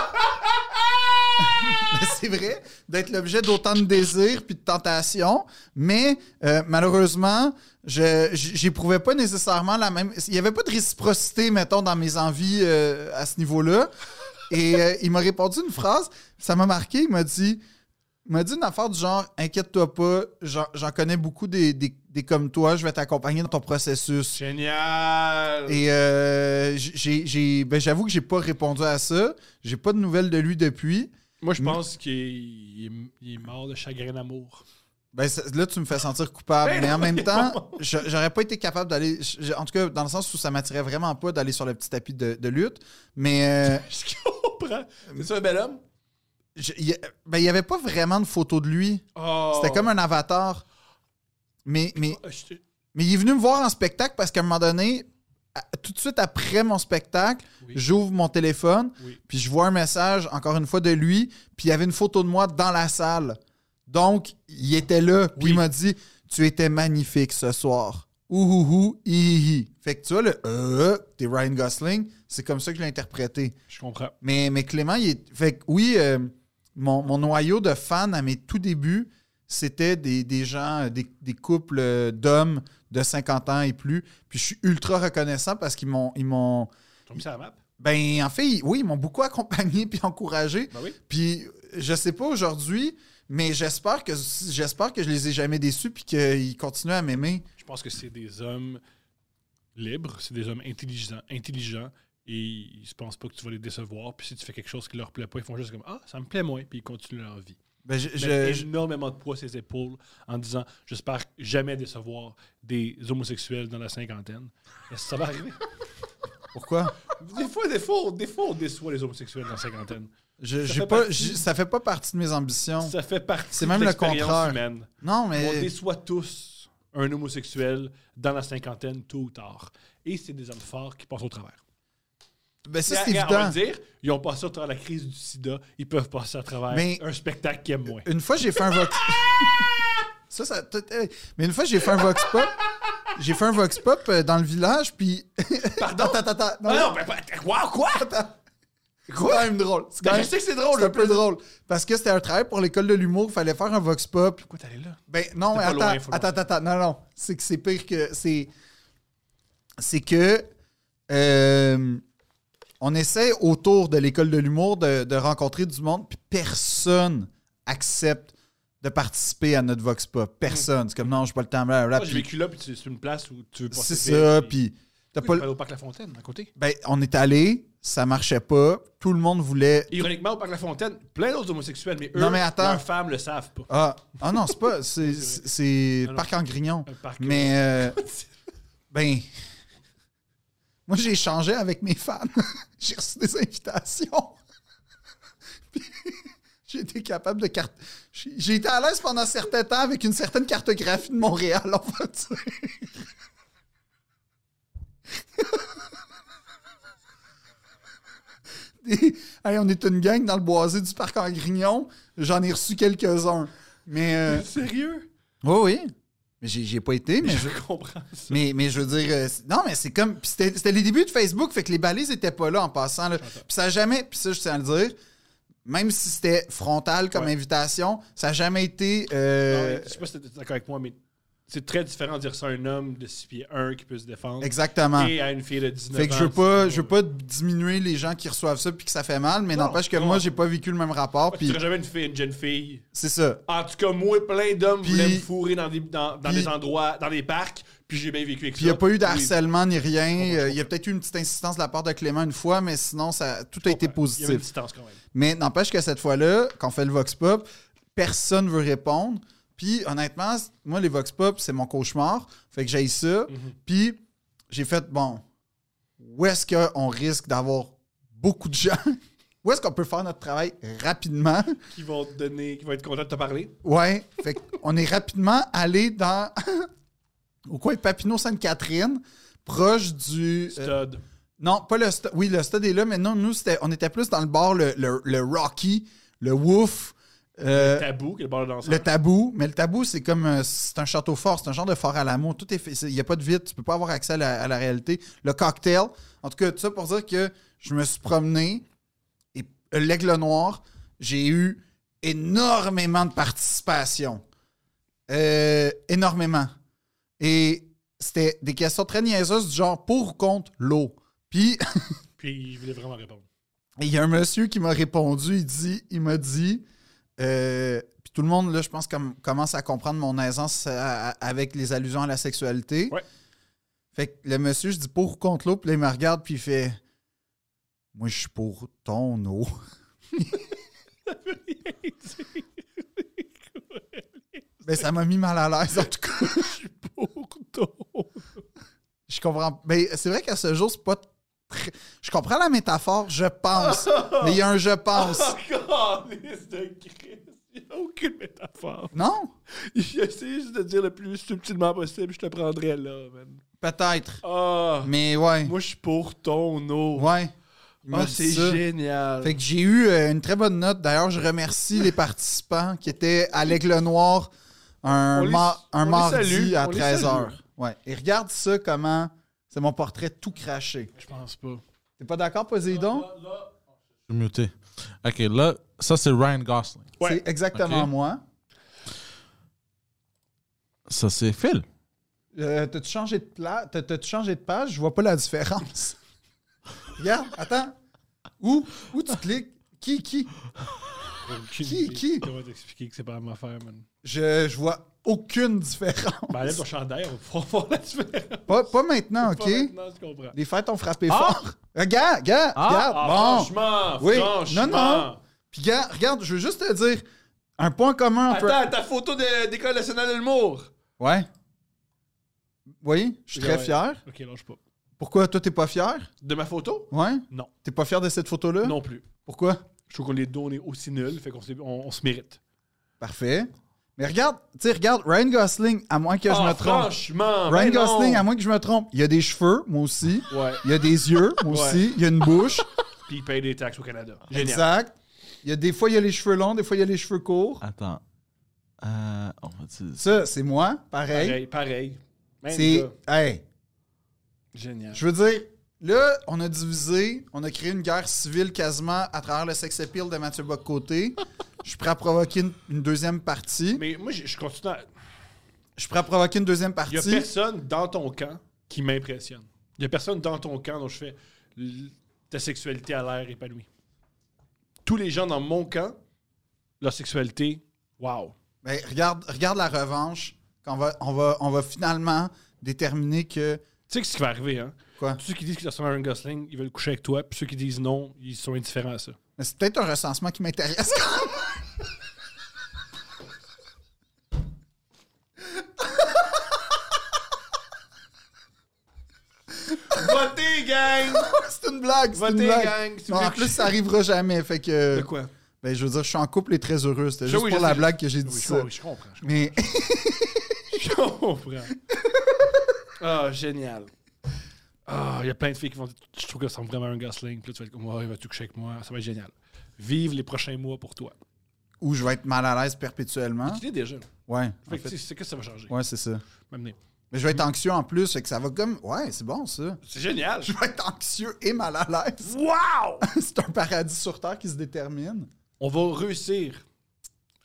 Speaker 1: Mais c'est vrai, d'être l'objet d'autant de désirs puis de tentations. Mais euh, malheureusement, je j- j'éprouvais pas nécessairement la même. Il y avait pas de réciprocité, mettons, dans mes envies euh, à ce niveau-là. Et euh, il m'a répondu une phrase, ça m'a marqué. Il m'a dit, il m'a dit une affaire du genre, inquiète-toi pas, j'en j'en connais beaucoup des, des, des comme toi, je vais t'accompagner dans ton processus.
Speaker 2: Génial.
Speaker 1: Et euh, j'ai, j'ai- ben, j'avoue que j'ai pas répondu à ça. J'ai pas de nouvelles de lui depuis.
Speaker 2: Moi, je pense qu'il est, il est- il est mort de chagrin d'amour. [LAUGHS]
Speaker 1: Ben, ça- là, tu me fais sentir coupable.
Speaker 2: Ben
Speaker 1: mais en
Speaker 2: non,
Speaker 1: même
Speaker 2: mais
Speaker 1: temps,
Speaker 2: non.
Speaker 1: je- j'aurais pas été capable d'aller. je- En tout cas, dans le sens où ça m'attirait vraiment pas d'aller sur le petit tapis de, de lutte. Mais euh,
Speaker 2: Je comprends. C'est ça un bel homme?
Speaker 1: je- il y, a- ben, il y avait pas vraiment de photo de lui.
Speaker 2: Oh. Ah,
Speaker 1: C'était comme un avatar. Mais, mais,
Speaker 2: Je-
Speaker 1: mais il est venu me voir en spectacle parce qu'à un moment donné, à- tout de suite après mon spectacle,
Speaker 2: Oui.
Speaker 1: j'ouvre mon téléphone.
Speaker 2: Oui.
Speaker 1: Puis je vois un message, encore une fois, de lui. Puis il y avait une photo de moi dans la salle. Donc, il était là. Puis
Speaker 2: Oui.
Speaker 1: il m'a dit Tu étais magnifique ce soir. Ouhouhou, hihi. Fait que tu vois, le euh, t'es Ryan Gosling, c'est comme ça que je l'ai interprété.
Speaker 2: Je comprends.
Speaker 1: Mais, mais Clément, il est. Fait que oui, euh, mon, mon noyau de fans à mes tout débuts, c'était des, des gens, euh, des, des couples euh, d'hommes de 50 ans et plus. Puis je suis ultra reconnaissant parce qu'ils m'ont. ils m'ont-
Speaker 2: T'as mis ça à la map?
Speaker 1: Ben, en fait, ils- oui, ils m'ont beaucoup [LAUGHS] accompagné puis encouragé.
Speaker 2: Ben oui.
Speaker 1: Puis je sais pas aujourd'hui, mais j'espère que j'espère que je les ai jamais déçus puis qu'ils continuent à m'aimer.
Speaker 2: Je pense que c'est des hommes libres, c'est des hommes intelligents, intelligents, et ils se pensent pas que tu vas les décevoir. Puis si tu fais quelque chose qui leur plaît pas, ils font juste comme Ah, ça me plaît moins, puis ils continuent leur vie.
Speaker 1: Ben, je-
Speaker 2: Ils
Speaker 1: je-
Speaker 2: mettent
Speaker 1: je-
Speaker 2: énormément de poids à ses épaules en disant J'espère jamais décevoir des homosexuels dans la cinquantaine. Est-ce que ça va arriver
Speaker 1: pourquoi
Speaker 2: [LAUGHS] Des fois, des fois, on- des fois, on déçoit les homosexuels dans la cinquantaine.
Speaker 1: Je-
Speaker 2: Ça
Speaker 1: j'ai
Speaker 2: fait
Speaker 1: pas,
Speaker 2: partie-
Speaker 1: j'ai- ça fait pas partie de mes ambitions.
Speaker 2: Ça fait partie
Speaker 1: C'est même
Speaker 2: de
Speaker 1: le
Speaker 2: l'expérience
Speaker 1: contraire.
Speaker 2: humaine.
Speaker 1: Non,
Speaker 2: On
Speaker 1: mais
Speaker 2: déçoit tous un homosexuel dans la cinquantaine, tôt ou tard. Et c'est des hommes forts qui passent au travers.
Speaker 1: ben, ça c'est
Speaker 2: Regarde, On va
Speaker 1: évident.
Speaker 2: le dire, ils ont passé à travers la crise du sida, ils peuvent passer à travers
Speaker 1: Mais- euh,
Speaker 2: un spectacle qu'ils aiment moins.
Speaker 1: Une fois j'ai fait un
Speaker 2: [LAUGHS]
Speaker 1: vox. ça, ça tout- hey. mais une fois j'ai fait un vox pop. J'ai fait un vox pop euh, dans le village puis. [LAUGHS] Pardon. attends, attends, attends.
Speaker 2: Ah non, mais pas- wow, quoi?
Speaker 1: C'est quand même drôle. C'est quand
Speaker 2: Ben,
Speaker 1: même-
Speaker 2: je sais que c'est drôle,
Speaker 1: C'est un
Speaker 2: le
Speaker 1: peu drôle. Parce que c'était un travail pour l'école de l'humour. Il fallait faire un vox pop.
Speaker 2: Pourquoi t'allais là?
Speaker 1: Ben non, mais
Speaker 2: pas
Speaker 1: attends,
Speaker 2: loin, faut le
Speaker 1: attends, attends, attends. Non, non. C'est que c'est pire que. C'est. C'est que. euh, on essaie autour de l'école de l'humour de, de rencontrer du monde, puis personne accepte de participer à notre Vox Pop. Personne. C'est comme non, j'ai pas le temps, blablabla.
Speaker 2: Moi, j'ai
Speaker 1: Ah, Puis
Speaker 2: vécu là, puis c'est c'est une place où tu veux passer.
Speaker 1: C'est ça,
Speaker 2: vite,
Speaker 1: puis. t'as
Speaker 2: Pourquoi
Speaker 1: pas le-
Speaker 2: t'es pas allé au Parc La Fontaine, à côté.
Speaker 1: Ben, on est allé, ça marchait pas, tout le monde voulait.
Speaker 2: Ironiquement, au Parc La Fontaine, plein d'autres homosexuels, mais eux,
Speaker 1: Non, mais attends.
Speaker 2: leurs femmes le savent pas.
Speaker 1: Ah, ah non, c'est pas.
Speaker 2: [LAUGHS]
Speaker 1: C'est, c'est, c'est
Speaker 2: non.
Speaker 1: Parc en Grignon.
Speaker 2: Un parc.
Speaker 1: Mais. [LAUGHS] euh, Ben. [LAUGHS] Moi, j'ai échangé avec mes fans. [LAUGHS] j'ai reçu des invitations. [LAUGHS] Puis, j'ai été capable de. carte- J'ai j'ai été à l'aise pendant certains temps avec une certaine cartographie de Montréal, on va dire. [LAUGHS] Des- Hey, on est une gang dans le boisé du parc en Grignon. J'en ai reçu quelques-uns. Mais. euh,
Speaker 2: Sérieux?
Speaker 1: oui, oui. Mais j'ai j'ai pas été, mais je,
Speaker 2: Je comprends ça.
Speaker 1: mais, mais je veux dire, euh, c'est- non, mais c'est comme. puis C'était c'était les débuts de Facebook, fait que les balises étaient pas là en passant. là. Puis ça a jamais. Puis ça, je tiens à le dire, même si c'était frontal comme
Speaker 2: Ouais.
Speaker 1: invitation, ça a jamais été. euh,
Speaker 2: Non, Ah je sais pas si t'es d'accord avec moi, mais c'est très différent de dire ça à un homme de 6 pieds 1 qui peut se défendre
Speaker 1: exactement.
Speaker 2: et à une fille de 19
Speaker 1: Fait que
Speaker 2: ans.
Speaker 1: je veux pas,
Speaker 2: c'est
Speaker 1: je veux pas diminuer les gens qui reçoivent ça puis que ça fait mal, mais
Speaker 2: Non,
Speaker 1: n'empêche que
Speaker 2: non.
Speaker 1: moi, j'ai pas vécu le même rapport.
Speaker 2: Pourquoi Tu
Speaker 1: Puis
Speaker 2: serais jamais une, fille, une jeune fille.
Speaker 1: c'est ça.
Speaker 2: En tout cas, moi, plein d'hommes
Speaker 1: Puis-
Speaker 2: voulaient me fourrer dans des, dans, dans
Speaker 1: puis-
Speaker 2: des endroits, dans des parcs, puis j'ai bien vécu avec
Speaker 1: Puis il n'y
Speaker 2: ça.
Speaker 1: a pas eu
Speaker 2: Oui.
Speaker 1: d'harcèlement ni rien.
Speaker 2: comprends,
Speaker 1: Euh, Il y a peut-être eu une petite insistance de la part de Clément une fois, mais sinon, ça, tout a été
Speaker 2: ben, Il y avait une
Speaker 1: positif.
Speaker 2: distance quand même.
Speaker 1: Mais n'empêche que cette fois-là, quand on fait le Vox Pop, personne veut répondre. Puis honnêtement, c- moi, les Vox Pop, c'est mon cauchemar. Fait que j'ai ça. Puis j'ai fait, bon, où est-ce qu'on risque d'avoir beaucoup de gens? [LAUGHS] Où est-ce qu'on peut faire notre travail rapidement? [LAUGHS]
Speaker 2: Qui vont te donner, qui vont être contents de te parler.
Speaker 1: Ouais, fait qu'on est rapidement allé dans [LAUGHS] au coin de Papineau Sainte-Catherine, proche du euh,
Speaker 2: Stud.
Speaker 1: non, pas le stade. Oui, le stade est là, mais non, nous, c'était, on était plus dans le bar, le, le- le Rocky, le Woof, euh,
Speaker 2: Tabou, qui est le bar de danseur.
Speaker 1: le Tabou. Mais le Tabou, c'est comme euh, c'est un château fort, c'est un genre de fort à l'amour. Tout est fait. Il n'y a pas de vide, tu peux pas avoir accès à la, à la réalité. Le cocktail. En tout cas, tout ça pour dire que je me suis promené et euh, l'aigle noir, j'ai eu énormément de participation. Euh, énormément. Et c'était des questions très niaiseuses du genre pour ou contre l'eau. Puis
Speaker 2: Puis il voulait vraiment répondre.
Speaker 1: et il y a un monsieur qui m'a répondu, il dit, il m'a dit, euh, puis tout le monde, là, je pense, comme, commence à comprendre mon aisance à- à- avec les allusions à la sexualité.
Speaker 2: Ouais.
Speaker 1: Fait que le monsieur, je dis pour ou contre l'eau, puis là, il me regarde, puis il fait Moi, je suis pour ton eau. [LAUGHS] Mais Ben, ça m'a mis mal à l'aise, en tout cas. [LAUGHS]
Speaker 2: Pour ton- [LAUGHS]
Speaker 1: Je comprends. Mais c'est vrai qu'à ce jour, c'est pas. très- Je comprends la métaphore, je
Speaker 2: [LAUGHS]
Speaker 1: pense. mais il y a un je pense.
Speaker 2: Oh, liste de Christ. Il n'y a aucune métaphore.
Speaker 1: Non?
Speaker 2: Il essaie juste de dire le plus subtilement possible, je te prendrais là, man.
Speaker 1: Peut-être.
Speaker 2: Ah,
Speaker 1: Mais ouais.
Speaker 2: moi, je suis pour ton eau.
Speaker 1: Ouais. Il
Speaker 2: Ah,
Speaker 1: m'a dit
Speaker 2: c'est
Speaker 1: ça.
Speaker 2: génial.
Speaker 1: Fait que j'ai eu euh, une très bonne note. D'ailleurs, je remercie les participants qui étaient à l'Aigle Noir un,
Speaker 2: On les-
Speaker 1: ma- un
Speaker 2: on les
Speaker 1: mardi
Speaker 2: salue,
Speaker 1: à
Speaker 2: on les
Speaker 1: 13h.
Speaker 2: salue.
Speaker 1: Ouais. Et regarde ça, comment c'est mon portrait tout craché.
Speaker 2: Je pense pas.
Speaker 1: T'es pas d'accord, Poséidon?
Speaker 3: Je suis muté. Ok, là, ça c'est Ryan Gosling.
Speaker 2: Ouais.
Speaker 1: C'est exactement
Speaker 3: Ok.
Speaker 1: moi.
Speaker 3: Ça c'est Phil.
Speaker 1: Euh, T'as-tu changé, de pla- t'as- t'as-tu changé de page? Je vois pas la différence. [LAUGHS] regarde, attends. Où? Où tu cliques? Qui? Qui? Qui- qui?
Speaker 2: On va t'expliquer que c'est pas la même affaire, man.
Speaker 1: Je, je vois aucune différence.
Speaker 2: Ben, enlève ton chandail, on va pouvoir voir la différence.
Speaker 1: Pas, pas maintenant, Ah, OK?
Speaker 2: Pas maintenant, tu comprends.
Speaker 1: Les fêtes ont frappé
Speaker 2: Ah!
Speaker 1: fort. Regarde, regarde,
Speaker 3: Ah!
Speaker 1: regarde.
Speaker 2: Ah,
Speaker 1: bon.
Speaker 2: franchement,
Speaker 1: Oui.
Speaker 2: franchement.
Speaker 1: Non, non. Puis regarde, regarde, je veux juste te dire un point commun entre.
Speaker 2: Attends, ta photo de- d'École nationale de l'humour.
Speaker 1: Ouais. Vous voyez, je suis très
Speaker 2: Ouais.
Speaker 1: fier.
Speaker 2: Ok, lâche pas.
Speaker 1: Pourquoi toi t'es pas fier
Speaker 2: De ma photo?
Speaker 1: Ouais.
Speaker 2: Non.
Speaker 1: T'es pas fier de cette photo là
Speaker 2: Non plus.
Speaker 1: Pourquoi
Speaker 2: Je trouve qu'on les deux, on est aussi nuls, fait qu'on s'est- on- on se mérite.
Speaker 1: Parfait. Mais regarde, tu sais, regarde Ryan Gosling, à moins que je
Speaker 2: Ah,
Speaker 1: me trompe.
Speaker 2: Franchement,
Speaker 1: Ryan
Speaker 2: ben non.
Speaker 1: Gosling, à moins que je me trompe. Il a des cheveux, moi aussi.
Speaker 2: Ouais.
Speaker 1: Il a des yeux, moi
Speaker 2: [LAUGHS] Ouais.
Speaker 1: aussi. Il a une bouche.
Speaker 2: Puis il paye des taxes au Canada. Génial.
Speaker 1: exact. Il y a des fois il y a les cheveux longs, des fois il y a les cheveux courts.
Speaker 3: Attends. Euh, on va dire.
Speaker 1: Ça, c'est moi, pareil.
Speaker 2: Pareil, pareil. Même
Speaker 1: C'est
Speaker 2: gars.
Speaker 1: hey,
Speaker 2: Génial.
Speaker 1: Je veux dire, là, on a divisé, on a créé une guerre civile quasiment à travers le sex appeal de Mathieu
Speaker 2: [LAUGHS]
Speaker 1: Bocoté. Je suis prêt à provoquer une, une deuxième partie.
Speaker 2: Mais moi, je, je continue à...
Speaker 1: Je suis prêt à provoquer une deuxième
Speaker 2: Il y a
Speaker 1: partie.
Speaker 2: personne dans ton camp qui m'impressionne. Il y a personne dans ton camp dont je fais l- ta sexualité a l'air épanouie. Tous les gens dans mon camp, leur sexualité, wow.
Speaker 1: Ben, regarde, regarde la revanche. qu'on va, on, va, on va finalement déterminer que.
Speaker 2: Tu sais ce qui va arriver, hein?
Speaker 1: Quoi?
Speaker 2: Tous ceux qui disent qu'ils ressemblent à Ryan Gosling, ils veulent coucher avec toi. Puis ceux qui disent non, ils sont indifférents à ça.
Speaker 1: Mais C'est peut-être un recensement qui m'intéresse quand même. [LAUGHS]
Speaker 2: Votez, gang!
Speaker 1: c'est une blague. C'est une
Speaker 2: Votez,
Speaker 1: blague.
Speaker 2: gang, si
Speaker 1: Non,
Speaker 2: vous
Speaker 1: en
Speaker 2: voulez
Speaker 1: plus,
Speaker 2: coucher.
Speaker 1: ça arrivera jamais. Fait que.
Speaker 2: De quoi?
Speaker 1: Ben, je veux dire, je suis en couple et très heureux. C'était
Speaker 2: Je-
Speaker 1: juste
Speaker 2: oui,
Speaker 1: pour
Speaker 2: je
Speaker 1: la
Speaker 2: sais.
Speaker 1: blague que j'ai dit
Speaker 2: Oui, je,
Speaker 1: ça.
Speaker 2: com- je comprends. je
Speaker 1: Mais [LAUGHS]
Speaker 2: Je comprends. Ah, génial. Ah, il y a plein de filles qui vont dire Je trouve que ça ressemble vraiment à un Gosling. Puis là, tu vas être comme Ouais, vas-tu coucher avec moi Ça va être génial. Vive les prochains mois pour toi.
Speaker 1: où je vais être mal à l'aise perpétuellement.
Speaker 2: Tu l'es déjà.
Speaker 1: Ouais.
Speaker 2: Fait
Speaker 1: en
Speaker 2: que,
Speaker 1: fait.
Speaker 2: tu sais, c'est que ça va changer.
Speaker 1: Ouais, c'est ça.
Speaker 2: M'amener.
Speaker 1: Mais je vais être anxieux en plus, fait que ça va comme. Ouais, c'est bon ça. [LAUGHS]
Speaker 2: C'est génial.
Speaker 1: Je vais être anxieux et mal à l'aise.
Speaker 2: Wow!
Speaker 1: [LAUGHS] c'est un paradis sur Terre qui se détermine.
Speaker 2: On va réussir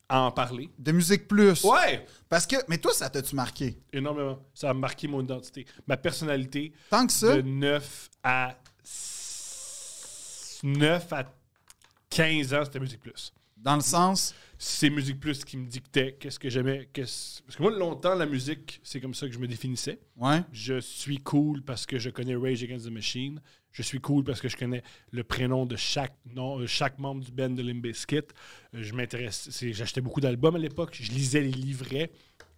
Speaker 2: à en parler.
Speaker 1: De musique plus.
Speaker 2: Ouais!
Speaker 1: Parce que. Mais toi, ça t'a-tu marqué?
Speaker 2: Énormément. Ça a marqué mon identité, ma personnalité
Speaker 1: Tant que ça.
Speaker 2: de 9 à s- 9 à 15 ans, c'était Musique Plus.
Speaker 1: Dans le sens.
Speaker 2: C'est Musique Plus qui me dictait qu'est-ce que j'aimais. qu'est-ce- Parce que moi, longtemps, la musique, c'est comme ça que je me définissais.
Speaker 1: Ouais.
Speaker 2: Je suis cool parce que je connais Rage Against the Machine. Je suis cool parce que je connais le prénom de chaque, nom, euh, chaque membre du band de Limp Bizkit. Euh, Je m'intéresse, c'est- j'achetais beaucoup d'albums à l'époque. Je lisais les livrets.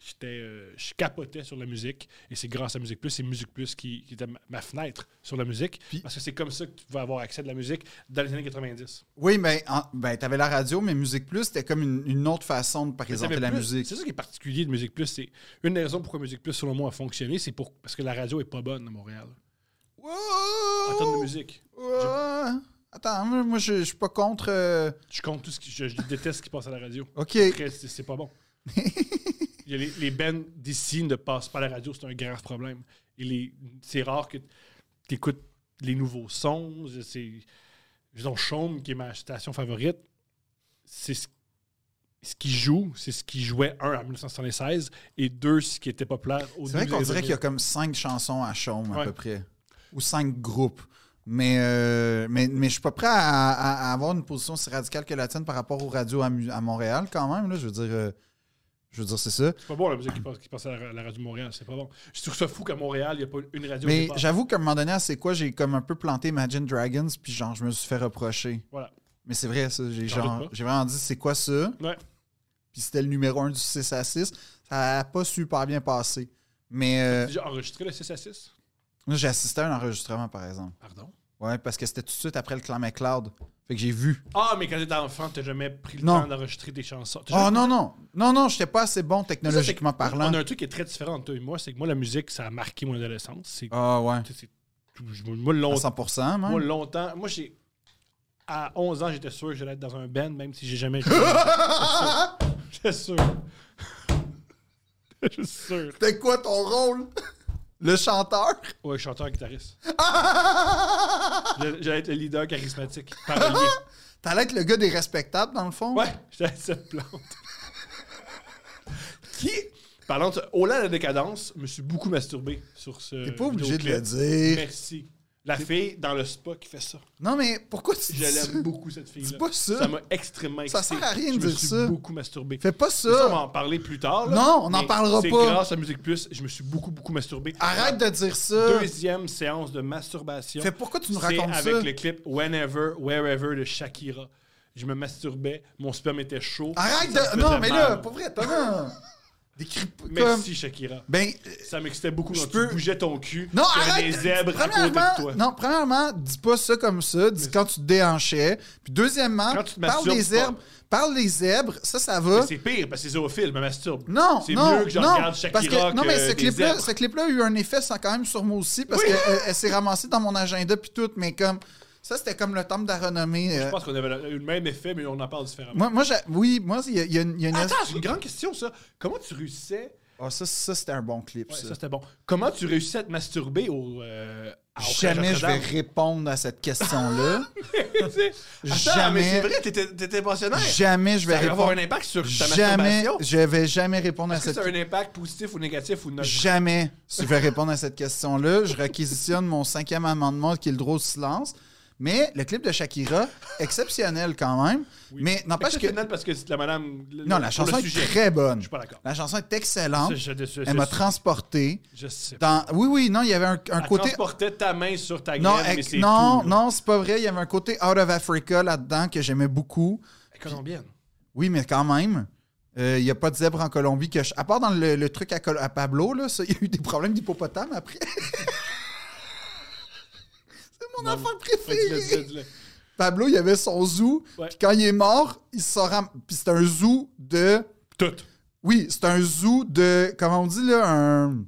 Speaker 2: J'étais, euh, je capotais sur la musique. Et c'est grâce à Musique Plus, c'est Musique Plus qui, qui était ma, ma fenêtre sur la musique.
Speaker 1: Puis-
Speaker 2: parce que c'est comme ça que tu vas avoir accès à de la musique dans les années 90.
Speaker 1: Oui, mais en- ben, t'avais la radio, mais Musique Plus, c'était comme une, une autre façon de
Speaker 2: Mais ça
Speaker 1: présenter
Speaker 2: avait
Speaker 1: la
Speaker 2: plus-
Speaker 1: musique.
Speaker 2: C'est ça qui est particulier de Musique Plus. C'est une des raisons pourquoi Musique Plus, selon moi, a fonctionné, c'est pour, parce que la radio est pas bonne à Montréal. En termes
Speaker 1: Oh!
Speaker 2: de musique.
Speaker 1: Ouais. Attends, moi, moi, je, je suis pas contre. euh,
Speaker 2: Je compte tout ce qui. Je, je déteste ce qui passe à la radio.
Speaker 1: Ok.
Speaker 2: Après, c'est c'est pas bon.
Speaker 1: [LAUGHS]
Speaker 2: Il y a les, les bands d'ici ne passent pas à la radio, c'est un grave problème. Et les- C'est rare que tu écoutes les nouveaux sons. C'est. Disons, Chaume, qui est ma station favorite, c'est ce, ce qui joue, c'est ce qui jouait, un, en 1976, et deux, ce qui était populaire au
Speaker 1: C'est vrai
Speaker 2: début
Speaker 1: qu'on
Speaker 2: des
Speaker 1: dirait
Speaker 2: années-
Speaker 1: qu'il y a comme cinq chansons à Chaume, à
Speaker 2: Ouais.
Speaker 1: peu près. Ou cinq groupes. Mais, euh, mais, mais je suis pas prêt à, à- à avoir une position si radicale que la tienne par rapport aux radios à, Mu- à Montréal, quand même. Là. Je veux dire, euh, je veux dire c'est ça.
Speaker 2: C'est pas bon la musique qui passe, qui passe à la, la radio de Montréal, c'est pas bon. Je trouve ça fou qu'à Montréal, il n'y a pas une radio qui
Speaker 1: Mais
Speaker 2: passe.
Speaker 1: j'avoue qu'à un moment donné, à c'est quoi, j'ai comme un peu planté Imagine Dragons, puis genre, je me suis fait reprocher.
Speaker 2: Voilà.
Speaker 1: Mais c'est vrai, ça. J'ai
Speaker 2: J'en
Speaker 1: genre-
Speaker 2: doute pas.
Speaker 1: j'ai vraiment dit, c'est quoi ça?
Speaker 2: Ouais.
Speaker 1: Puis c'était le numéro 1 du 6 à 6. Ça n'a pas super bien passé. Mais euh,
Speaker 2: Déjà enregistré le 6 à 6
Speaker 1: moi, j'ai assisté à un enregistrement, par exemple.
Speaker 2: Pardon.
Speaker 1: Ouais, parce que c'était tout de suite après le Clan McLeod. Fait que j'ai vu.
Speaker 2: Ah, mais quand t'étais enfant, t'as jamais pris le
Speaker 1: Non.
Speaker 2: temps d'enregistrer des chansons. T'as
Speaker 1: Oh
Speaker 2: jamais-
Speaker 1: non, non. Non, non, j'étais pas assez bon
Speaker 2: Ah, Ça, c'est-
Speaker 1: technologiquement parlant.
Speaker 2: On a un truc qui est très différent entre toi et moi, c'est que moi, la musique, ça a marqué mon adolescence. C'est,
Speaker 1: Ah ouais.
Speaker 2: c'est- c'est- moi,
Speaker 1: À
Speaker 2: longtemps,
Speaker 1: 100%, man.
Speaker 2: moi, longtemps, moi, j'ai. À 11 ans, j'étais sûr que j'allais être dans un band, même si
Speaker 1: [LAUGHS]
Speaker 2: j'ai jamais joué. j'étais sûr. J'étais sûr.
Speaker 1: C'était quoi ton rôle? Le chanteur? [LAUGHS]
Speaker 2: Ouais, chanteur, guitariste. J'allais être le leader charismatique. parolier.
Speaker 1: T'allais être le gars des respectables, dans le fond?
Speaker 2: Ouais, [LAUGHS] j'avais cette plante. Qui, parlant de, au-delà de la décadence, me suis beaucoup masturbé sur ce.
Speaker 1: T'es pas obligé de le
Speaker 2: vidéoclip.
Speaker 1: dire.
Speaker 2: Merci. La fille dans le spa qui fait ça.
Speaker 1: Non, mais pourquoi tu dis
Speaker 2: Je
Speaker 1: ça?
Speaker 2: l'aime beaucoup, cette fille-là.
Speaker 1: Dis pas ça.
Speaker 2: Ça m'a extrêmement
Speaker 1: Ça
Speaker 2: excité.
Speaker 1: sert à rien de
Speaker 2: je me
Speaker 1: dire
Speaker 2: suis
Speaker 1: ça.
Speaker 2: beaucoup masturbé.
Speaker 1: Fais pas
Speaker 2: Mais ça, on va
Speaker 1: ça.
Speaker 2: en parler plus tard. là.
Speaker 1: Non, on en
Speaker 2: Mais
Speaker 1: parlera
Speaker 2: c'est
Speaker 1: pas.
Speaker 2: grâce à Musique Plus, je me suis beaucoup, beaucoup masturbé.
Speaker 1: Arrête de dire ça.
Speaker 2: Deuxième séance de masturbation.
Speaker 1: Euh. Fais pourquoi tu nous
Speaker 2: C'est
Speaker 1: racontes
Speaker 2: avec
Speaker 1: ça?
Speaker 2: le clip Whenever, Wherever de Shakira. Je me masturbais, mon sperme était chaud.
Speaker 1: Arrête
Speaker 2: Ça
Speaker 1: de.
Speaker 2: me
Speaker 1: Non,
Speaker 2: faisait
Speaker 1: mais
Speaker 2: mal.
Speaker 1: là, pour vrai, t'as un- Des cris p- comme.
Speaker 2: Merci Shakira.
Speaker 1: Ben. euh,
Speaker 2: Ça m'excitait beaucoup
Speaker 1: Je
Speaker 2: quand
Speaker 1: peux-
Speaker 2: tu bougeais ton cul.
Speaker 1: Non,
Speaker 2: qu'il y avait
Speaker 1: arrête!
Speaker 2: des zèbres à côté de toi.
Speaker 1: premièrement, non, premièrement, dis pas ça comme ça. Dis quand tu te déhanchais. Puis deuxièmement,
Speaker 2: Quand tu te
Speaker 1: parle
Speaker 2: masturbes,
Speaker 1: des
Speaker 2: pas-
Speaker 1: zèbres. Parle des zèbres, ça, ça va.
Speaker 2: Mais C'est pire parce que c'est zoophile, me masturbe.
Speaker 1: Non,
Speaker 2: c'est
Speaker 1: non,
Speaker 2: mieux que je
Speaker 1: non,
Speaker 2: regarde Shakira
Speaker 1: parce que, non, mais
Speaker 2: que
Speaker 1: ce
Speaker 2: des
Speaker 1: clip-là,
Speaker 2: zèbres.
Speaker 1: ce clip-là a eu un effet sans quand même sur moi aussi parce
Speaker 2: Oui.
Speaker 1: qu'elle elle, s'est ramassée dans mon agenda puis tout, mais comme ça, c'était comme le temple de la renommée. euh.
Speaker 2: Je pense qu'on avait le- eu le même effet, mais on en parle différemment.
Speaker 1: moi, moi, j'ai- oui, moi, il y a, il y a une. il y a une-
Speaker 2: Attends, c'est une grande question ça. Comment tu réussissais
Speaker 1: Ah, ça, ça c'était un bon clip.
Speaker 2: Ouais,
Speaker 1: ça.
Speaker 2: ça c'était bon. Comment tu réussissais à te masturber au euh, à- au
Speaker 1: Jamais je vais
Speaker 2: Notre-Dame?
Speaker 1: répondre à cette
Speaker 2: [LAUGHS]
Speaker 1: question-là.
Speaker 2: Tu sais, Attends,
Speaker 1: Jamais.
Speaker 2: mais c'est vrai, t'étais- t'étais passionnaire.
Speaker 1: jamais je vais
Speaker 2: Ça va avoir
Speaker 1: répondre.
Speaker 2: un impact sur ta
Speaker 1: Jamais,
Speaker 2: masturbation.
Speaker 1: je vais jamais répondre à
Speaker 2: Est-ce que
Speaker 1: cette
Speaker 2: ça a un impact positif ou négatif ou non?
Speaker 1: Jamais je vais répondre à cette question-là. Je réquisitionne mon cinquième amendement qui est le droit au silence. Mais le clip de Shakira, exceptionnel quand même. Mais n'empêche que.
Speaker 2: Exceptionnel parce que c'est la madame. le-
Speaker 1: Non, la
Speaker 2: pour le
Speaker 1: chanson est
Speaker 2: sujet.
Speaker 1: très bonne.
Speaker 2: Je suis pas d'accord.
Speaker 1: La chanson est excellente.
Speaker 2: Je- je- je-
Speaker 1: Elle m'a
Speaker 2: je-
Speaker 1: transporté.
Speaker 2: Je sais pas.
Speaker 1: Dans... Oui, oui, non, il y avait un, un
Speaker 2: Elle
Speaker 1: côté.
Speaker 2: transportait ta main sur ta
Speaker 1: Non,
Speaker 2: graine,
Speaker 1: elle-
Speaker 2: mais c'est
Speaker 1: non,
Speaker 2: tout, là.
Speaker 1: non, c'est pas vrai. Il y avait un côté out of Africa là-dedans que j'aimais beaucoup.
Speaker 2: Elle est colombienne.
Speaker 1: Oui, mais quand même. euh, Il n'y a pas de zèbre en Colombie. que je- À part dans le, le truc à, Col- à Pablo, là, ça, [LAUGHS] il y a eu des problèmes d'hippopotame après. [LAUGHS] C'est mon
Speaker 2: Non,
Speaker 1: enfant
Speaker 2: Ouais, dis-le,
Speaker 1: préféré.
Speaker 2: dis-le, dis-le.
Speaker 1: Pablo, il avait son zoo.
Speaker 2: Ouais.
Speaker 1: Puis quand il est mort, il s'en ram... Puis c'est un zoo de.
Speaker 2: Tout.
Speaker 1: Oui, c'est un zoo de. Comment on dit, là un...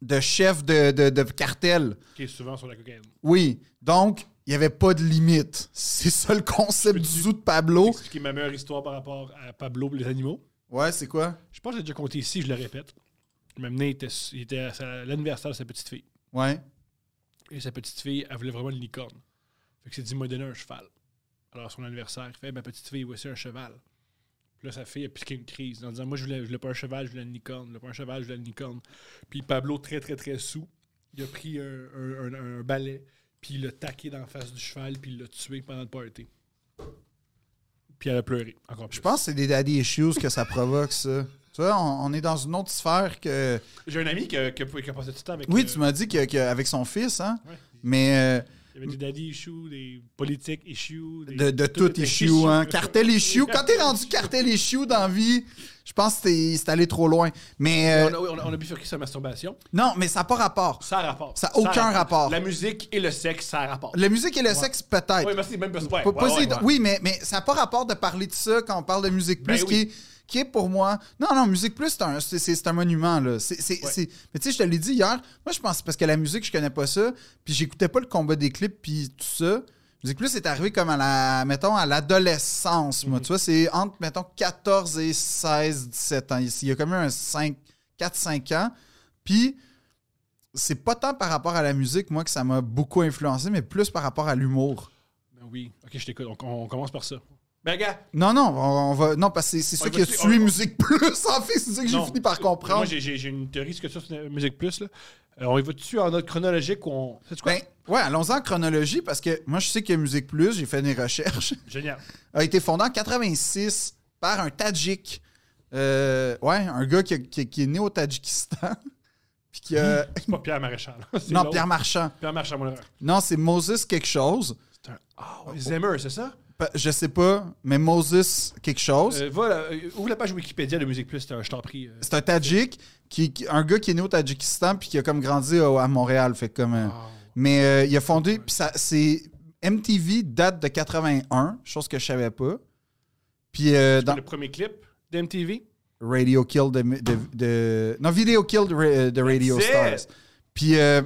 Speaker 1: De chef de, de, de cartel.
Speaker 2: Qui est souvent sur la cocaïne.
Speaker 1: Oui. Donc, il n'y avait pas de limite. C'est ça le concept du zoo de Pablo.
Speaker 2: Expliquer ma meilleure histoire par rapport à Pablo et les animaux.
Speaker 1: Ouais, c'est quoi?
Speaker 2: Je pense que j'ai déjà compté ici, je le répète. Je m'amenais, il était, il était à sa- l'anniversaire de sa petite fille.
Speaker 1: Ouais.
Speaker 2: Et sa petite fille, elle voulait vraiment une licorne. Fait que c'est dit, m'a donné un cheval. Alors, à son anniversaire, il fait, ma petite fille, voici un cheval. Puis là, sa fille a piqué une crise en disant, moi, je voulais, je voulais pas un cheval, je voulais une licorne. Je voulais pas un cheval, je voulais une licorne. Puis Pablo, très, très, très sous, il a pris un, un- un- un balai, puis il l'a taqué dans la face du cheval, puis il l'a tué pendant le party. Puis elle a pleuré, encore plus.
Speaker 1: Je pense que c'est des daddy issues que ça provoque, ça. Tu vois, on, on est dans une autre sphère que.
Speaker 2: J'ai un ami qui a, qui a- qui a passé tout le temps avec...
Speaker 1: Oui,
Speaker 2: euh,
Speaker 1: tu m'as dit que- que- avec son fils, hein?
Speaker 2: ouais.
Speaker 1: Mais
Speaker 2: Il y avait des daddy issues, des politiques issues.
Speaker 1: euh,
Speaker 2: Des,
Speaker 1: de, de tout
Speaker 2: était
Speaker 1: issue, hein?
Speaker 2: issue.
Speaker 1: Cartel issue. Quand t'es rendu cartel issue dans la vie, je pense que t'es- c'est allé trop loin. Mais euh,
Speaker 2: On a, on a, on a bifurqué sa masturbation.
Speaker 1: non, mais ça n'a pas rapport.
Speaker 2: Ça a rapport.
Speaker 1: Ça a aucun rapport.
Speaker 2: La musique et le sexe, ça a rapport. Ah
Speaker 1: La musique et le sexe, peut-être.
Speaker 2: Oui, merci, même pas ouais,
Speaker 1: Pas-
Speaker 2: ouais,
Speaker 1: pas
Speaker 2: ouais,
Speaker 1: si-
Speaker 2: ouais.
Speaker 1: Oui, mais, mais ça n'a pas rapport de parler de ça quand on parle de Musique
Speaker 2: Ben
Speaker 1: Plus, qui,
Speaker 2: oui.
Speaker 1: est, qui est pour moi. Non, non, Musique Plus, c'est un, c'est- c'est- c'est un monument. Là. C'est- c'est-
Speaker 2: Ouais.
Speaker 1: c'est- Mais tu sais, je te l'ai dit hier, moi, je pense parce que la musique, je connais pas ça, puis j'écoutais pas le combat des clips, puis tout ça. Musique Plus est arrivé comme à la, mettons, à l'adolescence,
Speaker 2: Mhm.
Speaker 1: moi. Tu vois, c'est entre, mettons, 14 et 16, 17 ans. Il il y a comme eu un 5, 4-5 ans. Puis c'est pas tant par rapport à la musique, moi, que ça m'a beaucoup influencé, mais plus par rapport à l'humour.
Speaker 2: Ben oui. Ok, je t'écoute. On, on commence par ça. Ben, gars.
Speaker 1: Non, non, on, on va. Non, parce que c'est- c'est ça
Speaker 2: On va
Speaker 1: qui a
Speaker 2: su-
Speaker 1: tué
Speaker 2: on-
Speaker 1: Musique Plus, [LAUGHS] en fait. C'est ça que j'ai
Speaker 2: non.
Speaker 1: fini par comprendre.
Speaker 2: Moi, j'ai- j'ai j'ai une théorie sur que ça, c'est la musique plus. Là. Euh, on y va dessus en ordre chronologique ou on. C'est quoi?
Speaker 1: Ben, ouais, allons-en en chronologie, parce que moi, je sais que Musique Plus, j'ai fait des recherches, [LAUGHS]
Speaker 2: Génial.
Speaker 1: a été fondée en 86 par un Tadjik. Euh, ouais, un gars qui, a- qui- qui est né au Tadjikistan. [LAUGHS] Puis qui [LAUGHS] a-
Speaker 2: C'est pas Pierre Maréchal. [LAUGHS] là. Hum. C'est
Speaker 1: Non,
Speaker 2: l'autre.
Speaker 1: Pierre Marchand.
Speaker 2: Pierre Maréchal, mon erreur.
Speaker 1: Non, c'est Moses quelque chose.
Speaker 2: C'est un. Ah, ouais, Zemmer, c'est ça?
Speaker 1: Pa- Je sais pas, mais Moses quelque chose.
Speaker 2: Euh, va, là, euh, ouvre la page Wikipédia de Musique Plus, t'as- je t'en prie. euh.
Speaker 1: C'est un Tadjik, qui, qui- un gars qui est né au Tadjikistan puis qui a comme grandi euh, à Montréal. Fait que comme,
Speaker 2: Ah.
Speaker 1: euh, Mais euh, il a fondé, puis ça, c'est MTV date de 81, chose que je savais pas. Puis euh, dans
Speaker 2: Le premier clip d'MTV.
Speaker 1: Radio Kill de, de- de- non Video Kill de, Ra- de Radio
Speaker 2: That's it.
Speaker 1: Stars. Puis euh,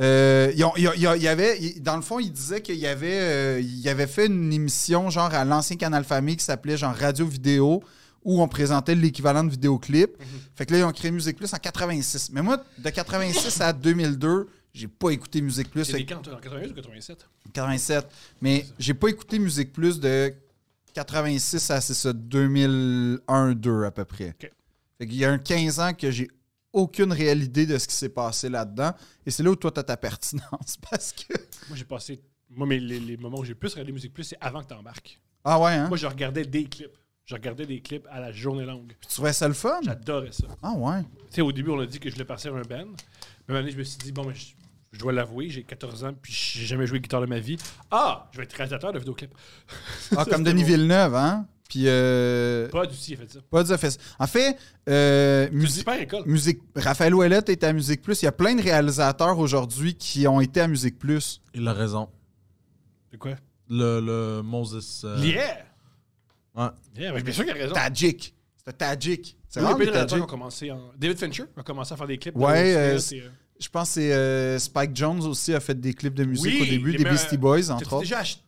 Speaker 1: euh, ils ont- ils ont- ils ont- il y avait, il- dans le fond, il disait qu'il y avait, euh, il avait fait une émission genre à l'ancien Canal Famille qui s'appelait genre Radio Vidéo où on présentait l'équivalent de vidéoclip.
Speaker 2: Mhm.
Speaker 1: Fait que là, ils ont créé Musique Plus en 86. Mais moi, de 86 à 2002, j'ai pas écouté Musique Plus.
Speaker 2: C'est
Speaker 1: Fait
Speaker 2: des quand, toi, en 88 ou 87?
Speaker 1: 87. Mais j'ai pas écouté Musique Plus de 86 à c'est ça, 2001-2 à peu près.
Speaker 2: Ok.
Speaker 1: Fait qu'il y a un 15 ans que j'ai aucune réelle idée de ce qui s'est passé là-dedans. Et c'est là où toi, t'as ta pertinence. [LAUGHS] Parce que.
Speaker 2: Moi, j'ai passé. Moi, mais les, les moments où j'ai plus regardé Musique Plus, c'est avant que t'embarques.
Speaker 1: Ah ouais, hein?
Speaker 2: Moi, je regardais des clips. Je regardais des clips à la journée longue.
Speaker 1: Puis tu trouvais ça le fun?
Speaker 2: J'adorais ça.
Speaker 1: Ah
Speaker 2: [LAUGHS]
Speaker 1: ouais.
Speaker 2: Tu sais, au début, on a dit que je voulais partir un band. Mais maintenant, je me suis dit, bon, mais je, je dois l'avouer, j'ai 14 ans, puis j'ai jamais joué de guitare de ma vie. Ah, je vais être réalisateur de vidéoclips.
Speaker 1: Ah,
Speaker 2: Ça,
Speaker 1: comme
Speaker 2: c'était
Speaker 1: Denis
Speaker 2: mon-
Speaker 1: Villeneuve, hein? Puis. Euh,
Speaker 2: Pod aussi, il fait ça.
Speaker 1: pas de fest. En fait, euh,
Speaker 2: C'est une
Speaker 1: musique.
Speaker 2: super école.
Speaker 1: Musique. Raphaël Ouellette est à Musique Plus. Il y a plein de réalisateurs aujourd'hui qui ont été à Musique Plus.
Speaker 3: Il a raison.
Speaker 2: C'est quoi?
Speaker 3: Le, le Moses. euh,
Speaker 2: Yeah!
Speaker 3: ouais.
Speaker 2: Yeah, mais bien sûr qu'il a raison.
Speaker 1: Tadjik. C'est un Tadjik. C'est
Speaker 2: Oui,
Speaker 1: vraiment
Speaker 2: il y a plein
Speaker 1: le
Speaker 2: de réalisateurs qui
Speaker 1: Tadjik.
Speaker 2: ont commencé en- David Fincher a commencé à faire des clips.
Speaker 1: Ouais,
Speaker 2: dans le
Speaker 1: euh,
Speaker 2: cinéma, c'est, euh,
Speaker 1: Je pense que c'est euh, Spike Jones aussi a fait des clips de musique
Speaker 2: Oui,
Speaker 1: au début,
Speaker 2: les
Speaker 1: des
Speaker 2: meilleurs-
Speaker 1: Beastie Boys, entre
Speaker 2: T'as-tu
Speaker 1: autres.
Speaker 2: déjà acheté.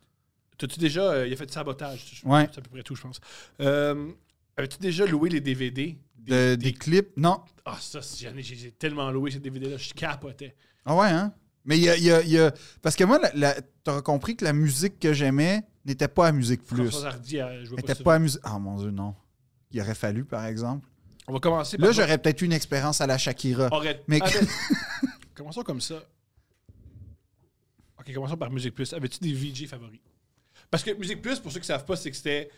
Speaker 2: T'as-tu déjà. euh, il a fait du sabotage. je-
Speaker 1: Ouais.
Speaker 2: C'est à peu près tout, je pense. Euh, Avais-tu déjà loué les DVD
Speaker 1: De- des clips. Non.
Speaker 2: Ah, ça, c'est- j'en ai- j'ai j'ai tellement loué ces DVD-là, je capotais.
Speaker 1: Ah ouais, hein? Mais il y a, il y a- il y a- Parce que moi, la- la- t'auras compris que la musique que j'aimais n'était pas à musique plus.
Speaker 2: François Hardy, euh, je vois
Speaker 1: N'était
Speaker 2: ça.
Speaker 1: pas à musique. Ah mon dieu, non. Il aurait fallu, par exemple.
Speaker 2: On va commencer par.
Speaker 1: Là, j'aurais peut-être eu une expérience à la Shakira.
Speaker 2: Aurait-
Speaker 1: Mais-
Speaker 2: Avait- ben,
Speaker 1: [LAUGHS]
Speaker 2: commençons comme ça. Ok, commençons par Musique Plus. Avais-tu des VJ favoris? Parce que Musique Plus, pour ceux qui ne savent pas, c'est que c'était.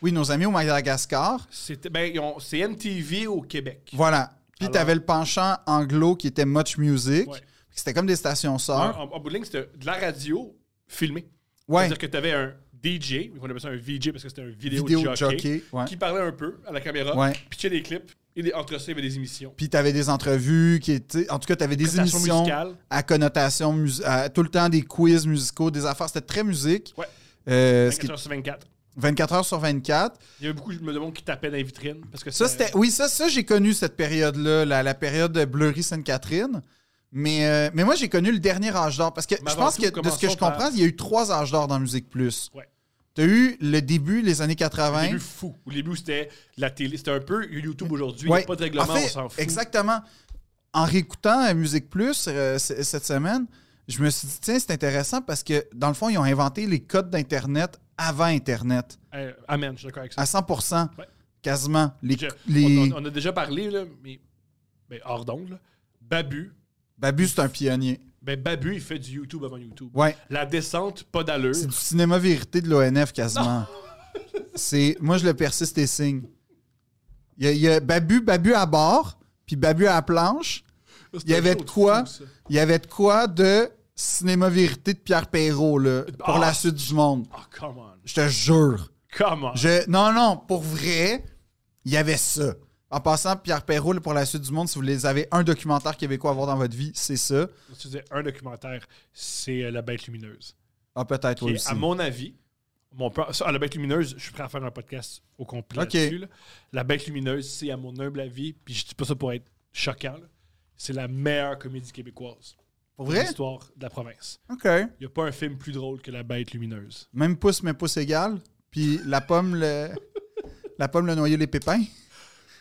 Speaker 1: Oui, nos amis au Madagascar.
Speaker 2: c'était- Ben, ils ont- c'est MTV au Québec.
Speaker 1: Voilà. Puis
Speaker 2: Alors-
Speaker 1: t'avais le penchant anglo qui était Much Music.
Speaker 2: Ouais.
Speaker 1: C'était comme des stations sœurs.
Speaker 2: En, en bout de ligne, c'était de la radio filmée.
Speaker 1: Ouais.
Speaker 2: C'est-à-dire que tu avais un DJ, on appelle ça un VJ parce que c'était un vidéo,
Speaker 1: Vidéo
Speaker 2: jockey,
Speaker 1: jockey, ouais.
Speaker 2: qui parlait un peu à la caméra,
Speaker 1: Ouais.
Speaker 2: pitchait des clips, et des- entre ça, il y avait des émissions.
Speaker 1: Puis t'avais des entrevues qui étaient. En tout cas, t'avais des
Speaker 2: Prestations
Speaker 1: émissions
Speaker 2: musicales.
Speaker 1: à connotation, mus- à- tout le temps des quiz musicaux, des affaires. C'était très musique.
Speaker 2: Ouais.
Speaker 1: Euh, ce qui-
Speaker 2: 24 heures sur 24.
Speaker 1: 24 heures sur 24.
Speaker 2: Il y avait beaucoup de me demande qui tapaient dans les vitrines. Parce que
Speaker 1: Ça, c'était. Oui, ça, ça j'ai connu cette période-là, la, la période de Bleury Sainte-Catherine. Mais, euh, mais moi, j'ai connu le dernier âge d'or. Parce que
Speaker 2: Mais
Speaker 1: je
Speaker 2: avant
Speaker 1: pense
Speaker 2: tout,
Speaker 1: que de ce que je
Speaker 2: commençons par-
Speaker 1: comprends, il y a eu trois âges d'or dans Musique Plus.
Speaker 2: Ouais.
Speaker 1: Tu as eu le début, les années
Speaker 2: Au
Speaker 1: 80.
Speaker 2: début, fou. Au début, c'était la télé. C'était un peu YouTube aujourd'hui. Il
Speaker 1: Ouais.
Speaker 2: n'y a pas de règlement,
Speaker 1: En fait,
Speaker 2: on s'en fout.
Speaker 1: Exactement. En réécoutant euh, Musique Plus euh, c- cette semaine, je me suis dit, tiens, c'est intéressant parce que dans le fond, ils ont inventé les codes d'Internet avant Internet,
Speaker 2: Euh, amen, je suis d'accord avec ça.
Speaker 1: à 100
Speaker 2: Ouais.
Speaker 1: quasiment. Les,
Speaker 2: Je-
Speaker 1: Ah, les...
Speaker 2: on, on- on a déjà parlé, là, mais ben, hors d'onde. là. Babu.
Speaker 1: Babu, c'est un pionnier.
Speaker 2: Ben, Babu, il fait du YouTube avant YouTube.
Speaker 1: Ouais.
Speaker 2: La descente, pas d'allure.
Speaker 1: C'est du cinéma vérité de l'ONF
Speaker 2: [LAUGHS]
Speaker 1: quasiment. C'est moi je le persiste et signe. Il y, a- il y a Babu, Babu à bord, puis Babu à la planche.
Speaker 2: C'est
Speaker 1: il y
Speaker 2: un
Speaker 1: avait
Speaker 2: show
Speaker 1: de quoi?
Speaker 2: fou, ça.
Speaker 1: Il y avait de quoi de cinéma vérité de Pierre Perrault là, pour
Speaker 2: Ah!
Speaker 1: la suite du monde.
Speaker 2: Ah, come on.
Speaker 1: Je te jure.
Speaker 2: Come on.
Speaker 1: Je non non, pour vrai, il y avait ça. En passant Pierre Perrault là, pour la suite du monde, si vous les avez un documentaire québécois à voir dans votre vie, c'est ça.
Speaker 2: Tu disais un documentaire, c'est euh, La Bête Lumineuse.
Speaker 1: Ah peut-être
Speaker 2: Qui
Speaker 1: oui
Speaker 2: est,
Speaker 1: aussi.
Speaker 2: à mon avis, mon pro- ça, La Bête Lumineuse, je suis prêt à faire un podcast au complet
Speaker 1: Ok.
Speaker 2: là-dessus, là. La Bête Lumineuse, c'est à mon humble avis, puis je dis pas ça pour être choquant, là, c'est la meilleure comédie québécoise.
Speaker 1: Pour
Speaker 2: de
Speaker 1: vrai
Speaker 2: L'histoire de la province.
Speaker 1: OK.
Speaker 2: Il n'y a pas un film plus drôle que La Bête Lumineuse.
Speaker 1: Même pouce, mais pouce égal. Puis la pomme, le... la pomme, le noyau, les pépins.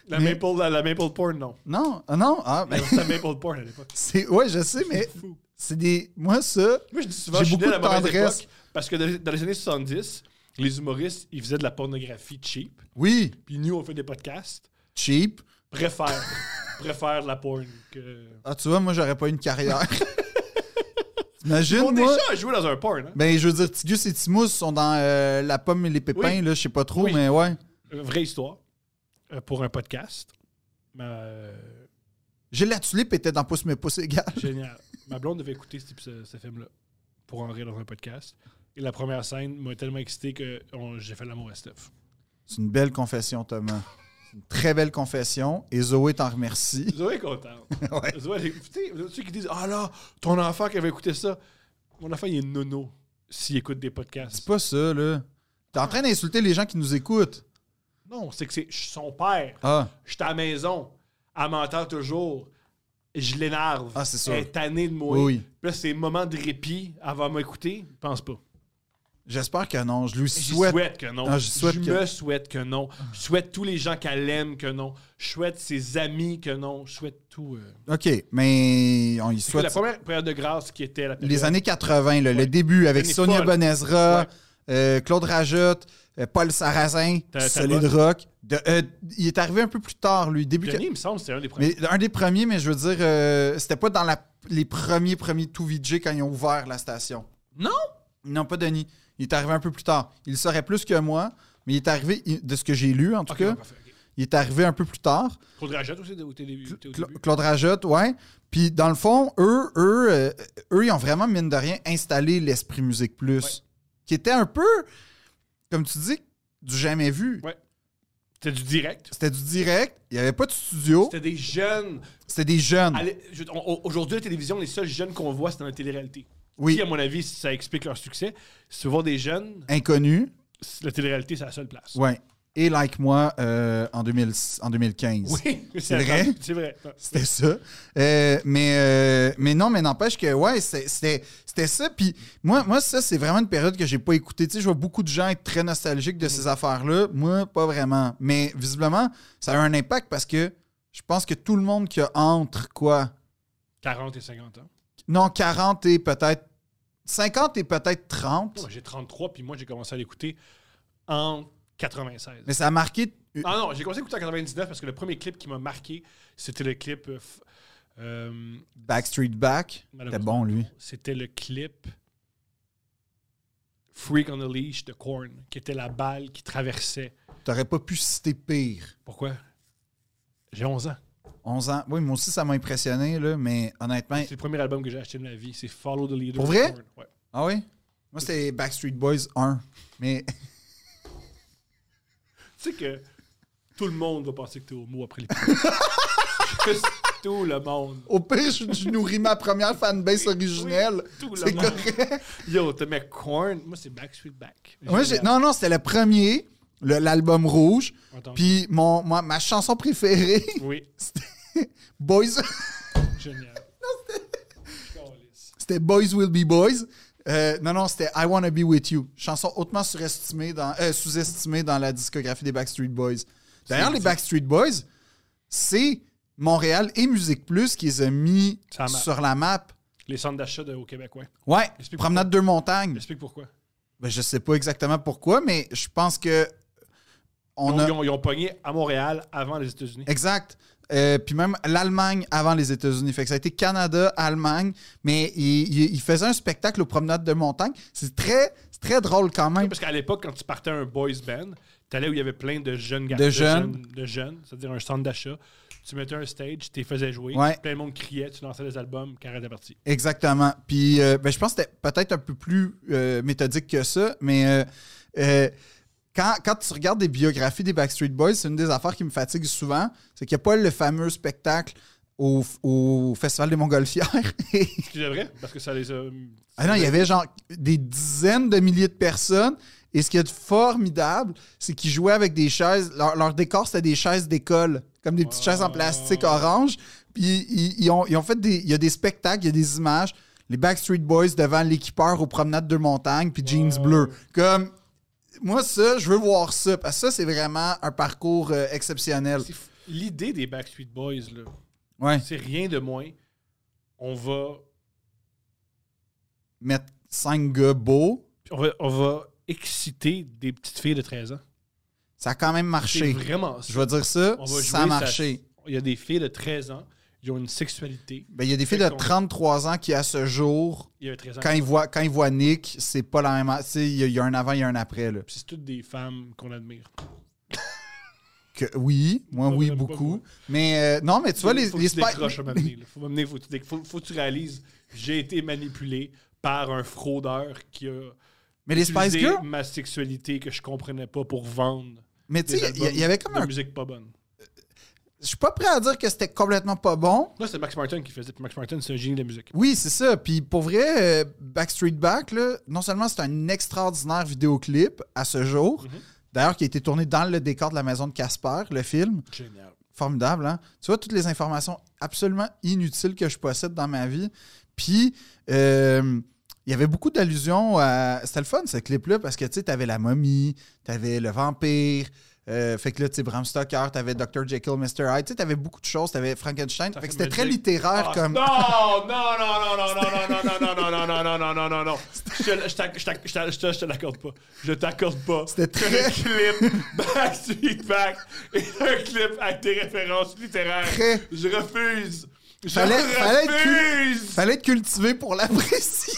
Speaker 2: La,
Speaker 1: Mais-
Speaker 2: maple, la, la Maple Porn, non.
Speaker 1: Non, ah non, ah,
Speaker 2: [LAUGHS]
Speaker 1: ben,
Speaker 2: C'était Maple Porn à l'époque.
Speaker 1: c'est, ouais, je sais, [LAUGHS] mais
Speaker 2: C'est fou.
Speaker 1: c'est des, moi ça,
Speaker 2: Moi, je dis souvent,
Speaker 1: J'ai
Speaker 2: je suis né
Speaker 1: beaucoup
Speaker 2: à la
Speaker 1: de
Speaker 2: mauvaise
Speaker 1: tendresse.
Speaker 2: époque, parce que dans dans les années 70, les humoristes, ils faisaient de la pornographie cheap,
Speaker 1: oui,
Speaker 2: puis nous, on fait des podcasts.
Speaker 1: cheap.
Speaker 2: préfère, [LAUGHS] préfère la porn que.
Speaker 1: Ah, tu vois, moi j'aurais pas eu une carrière. [LAUGHS] T'imagines,
Speaker 2: On
Speaker 1: moi?
Speaker 2: déjà a joué dans un porn. Hein?
Speaker 1: Ben, je veux dire, Tigus et Timus sont dans euh, la pomme et les pépins,
Speaker 2: Oui.
Speaker 1: là, je sais pas trop,
Speaker 2: Oui.
Speaker 1: mais ouais.
Speaker 2: Euh, Vraie histoire euh, pour un podcast. Ma, euh,
Speaker 1: J'ai la tulipe était dans pouce, mais [LAUGHS] pouce égal.
Speaker 2: génial. Ma blonde devait écouter ce, ce- ce film-là pour en rire dans un podcast. Et la première scène m'a tellement excité que on- j'ai fait de l'amour à Steph.
Speaker 1: C'est une belle confession, Thomas. C'est une très belle confession, et Zoé t'en remercie. [LAUGHS]
Speaker 2: Zoé est contente.
Speaker 1: ouais.
Speaker 2: Zoé, elle est- tu sais, ceux qui disent Ah là, ton enfant qui avait écouté ça. Mon enfant, il est nono s'il écoute des
Speaker 1: C'est
Speaker 2: podcasts.
Speaker 1: pas ça, là. T'es en train d'insulter les gens qui nous écoutent.
Speaker 2: Non, c'est que c'est je suis son père.
Speaker 1: Ah,
Speaker 2: J'étais à la maison. Elle m'entend toujours. Je l'énerve.
Speaker 1: Ah, c'est sûr.
Speaker 2: Elle est tannée de moi.
Speaker 1: oui, oui.
Speaker 2: Puis là, c'est moments de répit avant de m'écouter. Je pense pas.
Speaker 1: J'espère que non. Je lui
Speaker 2: Je
Speaker 1: souhaite.
Speaker 2: souhaite. que non.
Speaker 1: Ah, je
Speaker 2: je
Speaker 1: souhaite que-
Speaker 2: me souhaite que non. Je souhaite tous les gens qu'elle aime que non. Je souhaite ses amis que non. Je souhaite tout. euh.
Speaker 1: OK, mais on y
Speaker 2: C'est quoi
Speaker 1: souhaite.
Speaker 2: la première période de grâce qui était la période.
Speaker 1: Les années 80, là, le
Speaker 2: Ouais.
Speaker 1: début avec
Speaker 2: Années
Speaker 1: Sonia
Speaker 2: folles.
Speaker 1: Bonezra,
Speaker 2: Ouais.
Speaker 1: euh, Claude Rajotte, euh, Paul Sarrazin,
Speaker 2: Ta-
Speaker 1: Solid Rock. De, euh, il est arrivé un peu plus tard, lui. Début
Speaker 2: Denis, il me semble, c'était un des premiers.
Speaker 1: mais un des premiers, mais je veux dire, euh, c'était pas dans la- les premiers, premiers tout VJ quand ils ont ouvert la station.
Speaker 2: Non?
Speaker 1: Non, pas Denis. Il est arrivé un peu plus tard. Il le saurait plus que moi, mais il est arrivé, il- de ce que j'ai lu en tout
Speaker 2: Ok,
Speaker 1: cas,
Speaker 2: bon, parfait, ok.
Speaker 1: il est arrivé un peu plus tard.
Speaker 2: Claude Rajotte aussi, au télé. au
Speaker 1: Cla-
Speaker 2: début.
Speaker 1: Claude Rajotte, ouais. Puis dans le fond, eux, eux, euh, eux, ils ont vraiment, mine de rien, installé l'esprit musique plus.
Speaker 2: Ouais.
Speaker 1: Qui était un peu, comme tu dis, du jamais vu.
Speaker 2: Ouais. C'était du direct.
Speaker 1: C'était du direct, il n'y avait pas de studio,
Speaker 2: C'était des jeunes.
Speaker 1: c'était des jeunes.
Speaker 2: Allez, je- on- on- Aujourd'hui, la télévision, les seuls jeunes qu'on voit, c'est dans la télé-réalité.
Speaker 1: oui,
Speaker 2: Qui, à mon avis, ça explique leur succès. Si tu vois des jeunes,
Speaker 1: inconnus.
Speaker 2: c'est- la télé-réalité, c'est la seule place.
Speaker 1: Ouais. Et Like Moi euh, en, 2000 en 2015.
Speaker 2: Oui,
Speaker 1: C'est vrai?
Speaker 2: [LAUGHS] C'est vrai.
Speaker 1: [LAUGHS] C'était ça. Euh, mais, euh, mais non, mais n'empêche que, ouais, c'est- c'était c'était ça. Puis moi, moi ça, c'est vraiment une période que j'ai pas écoutée. Tu sais, je vois beaucoup de gens être très nostalgiques de ces affaires-là. Moi, pas vraiment. Mais visiblement, ça a un impact parce que je pense que tout le monde qui a entre, quoi,
Speaker 2: 40 et 50 ans.
Speaker 1: non, 40 et peut-être 50 et peut-être 30,
Speaker 2: Moi, j'ai 33, puis moi, j'ai commencé à l'écouter en 96.
Speaker 1: mais ça a marqué. euh,
Speaker 2: Ah non, j'ai commencé à l'écouter en 99 parce que le premier clip qui m'a marqué, c'était le clip. euh, f- euh,
Speaker 1: Backstreet Back, c'était
Speaker 2: malheureusement,
Speaker 1: bon, lui.
Speaker 2: C'était le clip Freak on the Leash de Korn, qui était la balle qui traversait.
Speaker 1: T'aurais pas pu citer pire.
Speaker 2: Pourquoi J'ai 11 ans.
Speaker 1: 11 ans. Oui, moi aussi, ça m'a impressionné, là, mais honnêtement.
Speaker 2: C'est le premier album que j'ai acheté de ma vie. C'est Follow the Leader.
Speaker 1: Pour
Speaker 2: de
Speaker 1: vrai?
Speaker 2: Korn. Ouais.
Speaker 1: Ah oui? Moi, c'était Backstreet Boys 1. Mais [LAUGHS]
Speaker 2: Tu sais que tout le monde va penser que t'es homo après l'épisode. [LAUGHS] Juste tout le monde.
Speaker 1: au pire, je, je nourris ma première fanbase originelle.
Speaker 2: Oui, tout le
Speaker 1: C'est
Speaker 2: monde.
Speaker 1: correct.
Speaker 2: Yo, t'as mis Korn. Moi, c'est Backstreet Back.
Speaker 1: Moi, j'ai- non, non, c'était le premier, le- l'album rouge.
Speaker 2: Attends.
Speaker 1: Puis mon, moi, [LAUGHS] ma chanson préférée,
Speaker 2: Oui,
Speaker 1: Boys. [LAUGHS]
Speaker 2: génial.
Speaker 1: C'était Boys Will Be Boys. Euh, non, non, c'était I Wanna Be With You. Chanson hautement surestimée dans, euh, sous-estimée dans la discographie des Backstreet Boys. D'ailleurs, les Backstreet Boys, c'est Montréal et Musique Plus qui les a mis
Speaker 2: Sur la map.
Speaker 1: sur la map.
Speaker 2: Les centres d'achat de- au Québec, ouais.
Speaker 1: Ouais,
Speaker 2: Explique
Speaker 1: promenade deux montagnes.
Speaker 2: Explique pourquoi.
Speaker 1: Ben, je sais pas exactement pourquoi, mais je pense que on
Speaker 2: Donc,
Speaker 1: a
Speaker 2: ils, ont, ils ont pogné à Montréal avant les États-Unis.
Speaker 1: Exact. Euh, puis même l'Allemagne avant les États-Unis. Fait que ça a été Canada, Allemagne, mais il, il- il faisait un spectacle aux promenades de montagne. C'est très, c'est très drôle quand même.
Speaker 2: Parce qu'à l'époque, quand tu partais à un boys band, t'allais où il y avait plein de jeunes gars.
Speaker 1: De jeunes.
Speaker 2: De jeunes, c'est-à-dire un centre d'achat. Tu mettais un stage, tu les faisais jouer.
Speaker 1: Ouais.
Speaker 2: Plein de monde criait, tu lançais des albums, carré de parti.
Speaker 1: Exactement. Puis euh, ben, je pense que c'était peut-être un peu plus euh, méthodique que ça, mais euh, euh, quand, quand tu regardes des biographies des Backstreet Boys, c'est une des affaires qui me fatigue souvent, c'est qu'il n'y a pas le fameux spectacle au, au Festival des Montgolfières. [LAUGHS]
Speaker 2: Ce qui est vrai, parce que ça les a.
Speaker 1: Ah non, il y avait genre des dizaines de milliers de personnes. Et ce qu'il y a de formidable, c'est qu'ils jouaient avec des chaises. Leur, leur décor, c'était des chaises d'école, comme des petites chaises en plastique orange. Puis ils, ils ont, ils ont fait des. Il y a des spectacles, il y a des images. Les Backstreet Boys devant l'équipeur aux promenades de montagne, puis jeans bleus. Comme. Moi, ça, je veux voir ça, parce que ça, c'est vraiment un parcours euh, exceptionnel.
Speaker 2: C'est fou. L'idée des Backstreet Boys, là,
Speaker 1: Ouais.
Speaker 2: c'est rien de moins. On va,
Speaker 1: Mettre cinq gars beaux,
Speaker 2: on va, on va exciter des petites filles de 13 ans.
Speaker 1: ça a quand même
Speaker 2: C'est
Speaker 1: marché.
Speaker 2: vraiment
Speaker 1: Je veux dire ça,
Speaker 2: On va
Speaker 1: ça
Speaker 2: jouer,
Speaker 1: a marché.
Speaker 2: Il y a des filles de 13 ans, ils ont une sexualité.
Speaker 1: Ben, il y a des
Speaker 2: Fait
Speaker 1: filles de
Speaker 2: qu'on-
Speaker 1: 33 ans qui, à ce jour,
Speaker 2: Il y a 13 ans.
Speaker 1: quand ils voient, quand ils voient Nick, c'est pas la même. a- tu sais, Il y, a- il y a un avant, il y a un après. Là.
Speaker 2: Puis c'est toutes des femmes qu'on admire.
Speaker 1: Que, oui, moi,
Speaker 2: Pas
Speaker 1: oui,
Speaker 2: vraiment, pas moi.
Speaker 1: beaucoup. Mais euh, non, mais tu vois, les,
Speaker 2: faut
Speaker 1: les
Speaker 2: que tu
Speaker 1: Spy-
Speaker 2: décroches à m'amener, là. Faut m'amener, faut, que tu dé- faut- faut que tu réalises, j'ai été manipulé par un fraudeur qui a
Speaker 1: Mais les Spice
Speaker 2: utilisé
Speaker 1: Girls,
Speaker 2: ma sexualité que je comprenais pas pour vendre.
Speaker 1: mais tu
Speaker 2: des
Speaker 1: sais, il y, a- il y
Speaker 2: albums
Speaker 1: avait comme
Speaker 2: de
Speaker 1: un.
Speaker 2: musique pas bonne.
Speaker 1: Je suis pas prêt à dire que c'était complètement pas bon.
Speaker 2: Là, c'est Max Martin qui faisait. puis Max Martin, c'est un génie de la musique.
Speaker 1: Oui, c'est ça. Puis pour vrai, euh, Backstreet Back, là, non seulement c'est un extraordinaire vidéoclip à ce jour,
Speaker 2: Mhm.
Speaker 1: d'ailleurs qui a été tourné dans le décor de la maison de Casper, le film.
Speaker 2: Génial.
Speaker 1: Formidable, hein? Tu vois, toutes les informations absolument inutiles que je possède dans ma vie. Puis, euh, il y avait beaucoup d'allusions à. C'était le fun, ce clip-là, parce que, tu sais, t'avais la momie, t'avais le vampire. euh, fait que là, tu sais, Bram Stoker, t'avais Dr. Jekyll, Mr. Hyde. Tu sais, t'avais beaucoup de choses. T'avais Frankenstein.
Speaker 2: Ça
Speaker 1: Fait que
Speaker 2: fait
Speaker 1: c'était très
Speaker 2: me dire-
Speaker 1: littéraire
Speaker 2: Ah,
Speaker 1: comme.
Speaker 2: Non, non, non, non, non, non, non, non, non, non, non, non, non, non, non, non. Je te- je t'ac- je t'ac- je t'ac- je te- je te l'accorde pas. Je t'accorde pas.
Speaker 1: C'était
Speaker 2: Que
Speaker 1: très-
Speaker 2: Le clip [LAUGHS] Backstreet Back est un clip avec des références littéraires.
Speaker 1: Très-
Speaker 2: Je refuse. Je
Speaker 1: Fallait- fallait être cul-
Speaker 2: refuse.
Speaker 1: Fallait être cultivé pour l'apprécier.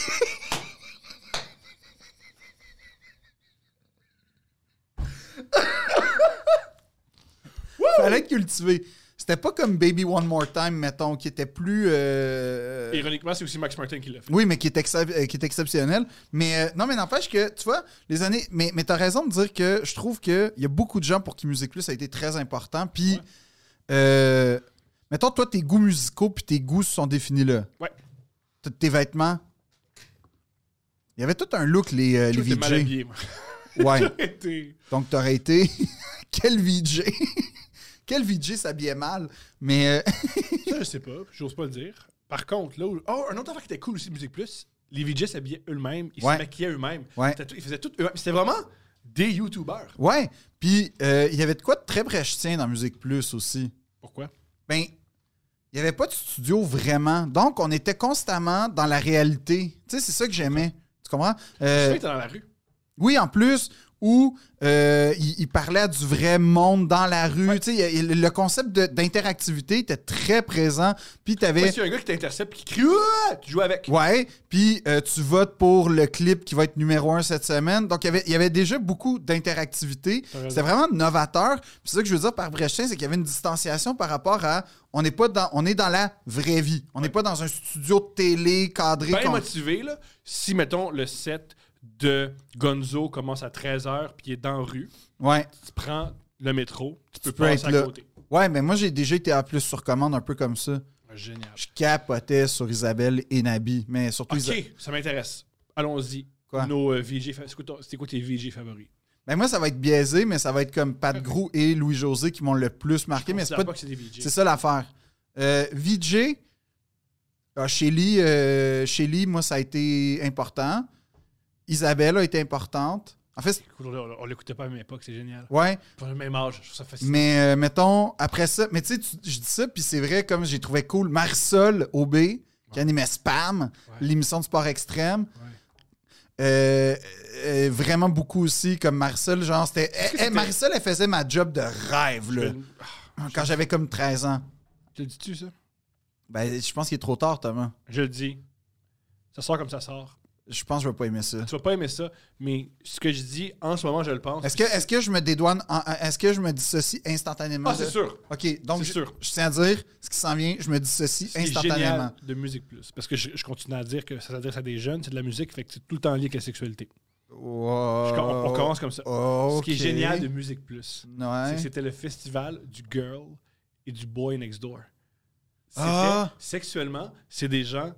Speaker 1: Fallait être cultivé. C'était pas comme Baby One More Time, mettons, qui était plus. euh,
Speaker 2: Ironiquement, c'est aussi Max Martin qui l'a fait.
Speaker 1: oui, mais qui est, excep- euh, qui est exceptionnel. Mais euh, non, mais n'empêche que, tu vois, les années. Mais, mais t'as raison de dire que je trouve qu'il y a beaucoup de gens pour qui Musique Plus a été très important. Puis,
Speaker 2: Ouais.
Speaker 1: euh, mettons, toi, tes goûts musicaux puis tes goûts se sont définis là.
Speaker 2: Ouais.
Speaker 1: Tous tes vêtements. Il y avait tout un look, les, euh, les
Speaker 2: J'étais mal
Speaker 1: VJ.
Speaker 2: habillé, moi.
Speaker 1: [LAUGHS]
Speaker 2: [LAUGHS]
Speaker 1: Ouais.
Speaker 2: J'étais-
Speaker 1: Donc, t'aurais été. [LAUGHS] Quel VJ [LAUGHS] Quel VJ s'habillait mal. Mais. euh, [LAUGHS]
Speaker 2: Ça, je sais pas, j'ose pas le dire. Par contre, là, où- oh, un autre affaire qui était cool aussi, Musique Plus, les VJs s'habillaient eux-mêmes, ils
Speaker 1: Ouais.
Speaker 2: se maquillaient eux-mêmes.
Speaker 1: Ouais.
Speaker 2: C'était tout- Ils faisaient tout eux-mêmes. C'était vraiment des YouTubers.
Speaker 1: ouais. Puis, euh, il y avait de quoi de très brechtien dans Musique Plus aussi.
Speaker 2: Pourquoi?
Speaker 1: ben, il n'y avait pas de studio vraiment. Donc, on était constamment dans la réalité. Tu sais, c'est ça que j'aimais. Tu comprends?
Speaker 2: Je
Speaker 1: Euh,
Speaker 2: sais que t'es dans la rue.
Speaker 1: oui, en plus, où euh, il, il parlait à du vrai monde dans la rue. Tu sais, il- il- le concept de- d'interactivité était très présent. Puis, tu
Speaker 2: Moi,
Speaker 1: avais.
Speaker 2: s'il y a un gars qui t'intercepte qui crie Ouah tu joues avec.
Speaker 1: Ouais, puis euh, tu votes pour le clip qui va être numéro un cette semaine. Donc, il y avait- il y avait déjà beaucoup d'interactivité.
Speaker 2: T'as raison.
Speaker 1: C'était vraiment novateur. Puis c'est ça que je veux dire par Brechin, c'est qu'il y avait une distanciation par rapport à on n'est pas dans on est dans la vraie vie. On n'est pas dans un studio de télé cadré.
Speaker 2: Bien
Speaker 1: qu'on-
Speaker 2: motivé, là. Si, mettons, le set de Gonzo commence à 13h puis il est dans la rue,
Speaker 1: Ouais.
Speaker 2: tu prends le métro, tu peux
Speaker 1: Tu peux
Speaker 2: passer
Speaker 1: être
Speaker 2: à
Speaker 1: là.
Speaker 2: côté.
Speaker 1: Ouais, mais moi j'ai déjà été à plus sur commande un peu comme ça.
Speaker 2: Génial.
Speaker 1: Je capotais sur Isabelle et Nabi, mais surtout Isa-
Speaker 2: Ok, ça m'intéresse. Allons-y.
Speaker 1: Quoi?
Speaker 2: Nos euh, VJ fa- c'est quoi ton- C'est quoi tes VJ favoris?
Speaker 1: Ben moi ça va être biaisé, mais ça va être comme Pat Grou et Louis José qui m'ont le plus marqué, mais c'est
Speaker 2: Considère
Speaker 1: pas
Speaker 2: que c'est des VJ.
Speaker 1: C'est ça l'affaire. Euh, VJ, Ah, Shelly, euh, Shelly, moi, ça a été important. Isabelle a été importante. En fait,
Speaker 2: Écoute, on on l'écoutait pas à la même époque, c'est génial.
Speaker 1: ouais,
Speaker 2: Pour le même âge, je trouve ça fascinant.
Speaker 1: mais euh, mettons, après ça, mais tu sais, tu- je dis ça, puis c'est vrai, comme j'ai trouvé cool, Marisol Aubé, qui animait Spam,
Speaker 2: Ouais.
Speaker 1: l'émission de sport extrême. Euh, euh, vraiment beaucoup aussi, comme Marisol, genre, c'était.
Speaker 2: que
Speaker 1: eh, eh,
Speaker 2: c'était-
Speaker 1: Marisol, elle faisait ma job de rêve,
Speaker 2: Je
Speaker 1: là,
Speaker 2: le- ah,
Speaker 1: quand j'avais comme 13 ans.
Speaker 2: je le dis-tu, ça?
Speaker 1: Ben, je pense qu'il est trop tard, Thomas.
Speaker 2: Je le dis. Ça sort comme ça sort.
Speaker 1: Je pense que je vais pas aimer ça.
Speaker 2: Tu vas pas aimer ça, mais ce que je dis, en ce moment, je le pense.
Speaker 1: Est-ce que, est que je me dédouane, en- en- est-ce que je me dissocie instantanément?
Speaker 2: Ah, c'est
Speaker 1: de-
Speaker 2: sûr.
Speaker 1: OK, donc
Speaker 2: C'est
Speaker 1: je,
Speaker 2: sûr.
Speaker 1: je tiens à dire, ce qui s'en vient, je me dissocie
Speaker 2: C'est
Speaker 1: instantanément.
Speaker 2: génial de Musique Plus. Parce que je, je continue à dire que ça s'adresse à des jeunes, c'est de la musique, fait que c'est tout le temps lié avec la sexualité.
Speaker 1: Wow.
Speaker 2: Je- on, on commence comme ça. Ce
Speaker 1: Oh. OK.
Speaker 2: qui est génial de Musique Plus, c'est
Speaker 1: Ouais.
Speaker 2: que c'était le festival du girl et du boy next door. C'était-
Speaker 1: Ah.
Speaker 2: Sexuellement, c'est des gens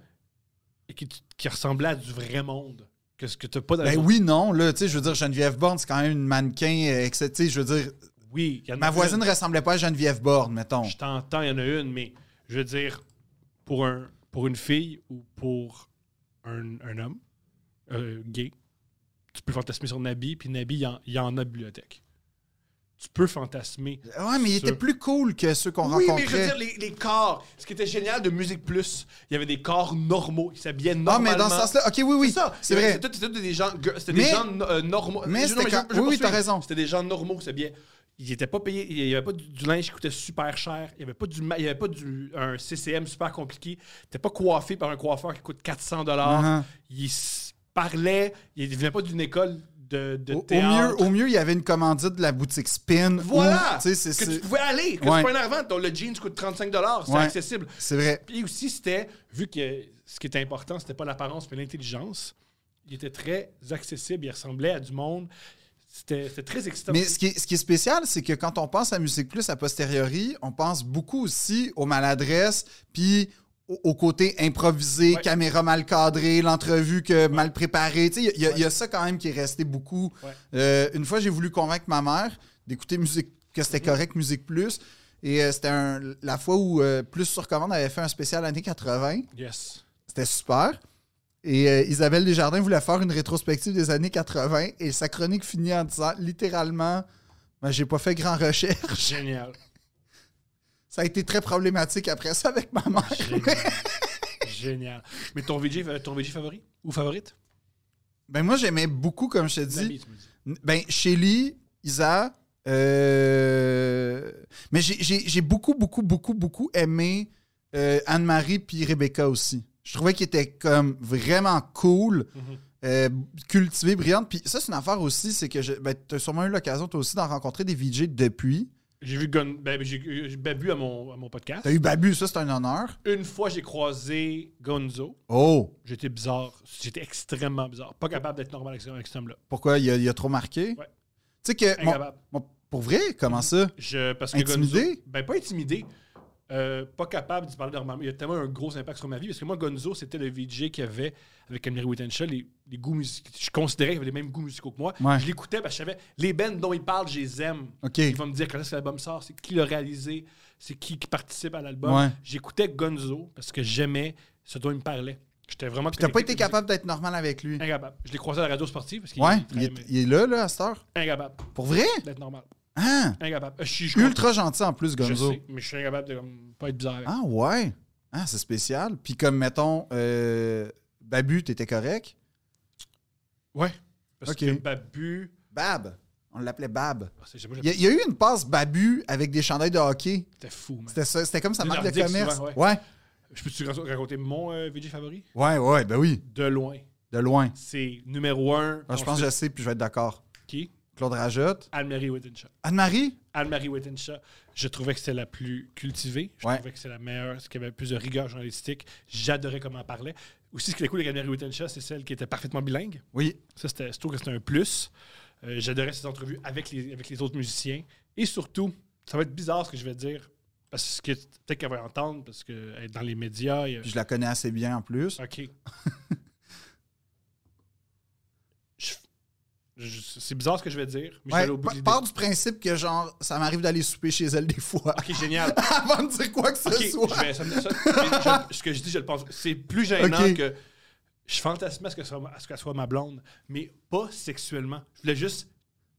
Speaker 2: qui, qui ressemblaient à du vrai monde. Que ce que t'as pas dans les
Speaker 1: Ben
Speaker 2: autres-
Speaker 1: oui, non, là, tu sais, je veux dire, Geneviève Borne, c'est quand même une mannequin, euh, etc. Tu sais, je veux dire,
Speaker 2: Oui, il y en a
Speaker 1: ma
Speaker 2: une.
Speaker 1: voisine ressemblait pas à Geneviève Borne, mettons.
Speaker 2: Je t'entends, il y en a une, mais je veux dire, pour, un, pour une fille ou pour un, un homme euh, gay, tu peux fantasmer sur Nabi, puis Nabi, il y en, il y en a bibliothèque. Tu peux fantasmer.
Speaker 1: Ouais, mais il était
Speaker 2: Sûr.
Speaker 1: plus cool que ceux qu'on
Speaker 2: oui, mais je veux
Speaker 1: rencontrait.
Speaker 2: dire, les, les corps. Ce qui était génial de Musique Plus, il y avait des corps normaux qui s'habillaient
Speaker 1: ah,
Speaker 2: normalement.
Speaker 1: mais dans ce sens-là, OK, oui,
Speaker 2: C'est
Speaker 1: oui,
Speaker 2: ça,
Speaker 1: c'est vrai.
Speaker 2: C'était c'était des gens, c'était des
Speaker 1: Mais-
Speaker 2: gens no- euh, normaux.
Speaker 1: mais
Speaker 2: Je-
Speaker 1: c'était
Speaker 2: je-
Speaker 1: quand-
Speaker 2: je
Speaker 1: oui, oui,
Speaker 2: poursuis.
Speaker 1: t'as raison.
Speaker 2: C'était des gens normaux, c'est bien. Ils n'étaient pas payés, il n'y avait pas du, du linge qui coûtait super cher, il n'y avait pas, du, ma- il y avait pas du, un CCM super compliqué, t'étais pas coiffé par un coiffeur qui coûte 400 dollars.
Speaker 1: Uh-huh.
Speaker 2: Ils s- parlaient, ils ne venaient pas d'une école de, de
Speaker 1: Au, au
Speaker 2: théâtre.
Speaker 1: mieux, au mieux, il y avait une commandite de la boutique Spin.
Speaker 2: voilà!
Speaker 1: où, tu sais, c'est-
Speaker 2: que tu
Speaker 1: c'est
Speaker 2: pouvais aller, que
Speaker 1: Ouais.
Speaker 2: c'est pas un argent, ton- le jeans coûte 35 dollars, c'est
Speaker 1: Ouais.
Speaker 2: accessible.
Speaker 1: c'est vrai.
Speaker 2: Puis aussi, c'était, vu que ce qui était important, c'était pas l'apparence, mais l'intelligence, il était très accessible, il ressemblait à du monde. C'était c'était très excitant.
Speaker 1: Mais ce qui, est, ce qui est spécial, c'est que quand on pense à Musique Plus a posteriori, on pense beaucoup aussi aux maladresses, puis au, au côté improvisé,
Speaker 2: Ouais.
Speaker 1: caméra mal cadrée, l'entrevue que mal préparée. Tu sais, Il y, a- il y a ça quand même qui est resté beaucoup.
Speaker 2: Ouais.
Speaker 1: Euh, une fois, j'ai voulu convaincre ma mère d'écouter musique que c'était
Speaker 2: Mhm.
Speaker 1: correct Musique Plus. Et euh, c'était un- la fois où euh, Plus sur commande avait fait un spécial années 80.
Speaker 2: Yes.
Speaker 1: C'était super. Et euh, Isabelle Desjardins voulait faire une rétrospective des années 80 et sa chronique finit en disant littéralement Ben, j'ai pas fait grand recherche. [LAUGHS]
Speaker 2: Génial.
Speaker 1: Ça a été très problématique après ça avec ma mère.
Speaker 2: Génial. Génial. Mais ton VJ, fa- ton VJ favori ou favorite
Speaker 1: Ben moi j'aimais beaucoup, comme je te dis.
Speaker 2: Nabi, tu me dis.
Speaker 1: Ben Shelly, Isa. euh, Mais j'ai- j'ai j'ai beaucoup, beaucoup, beaucoup, beaucoup aimé euh, Anne-Marie puis Rebecca aussi. Je trouvais qu'ils étaient comme vraiment cool.
Speaker 2: Mhm.
Speaker 1: euh, cultivée, brillante. Puis ça, c'est une affaire aussi, c'est que je, ben, tu as sûrement eu l'occasion, toi aussi, d'en rencontrer des VJ depuis.
Speaker 2: J'ai vu Gun, ben, j'ai j'ai babu à mon, à mon podcast.
Speaker 1: Tu as eu Babu, ça, c'est un honneur.
Speaker 2: Une fois, j'ai croisé Gonzo.
Speaker 1: Oh!
Speaker 2: J'étais bizarre. J'étais extrêmement bizarre. Pas capable d'être normal avec ce- avec cet homme-là.
Speaker 1: Pourquoi il a, il a trop marqué?
Speaker 2: Ouais. Mm-hmm.
Speaker 1: Tu sais que. mon-
Speaker 2: Incapable.
Speaker 1: mon- pour vrai, comment ça?
Speaker 2: Je, parce que
Speaker 1: Intimidé?
Speaker 2: Gonzo, ben pas intimidé, euh, pas capable d'y parler normalement. Il a tellement un gros impact sur ma vie parce que moi, Gonzo, c'était le VJ qui avait avec Emery Wittenshaw les, les goûts musicaux. Je considérais qu'il avait les mêmes goûts musicaux que moi.
Speaker 1: Ouais.
Speaker 2: Je l'écoutais parce que je savais les bands dont il parle, je les aime.
Speaker 1: OK.
Speaker 2: Il va me dire quand est-ce que l'album sort, c'est qui l'a réalisé, c'est qui qui participe à l'album.
Speaker 1: Ouais.
Speaker 2: J'écoutais Gonzo parce que j'aimais ce dont il me parlait. J'étais vraiment.
Speaker 1: Puis t'as pas
Speaker 2: connecté
Speaker 1: été
Speaker 2: avec la
Speaker 1: capable d'être normal avec lui.
Speaker 2: musique. Incapable. Je l'ai croisé à la radio sportive parce qu'il
Speaker 1: Ouais, il
Speaker 2: travaillait,
Speaker 1: est, il est là, là, à cette heure.
Speaker 2: mais Incapable
Speaker 1: Pour vrai?
Speaker 2: d'être normal.
Speaker 1: Hein?
Speaker 2: Incapable. Je suis je comprends-
Speaker 1: Ultra gentil en plus, Gonzo.
Speaker 2: Je sais, mais je suis incapable de comme, pas être bizarre avec.
Speaker 1: Ah ouais? Ah, c'est spécial. Puis comme, mettons, euh, Babu, t'étais correct?
Speaker 2: Ouais. Parce
Speaker 1: Ok.
Speaker 2: que Babu.
Speaker 1: Bab. On l'appelait Bab.
Speaker 2: Ah, c'est- moi,
Speaker 1: Il y, a, il y a eu une passe Babu avec des chandails de hockey.
Speaker 2: J'étais fou, man.
Speaker 1: C'était ça- c'était comme ça
Speaker 2: Des
Speaker 1: marque de
Speaker 2: Nordiques,
Speaker 1: commerce.
Speaker 2: souvent,
Speaker 1: ouais.
Speaker 2: Je peux-tu ra- raconter mon euh, VJ favori
Speaker 1: ouais, ouais, ben oui,
Speaker 2: De loin.
Speaker 1: de loin.
Speaker 2: C'est numéro un.
Speaker 1: Ah, je pense que je sais, puis je vais être d'accord.
Speaker 2: Qui
Speaker 1: Claude Rajotte.
Speaker 2: Anne-Marie Wittenshaw.
Speaker 1: Anne-Marie?
Speaker 2: Anne-Marie Wittenshaw, je trouvais que c'était la plus cultivée. Je
Speaker 1: Ouais.
Speaker 2: trouvais que c'était la meilleure, ce qui avait le plus de rigueur journalistique. J'adorais comment elle parlait. Aussi, ce qui était cool avec Anne-Marie Wittenshaw, c'est celle qui était parfaitement bilingue.
Speaker 1: Oui.
Speaker 2: Ça, c'était, je trouve que c'était un plus. Euh, j'adorais ces entrevues avec les, avec les autres musiciens. Et surtout, ça va être bizarre ce que je vais dire, parce que peut-être qu'elle va entendre, parce que être dans les médias. il y a-
Speaker 1: Puis je la connais assez bien en plus.
Speaker 2: OK. [LAUGHS] Je- Je- C'est bizarre ce que je vais dire, mais je vais
Speaker 1: Ouais,
Speaker 2: aller au bout de
Speaker 1: pa-
Speaker 2: l'idée.
Speaker 1: part du principe que, genre, ça m'arrive d'aller souper chez elle des fois [LAUGHS]
Speaker 2: Ok, génial.
Speaker 1: avant de dire quoi que ce
Speaker 2: Ok,
Speaker 1: soit.
Speaker 2: je vais- ça me- ça- mais je- ce que je dis, je le pense. C'est plus gênant
Speaker 1: Ok.
Speaker 2: que je fantasmais à ce que ça- à ce qu'elle soit ma blonde, mais pas sexuellement. Je voulais juste,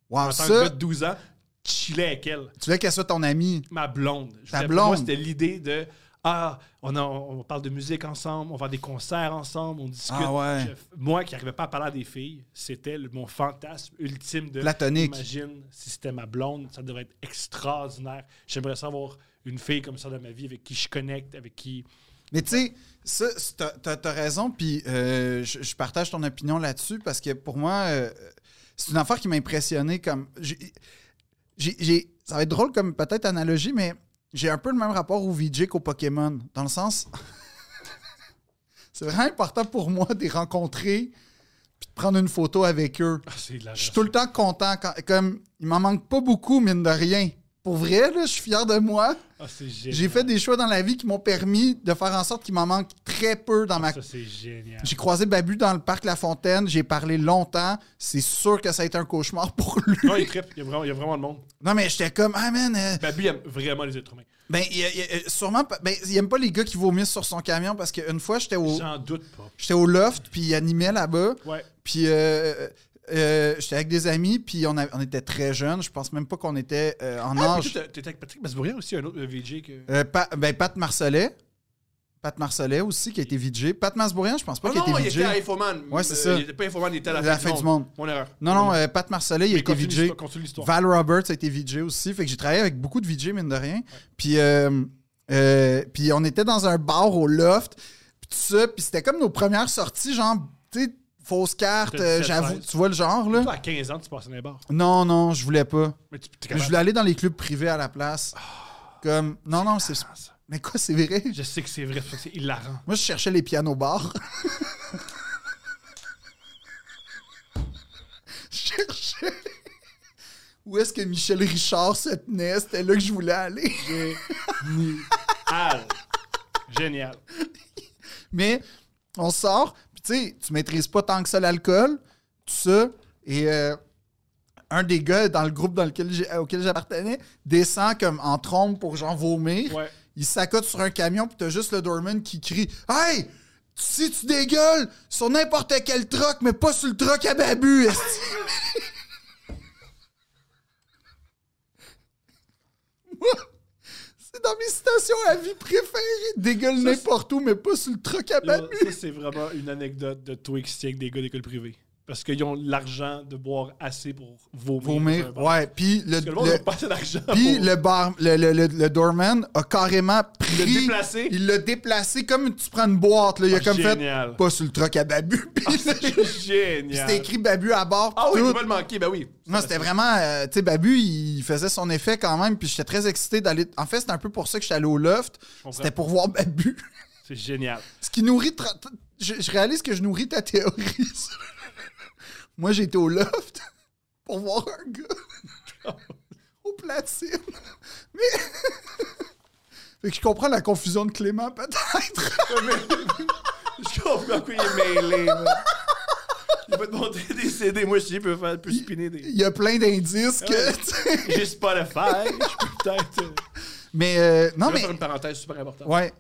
Speaker 1: Wow,
Speaker 2: en tant que
Speaker 1: ça,
Speaker 2: gars de 12 ans, chiller avec elle.
Speaker 1: tu veux qu'elle soit ton amie.
Speaker 2: Ma blonde. Je
Speaker 1: Ta
Speaker 2: voulais- pour Moi,
Speaker 1: blonde.
Speaker 2: c'était l'idée de Ah, on, a- on parle de musique ensemble, on va à des concerts ensemble, on discute.
Speaker 1: Ah ouais.
Speaker 2: Je- moi qui n'arrivais pas à parler à des filles, c'était le- mon fantasme ultime de
Speaker 1: Platonique.
Speaker 2: Imagine si c'était ma blonde, ça devrait être extraordinaire. J'aimerais savoir une fille comme ça dans ma vie avec qui je connecte, avec qui.
Speaker 1: Mais tu sais, ça, c'est- t'as- t'as t'as raison, puis euh, je, je partage ton opinion là-dessus parce que pour moi, euh, c'est une affaire qui m'a impressionné. Comme, j'ai- j'ai- j'ai- ça va être drôle comme peut-être analogie, mais j'ai un peu le même rapport au VJ qu'au Pokémon. Dans le sens, [LAUGHS] c'est vraiment important pour moi de les rencontrer puis de prendre une photo avec eux.
Speaker 2: Ah, c'est de la
Speaker 1: Je suis tout le temps content. Quand, comme, il m'en manque pas beaucoup, mine de rien. Pour vrai, là, je suis fier de moi.
Speaker 2: Ah, c'est génial.
Speaker 1: J'ai fait des choix dans la vie qui m'ont permis de faire en sorte qu'il m'en manque très peu dans ma.
Speaker 2: Ça, c'est génial.
Speaker 1: J'ai croisé Babu dans le parc La Fontaine, j'ai parlé longtemps. C'est sûr que ça a été un cauchemar [LAUGHS] pour lui.
Speaker 2: Non, il trippe. Il y a vraiment, il y a vraiment de monde.
Speaker 1: Non, mais j'étais comme, ah man, euh,
Speaker 2: Babu il aime vraiment les êtres humains.
Speaker 1: ben, il- il- euh, sûrement, pas- ben, il aime pas les gars qui vomissent sur son camion parce qu'une fois, j'étais au,
Speaker 2: J'en doute pas.
Speaker 1: j'étais au loft, puis il animait là-bas.
Speaker 2: Ouais.
Speaker 1: Puis euh, euh, j'étais avec des amis, puis on, a- on était très jeunes. Je pense même pas qu'on était euh, en
Speaker 2: Ah,
Speaker 1: âge.
Speaker 2: puis toi, t'es- T'étais avec Patrick Masbourien aussi, un autre euh, VJ que.
Speaker 1: Euh, Pa- ben, Pat Marcellet. Pat Marcellet aussi, qui a été VJ. Pat Masbourian, je pense pas
Speaker 2: Ah
Speaker 1: qu'il
Speaker 2: non,
Speaker 1: a
Speaker 2: il
Speaker 1: été VJ.
Speaker 2: était à Infoman.
Speaker 1: Ouais, c'est
Speaker 2: Euh,
Speaker 1: ça.
Speaker 2: Il était pas Infoman, il était à la,
Speaker 1: La
Speaker 2: fin du monde. Mon erreur.
Speaker 1: Non, non, euh, Pat Marcellet, il a
Speaker 2: Mais
Speaker 1: été
Speaker 2: continue
Speaker 1: VJ.
Speaker 2: l'histoire, Continue l'histoire.
Speaker 1: Val Roberts a été VJ aussi. Fait que j'ai travaillé avec beaucoup de VJ, mine de rien. Puis, euh, euh, puis on était dans un bar au loft. Puis tout ça. Puis c'était comme nos premières sorties, genre, tu sais, fausse carte,
Speaker 2: C'était
Speaker 1: euh,
Speaker 2: 17,
Speaker 1: j'avoue.
Speaker 2: 16.
Speaker 1: Tu vois le genre, là?
Speaker 2: Toi, à 15 ans, tu passais dans les bars.
Speaker 1: Non, non, je voulais pas.
Speaker 2: Mais tu t'es
Speaker 1: Mais je
Speaker 2: capable.
Speaker 1: voulais aller dans les clubs privés à la place. Comme, non, non, c'est.
Speaker 2: Ah, ça.
Speaker 1: Mais quoi, c'est vrai?
Speaker 2: Je sais que c'est vrai, c'est pour ça que
Speaker 1: [LAUGHS]
Speaker 2: c'est hilarant.
Speaker 1: Moi, je cherchais les pianos [LAUGHS] bars. je cherchais où est-ce que Michel Richard se tenait. C'était là que je voulais aller. [LAUGHS]
Speaker 2: Al. Génial.
Speaker 1: Mais on sort, puis tu sais, tu maîtrises pas tant que ça l'alcool, tout ça. Et euh, un des gars dans le groupe dans lequel j'ai- auquel j'appartenais descend comme en trombe pour genre vomir.
Speaker 2: Ouais.
Speaker 1: Il s'accote sur un camion, puis t'as juste le doorman qui crie Hey! Si tu dégueules sur n'importe quel truck, mais pas sur le truck à babu! esti. Moi, [LAUGHS] C'est dans mes citations à vie préférées. Dégueule n'importe où, mais pas sur le truck à
Speaker 2: Là,
Speaker 1: babu.
Speaker 2: ça, c'est vraiment une anecdote de toi qui avec des gars d'école privée. Parce qu'ils ont l'argent de boire assez pour vomir. dans un
Speaker 1: Vomir,
Speaker 2: bar.
Speaker 1: ouais. Puis le,
Speaker 2: Parce que le monde n'a
Speaker 1: le-
Speaker 2: pas assez d'argent.
Speaker 1: puis
Speaker 2: pour-
Speaker 1: le, bar, le, le- le- le doorman a carrément pris.
Speaker 2: déplacé.
Speaker 1: Il l'a déplacé comme tu prends une boîte. Là. Il a
Speaker 2: Ah,
Speaker 1: comme
Speaker 2: génial. [LAUGHS]
Speaker 1: fait pas sur le truck à babu. [LAUGHS] Puis le- Puis
Speaker 2: Génial.
Speaker 1: c'était écrit Babu à bord.
Speaker 2: Ah oui,
Speaker 1: tout.
Speaker 2: tu vas le manquer, ben oui.
Speaker 1: Non, c'était vraiment. euh, tu sais, Babu, il faisait son effet quand même. Puis j'étais très excité d'aller. En fait, c'était un peu pour ça que j'étais allé au loft.
Speaker 2: comprends.
Speaker 1: C'était pour voir Babu. [LAUGHS]
Speaker 2: C'est génial.
Speaker 1: Ce qui nourrit. tra- tra- Je, je réalise que je nourris ta théorie. [LAUGHS] Moi, j'ai été au loft [LAUGHS] pour voir un gars [LAUGHS] au platine. Mais. [LAUGHS] fait que je comprends la confusion de Clément, peut-être. [LAUGHS]
Speaker 2: Je comprends pourquoi il est mêlé. là. Il va te montrer des CD. Moi, je sais, il peut faire, peut spinner des.
Speaker 1: Il y a plein d'indices que.
Speaker 2: Ouais.
Speaker 1: tu sais.
Speaker 2: J'ai Spotify. Je peux peut-être. euh,
Speaker 1: Mais. euh, non,
Speaker 2: je vais
Speaker 1: mais.
Speaker 2: faire une parenthèse super importante.
Speaker 1: Ouais.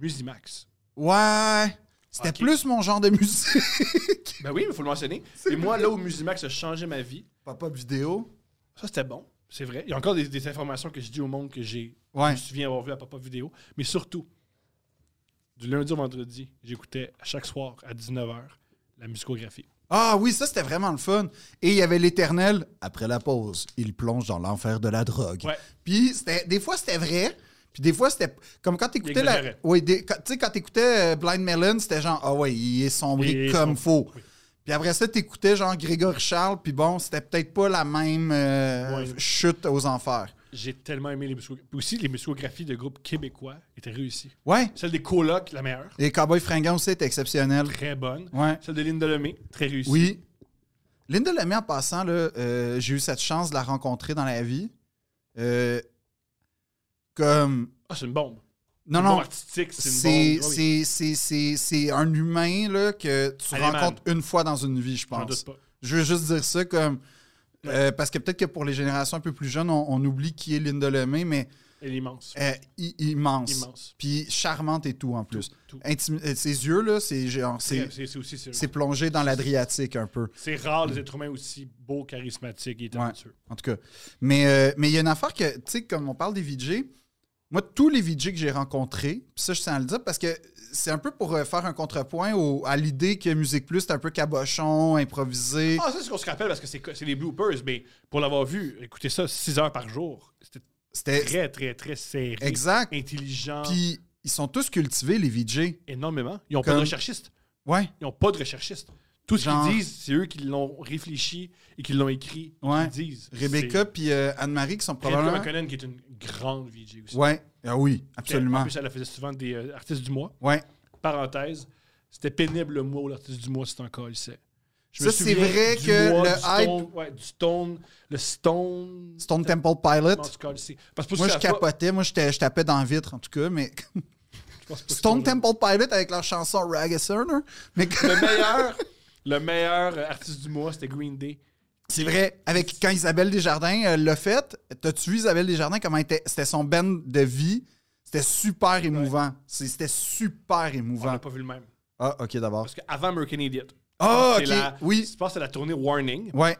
Speaker 2: Musimax.
Speaker 1: Ouais. C'était
Speaker 2: Ok.
Speaker 1: plus mon genre de musique. [LAUGHS]
Speaker 2: Ben oui, il faut le mentionner. Et moi, là où Musimax a changé ma vie,
Speaker 1: Pop-up vidéo.
Speaker 2: ça c'était bon. C'est vrai. Il y a encore des, des informations que je dis au monde que j'ai. Je
Speaker 1: Ouais.
Speaker 2: me souviens avoir vu à Papa Vidéo. Mais surtout, du lundi au vendredi, j'écoutais à chaque soir à 19h la musicographie.
Speaker 1: Ah oui, ça c'était vraiment le fun. Et il y avait l'éternel. Après la pause, il plonge dans l'enfer de la drogue.
Speaker 2: Ouais.
Speaker 1: Puis c'était- des fois c'était vrai. Puis des fois c'était comme quand t'écoutais
Speaker 2: Il
Speaker 1: la.
Speaker 2: exagérait.
Speaker 1: Oui, des- quand- tu sais, quand t'écoutais euh, Blind Melon, c'était genre Ah ouais, il est sombré
Speaker 2: Il est
Speaker 1: comme
Speaker 2: sombre,
Speaker 1: faux.
Speaker 2: oui.
Speaker 1: Puis après ça, t'écoutais genre Grégory Charles, puis bon, c'était peut-être pas la même euh,
Speaker 2: Ouais.
Speaker 1: chute aux enfers.
Speaker 2: J'ai tellement aimé les musicographies. Puis aussi, les musicographies de groupes québécois étaient réussies.
Speaker 1: Ouais.
Speaker 2: Celle des colocs, la meilleure,
Speaker 1: Et Cowboy Fringant aussi était exceptionnel.
Speaker 2: très bonne.
Speaker 1: Ouais.
Speaker 2: Celle de Linda Lemay, très réussie.
Speaker 1: Oui. Linda Lemay, en passant, là, euh, j'ai eu cette chance de la rencontrer dans la vie. Euh, comme.
Speaker 2: Ah, c'est une bombe.
Speaker 1: Non,
Speaker 2: C'est une bombe
Speaker 1: non.
Speaker 2: artistique, c'est
Speaker 1: C'est
Speaker 2: une bombe. Ah oui,
Speaker 1: c'est- c'est- c'est- c'est un humain là, que tu
Speaker 2: Allemand.
Speaker 1: rencontres une fois dans une vie, je
Speaker 2: J'en
Speaker 1: pense.
Speaker 2: doute pas.
Speaker 1: Je veux juste dire ça comme. euh, parce que peut-être que pour les générations un peu plus jeunes, on, on oublie qui est Linda Lemay, mais
Speaker 2: Elle est immense.
Speaker 1: euh, i- immense.
Speaker 2: Immense.
Speaker 1: Puis charmante et tout en plus.
Speaker 2: Tout.
Speaker 1: Intimi- euh, ses yeux, là, c'est genre- c'est-
Speaker 2: C'est c'est aussi. c'est-
Speaker 1: c'est plongé dans l'Adriatique un peu.
Speaker 2: C'est rare les êtres humains aussi beaux, charismatiques et talentueux.
Speaker 1: En tout cas. Mais euh, mais il y a une affaire que, tu sais, comme on parle des VJ, moi, tous les VJ que j'ai rencontrés, pis ça, je tiens à le dire parce que c'est un peu pour euh, faire un contrepoint au- à l'idée que Musique Plus, c'est un peu cabochon, improvisé.
Speaker 2: Ah, ça, c'est ce qu'on se rappelle parce que c'est c'est les bloopers, mais pour l'avoir vu, écoutez ça, 6 heures par jour. C'était
Speaker 1: C'était.
Speaker 2: très, très, très serré.
Speaker 1: Exact.
Speaker 2: Intelligent.
Speaker 1: Puis ils sont tous cultivés, les VJ.
Speaker 2: énormément. Ils n'ont pas
Speaker 1: Comme-
Speaker 2: de recherchistes.
Speaker 1: Ouais.
Speaker 2: Ils n'ont pas de recherchistes. Tout ce
Speaker 1: Genre-
Speaker 2: qu'ils disent, c'est eux qui l'ont réfléchi et qui l'ont écrit.
Speaker 1: Ouais.
Speaker 2: Ils disent.
Speaker 1: Rebecca puis euh, Anne-Marie qui sont
Speaker 2: C'est- Rebecca
Speaker 1: probablement.
Speaker 2: McConnell, qui est une grande VJ aussi.
Speaker 1: Ouais. Ah oui,
Speaker 2: En
Speaker 1: absolument.
Speaker 2: plus, elle faisait souvent des euh, artistes du mois.
Speaker 1: Ouais.
Speaker 2: Parenthèse, c'était pénible le mois où l'artiste du mois, c'était encore ici.
Speaker 1: Ça, c'est vrai que le hype-
Speaker 2: Stone, ouais, du Stone, le Stone.
Speaker 1: Stone Temple Pilot.
Speaker 2: Non, c'est encore ici. Parce que pour
Speaker 1: Moi, je
Speaker 2: ceux qui savent pas-
Speaker 1: capotais. Moi, j'étais- je tapais dans la vitre, en tout cas, mais.
Speaker 2: je pense pas que
Speaker 1: Stone Temple Pilot avec leur chanson Ragasurner.
Speaker 2: [LAUGHS]
Speaker 1: Mais
Speaker 2: Le meilleur, le meilleur euh, artiste du mois, c'était Green Day.
Speaker 1: c'est vrai, avec quand Isabelle Desjardins euh, l'a fait, t'as-tu vu Isabelle Desjardins comment elle était- c'était son band de vie? C'était super émouvant. C'est- C'était super
Speaker 2: On n'a
Speaker 1: émouvant.
Speaker 2: pas vu le même.
Speaker 1: Ah, ok, d'abord.
Speaker 2: Parce qu'avant American Idiot.
Speaker 1: Ah,
Speaker 2: c'est
Speaker 1: ok,
Speaker 2: la-
Speaker 1: oui.
Speaker 2: Je pense que c'est la tournée Warning.
Speaker 1: Ouais,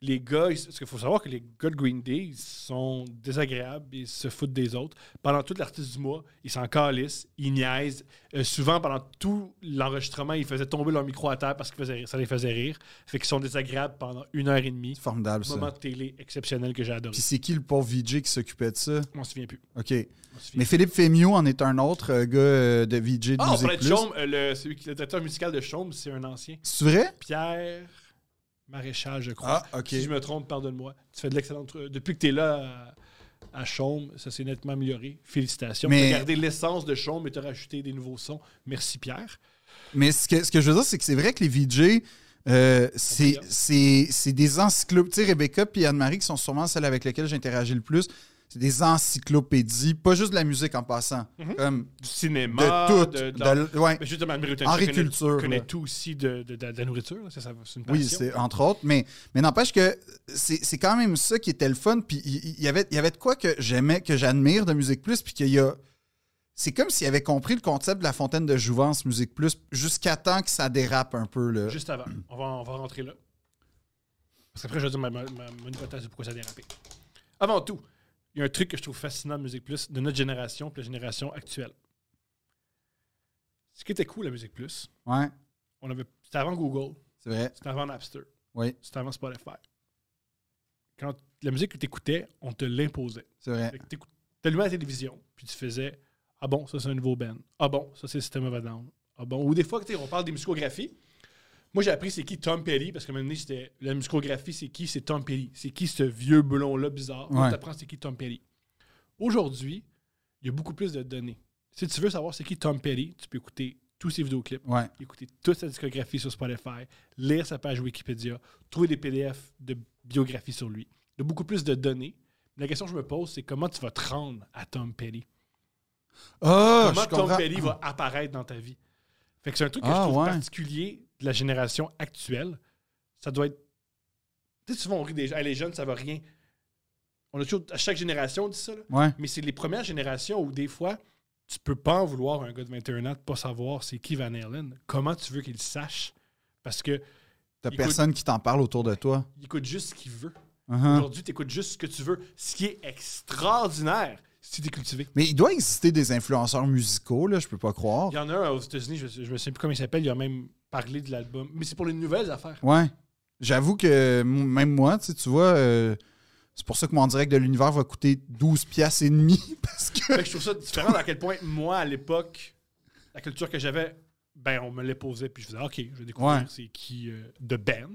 Speaker 2: Les gars, ils- parce qu'il faut savoir que les gars de Green Day, ils sont désagréables, ils se foutent des autres. Pendant toute l'artiste du mois, ils s'en calissent, ils niaisent. Euh, souvent, pendant tout l'enregistrement, ils faisaient tomber leur micro à terre parce que faisaient- ça les faisait rire. Fait qu'ils sont désagréables pendant une heure et demie.
Speaker 1: c'est formidable
Speaker 2: Moment
Speaker 1: ça.
Speaker 2: de télé exceptionnel que j'ai adoré.
Speaker 1: Puis c'est qui le pauvre VJ qui s'occupait de ça?
Speaker 2: On se souvient plus.
Speaker 1: Ok.
Speaker 2: On se souvient
Speaker 1: Mais Philippe Fémio en est un autre euh, gars euh, de VJ de
Speaker 2: Ah, on
Speaker 1: Musique
Speaker 2: parlait de
Speaker 1: Plus.
Speaker 2: Chaume, euh, le, celui qui, le directeur musical de Chaume, c'est un ancien.
Speaker 1: C'est vrai?
Speaker 2: Pierre Maréchal, je crois.
Speaker 1: Ah, ok.
Speaker 2: Si je me trompe, pardonne-moi. Tu fais de l'excellente. Depuis que tu es là à, à Chaume, ça s'est nettement amélioré. Félicitations.
Speaker 1: Mais-
Speaker 2: Tu as gardé l'essence de Chaume et tu as rajouté des nouveaux sons. Merci, Pierre.
Speaker 1: Mais ce que, ce que je veux dire, c'est que c'est vrai que les VJ, euh, c'est
Speaker 2: Compris.
Speaker 1: c'est- c'est des encyclopédies. Tu sais, Rebecca et Anne-Marie, qui sont sûrement celles avec lesquelles j'interagis le plus, c'est des encyclopédies, pas juste de la musique en passant, comme
Speaker 2: Du
Speaker 1: de
Speaker 2: cinéma.
Speaker 1: tout.
Speaker 2: Mhm. Bah,
Speaker 1: de
Speaker 2: de- dans-
Speaker 1: l- ouais.
Speaker 2: Mais justement, Anne-Marie Houtin,
Speaker 1: Henri
Speaker 2: je connais-
Speaker 1: Culture,
Speaker 2: connais
Speaker 1: là.
Speaker 2: tout aussi de, de- de- de la nourriture. là. Ça, ça, c'est une
Speaker 1: Oui,
Speaker 2: passion.
Speaker 1: c'est entre autres, mais, mais n'empêche que c'est c'est quand même ça qui était le fun. Puis il il y, avait, il y avait de quoi que j'aimais, que j'admire de Musique Plus, puis qu'il y a. C'est comme s'il avait compris le concept de la fontaine de jouvence Musique Plus jusqu'à temps que ça dérape un peu. Là.
Speaker 2: Juste avant, on va, on va rentrer là. Parce qu'après, je vais dire ma, ma, ma- mon hypothèse de pourquoi ça a dérapé. Avant tout, il y a un truc que je trouve fascinant à Musique Plus de notre génération puis la génération actuelle. Ce qui était cool à Musique Plus,
Speaker 1: Ouais,
Speaker 2: on avait, c'était avant Google,
Speaker 1: c'est vrai.
Speaker 2: c'était avant Napster,
Speaker 1: Oui,
Speaker 2: c'était avant Spotify. Quand la musique que tu écoutais, on te l'imposait.
Speaker 1: c'est vrai.
Speaker 2: Fait que t'écoutes- T'allumais la télévision, puis tu faisais Ah bon, ça c'est un nouveau band. Ah bon, ça c'est System of a Down. Ah bon. Ou des fois, tu sais, on parle des musicographies. Moi, j'ai appris c'est qui Tom Petty, parce que maintenant, c'était la musicographie, c'est qui C'est Tom Petty. C'est qui ce vieux blond-là bizarre
Speaker 1: Ouais.
Speaker 2: On t'apprend c'est qui Tom Petty. Aujourd'hui, il y a beaucoup plus de données. Si tu veux savoir c'est qui Tom Petty, tu peux écouter tous ses vidéoclips,
Speaker 1: Ouais.
Speaker 2: écouter toute sa discographie sur Spotify, lire sa page Wikipédia, trouver des PDF de biographie sur lui. Il y a beaucoup plus de données. Mais La question que je me pose, c'est comment tu vas te rendre à Tom Petty?
Speaker 1: Ah,
Speaker 2: comment
Speaker 1: je comprends.
Speaker 2: Tom Petty va apparaître dans ta vie? Fait que c'est un truc que
Speaker 1: Ah,
Speaker 2: je trouve
Speaker 1: ouais.
Speaker 2: particulier de la génération actuelle. Ça doit être. Tu sais, souvent on rit des gens. Hey, les jeunes, ça va rien. On a toujours. À chaque génération, on dit ça, là.
Speaker 1: Ouais.
Speaker 2: Mais c'est les premières générations où des fois, tu peux pas en vouloir à un gars de 21 ans de pas savoir c'est qui Van Halen. Comment tu veux qu'il le sache? Parce que
Speaker 1: T'as
Speaker 2: Écoute-
Speaker 1: personne qui t'en parle autour de toi.
Speaker 2: il écoute juste ce qu'il veut.
Speaker 1: Uh-huh.
Speaker 2: Aujourd'hui, tu écoutes juste ce que tu veux. Ce qui est extraordinaire si tu es cultivé.
Speaker 1: Mais il doit exister des influenceurs musicaux, là, je peux pas croire.
Speaker 2: Il y en a un aux États-Unis, je, je me souviens plus comment il s'appelle, il a même parlé de l'album. Mais c'est pour les nouvelles affaires.
Speaker 1: Ouais. J'avoue que m- même moi, tu sais, tu vois, euh, c'est pour ça que mon direct de l'univers va coûter 12 piastres et demi. [LAUGHS] Parce que.
Speaker 2: Fait que je trouve ça différent à quel point, moi, à l'époque, la culture que j'avais, ben, on me les posait, puis je faisais, OK, je vais découvrir
Speaker 1: Ouais.
Speaker 2: c'est qui euh, de band.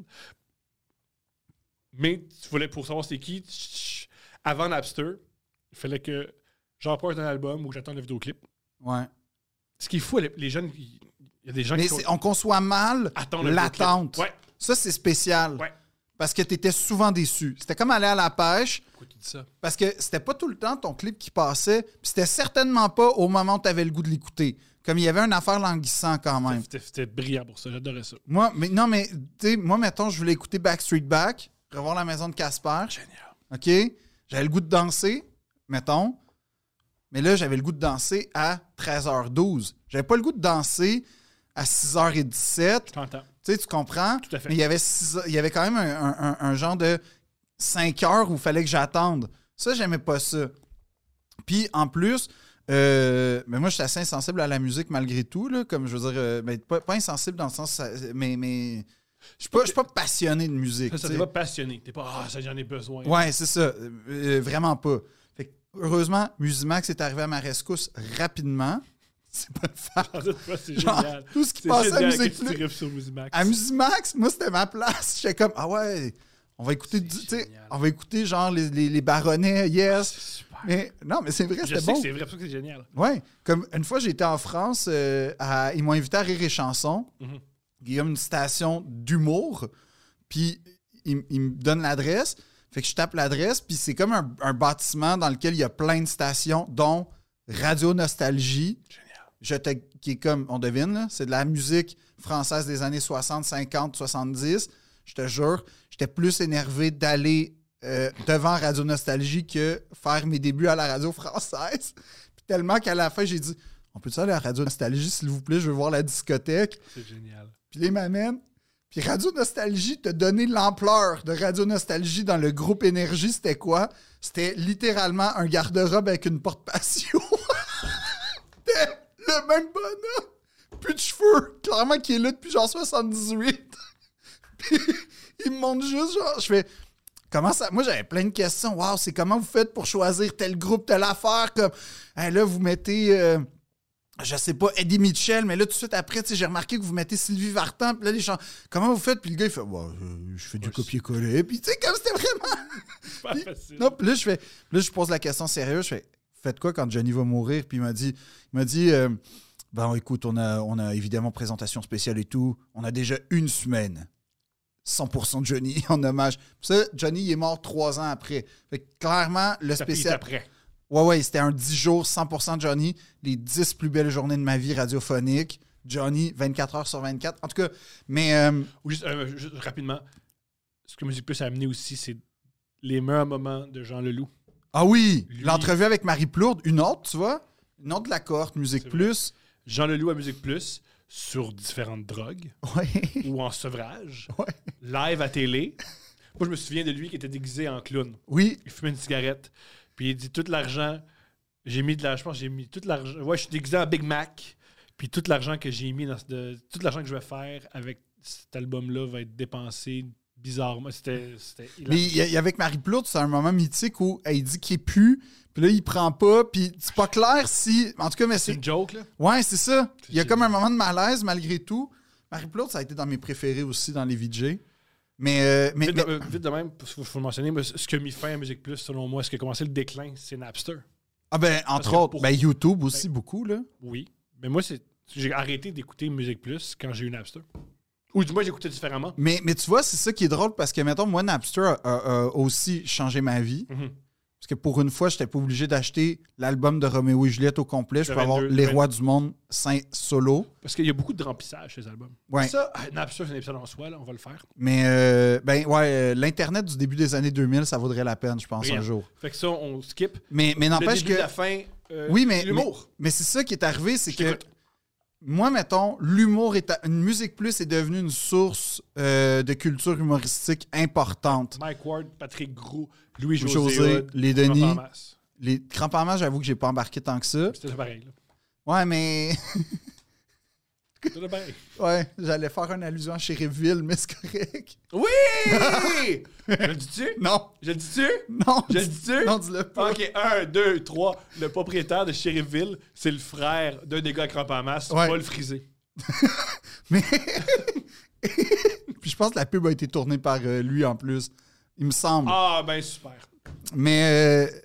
Speaker 2: Mais tu voulais, pour savoir c'est qui, tch- tch- avant Napster, il fallait que j'emporte un album ou que j'attende le vidéoclip.
Speaker 1: Ouais.
Speaker 2: Ce qu'il faut, les, les jeunes, il il y a des gens
Speaker 1: Mais
Speaker 2: qui sont-
Speaker 1: c'est- on conçoit mal
Speaker 2: attendent le vidéoclip.
Speaker 1: l'attente.
Speaker 2: Ouais,
Speaker 1: Ça, c'est spécial.
Speaker 2: Ouais.
Speaker 1: Parce que t'étais souvent déçu. C'était comme aller à la pêche.
Speaker 2: pourquoi tu dis ça?
Speaker 1: Parce que c'était pas tout le temps ton clip qui passait, puis c'était certainement pas au moment où t'avais le goût de l'écouter. Comme il y avait une affaire languissant quand même.
Speaker 2: C'était- C'était brillant pour ça, j'adorais ça.
Speaker 1: Moi, mais, non, mais, tu sais, moi, mettons, je voulais écouter Backstreet Back, revoir la maison de Casper.
Speaker 2: Génial.
Speaker 1: OK? J'avais le goût de danser, mettons. Mais là, j'avais le goût de danser à 13h12. J'avais pas le goût de danser à 6h17.
Speaker 2: Je t'entends.
Speaker 1: Tu sais, tu comprends?
Speaker 2: Tout à fait.
Speaker 1: Mais il y avait, six- il y avait quand même un, un- un- un genre de 5 heures où il fallait que j'attende. Ça, j'aimais pas ça. Puis en plus, euh, mais moi, je suis assez insensible à la musique malgré tout. là, comme je veux dire, euh, ben, pas, pas insensible dans le sens. ça- mais, mais je suis pas, je suis pas passionné de musique.
Speaker 2: Ça, ça,
Speaker 1: tu
Speaker 2: t'es
Speaker 1: sais.
Speaker 2: pas passionné. T'es pas, ah, ça, j'en ai besoin.
Speaker 1: Ouais, c'est ça. Euh, euh, vraiment pas. Fait que, heureusement, Musimax est arrivé à ma rescousse rapidement. [LAUGHS] C'est pas le fait.
Speaker 2: [LAUGHS] c'est
Speaker 1: Genre,
Speaker 2: Ah, génial.
Speaker 1: tout ce qui
Speaker 2: C'est
Speaker 1: passait à
Speaker 2: génial que
Speaker 1: Musique
Speaker 2: tu
Speaker 1: Plus.
Speaker 2: tripes sur Musimax.
Speaker 1: À Musimax, moi, c'était ma place. J'étais comme, ah ouais, on va écouter
Speaker 2: C'est
Speaker 1: du. tu sais,
Speaker 2: génial. Ah,
Speaker 1: On va écouter genre les, les, les baronnets, yes.
Speaker 2: C'est super.
Speaker 1: Mais non, mais c'est vrai,
Speaker 2: Je
Speaker 1: c'était
Speaker 2: sais que
Speaker 1: bon.
Speaker 2: c'est vrai, c'est pour ça que c'est génial.
Speaker 1: Ouais. Comme une fois, j'étais en France, euh, à- ils m'ont invité à Rire et Chanson.
Speaker 2: Mhm.
Speaker 1: Il y a une station d'humour. Puis ils, ils me donnent l'adresse. Fait que je tape l'adresse. Puis c'est comme un, un bâtiment dans lequel il y a plein de stations, dont Radio Nostalgie.
Speaker 2: Génial.
Speaker 1: Je te- qui est comme, on devine, là, c'est de la musique française des années 60, 50, 70. Je te jure, j'étais plus énervé d'aller euh, devant Radio Nostalgie que faire mes débuts à la radio française. [LAUGHS] Puis tellement qu'à la fin, j'ai dit On peut-tu aller à Radio Nostalgie, s'il vous plaît Je veux voir la discothèque.
Speaker 2: C'est génial.
Speaker 1: Puis les m'amène. Puis Radio Nostalgie te donnait l'ampleur de Radio Nostalgie dans le groupe Énergie. C'était quoi C'était littéralement un garde-robe avec une porte patio. [LAUGHS] C'était le même bonhomme. Plus de cheveux. Clairement, qui est là depuis genre 78. [LAUGHS] Puis il me montre juste, genre, je fais. Comment ça? Moi, j'avais plein de questions. Waouh, c'est comment vous faites pour choisir tel groupe, telle affaire? Comme, Hey, là, vous mettez. euh, je sais pas, Eddie Mitchell, mais là, tout de suite après, tu sais, j'ai remarqué que vous mettez Sylvie Vartan, puis là, les gens, comment vous faites? Puis le gars, il fait, Bah, euh, je fais du
Speaker 2: Ouais,
Speaker 1: copier-coller, puis tu sais, comme c'était vraiment.
Speaker 2: C'est pas
Speaker 1: Puis-
Speaker 2: facile.
Speaker 1: Non, puis là, je fais, là, je pose la question sérieuse, je fais, faites quoi quand Johnny va mourir? Puis il m'a dit, il m'a dit, euh, ben écoute, on a, on a évidemment présentation spéciale et tout, on a déjà une semaine. 100% Johnny [LAUGHS] en hommage. Ça, Johnny il est mort trois ans après. Fait que clairement, le
Speaker 2: Ça paye
Speaker 1: spécial.
Speaker 2: après.
Speaker 1: Ouais, ouais, c'était un 10 jours, 100% Johnny. Les 10 plus belles journées de ma vie radiophonique. Johnny, 24 heures sur 24. En tout cas, mais euh,
Speaker 2: Ou juste, euh, juste rapidement, ce que Musique Plus a amené aussi, c'est les meilleurs moments de Jean Leloup.
Speaker 1: ah oui,
Speaker 2: Lui-
Speaker 1: l'entrevue avec Marie Plourde, une autre, tu vois, une autre de la cohorte Musique
Speaker 2: C'est
Speaker 1: Plus.
Speaker 2: Jean Leloup à Musique Plus sur différentes drogues [LAUGHS]
Speaker 1: Ouais.
Speaker 2: ou en sevrage,
Speaker 1: [LAUGHS] Ouais.
Speaker 2: live à télé. Moi, je me souviens de lui qui était déguisé en clown.
Speaker 1: Oui,
Speaker 2: Il fumait une cigarette, puis il dit tout l'argent. J'ai mis de l'argent, je pense, que j'ai mis tout l'argent. Ouais, je suis déguisé en Big Mac, puis tout l'argent que j'ai mis dans ce- de- tout l'argent que je vais faire avec cet album-là va être dépensé bizarrement. C'était, c'était hilarant.
Speaker 1: mais il y a- il y a avec Marie Plourde, c'est un moment mythique où elle dit qu'il pue, puis là, il prend pas, puis c'est pas clair si. En tout cas, mais
Speaker 2: C'est
Speaker 1: c'est.
Speaker 2: une joke, là.
Speaker 1: Ouais, c'est ça. Il y a
Speaker 2: C'est-
Speaker 1: comme un moment de malaise malgré tout. Marie Plourde, ça a été dans mes préférés aussi dans les VJ. Mais, euh, mais,
Speaker 2: Vite,
Speaker 1: mais-
Speaker 2: de, euh, vite de même, il faut, faut le mentionner, mais ce qui a mis fin à Musique Plus, selon moi, ce qui a commencé le déclin, c'est Napster.
Speaker 1: Ah ben, entre
Speaker 2: que
Speaker 1: autres,
Speaker 2: pour-
Speaker 1: ben, YouTube aussi beaucoup, là.
Speaker 2: Oui. Mais moi, c'est j'ai arrêté d'écouter Musique Plus quand j'ai eu Napster. Ou du moins, j'écoutais différemment.
Speaker 1: Mais, mais tu vois, c'est ça qui est drôle parce que, mettons, moi, Napster a, a- a aussi changé ma vie.
Speaker 2: Mhm.
Speaker 1: Parce que pour une fois, je n'étais pas obligé d'acheter l'album de Roméo et Juliette au complet. Je
Speaker 2: Le
Speaker 1: peux avoir
Speaker 2: 22,
Speaker 1: Les
Speaker 2: le
Speaker 1: Rois du Monde, Saint Solo.
Speaker 2: Parce qu'il y a beaucoup de remplissage, ces albums.
Speaker 1: Ouais.
Speaker 2: Ça, ah, Napster, c'est un épisode en soi, là, on va le faire.
Speaker 1: Mais, euh, ben, ouais, euh, l'Internet du début des années 2000, ça vaudrait la peine, je pense,
Speaker 2: Brillant.
Speaker 1: un jour.
Speaker 2: Fait que ça, on skip.
Speaker 1: Mais, mais
Speaker 2: Le
Speaker 1: n'empêche
Speaker 2: début,
Speaker 1: que.
Speaker 2: la fin, euh,
Speaker 1: Oui, mais-
Speaker 2: l'humour.
Speaker 1: Mais c'est ça qui est arrivé, c'est
Speaker 2: Je
Speaker 1: que.
Speaker 2: t'écoute.
Speaker 1: Moi, mettons, l'humour est. à- Une musique plus est devenue une source euh, de culture humoristique importante.
Speaker 2: Mike Ward, Patrick Gros, Louis-José,
Speaker 1: José,
Speaker 2: Hood,
Speaker 1: les
Speaker 2: Jean
Speaker 1: Denis.
Speaker 2: Parmasse.
Speaker 1: Les crampes en main, j'avoue que j'ai pas embarqué tant que ça.
Speaker 2: C'était pareil. là.
Speaker 1: Ouais, mais. [LAUGHS]
Speaker 2: C'était pareil.
Speaker 1: Ouais, j'allais faire une allusion à Shérifville, mais c'est correct.
Speaker 2: Oui! Je le dis-tu?
Speaker 1: Non,
Speaker 2: Je le dis-tu?
Speaker 1: non.
Speaker 2: Je le
Speaker 1: dis-
Speaker 2: dis-tu?
Speaker 1: Non, dis-le pas.
Speaker 2: Ok, un, deux, trois. Le propriétaire de Shérifville, c'est le frère d'un des gars à crampe en masse,
Speaker 1: Ouais.
Speaker 2: Paul Frisé. Ah.
Speaker 1: Mais. [LAUGHS] Puis je pense que la pub a été tournée par euh, lui en plus. Il me semble.
Speaker 2: Ah, ben super.
Speaker 1: Mais, euh,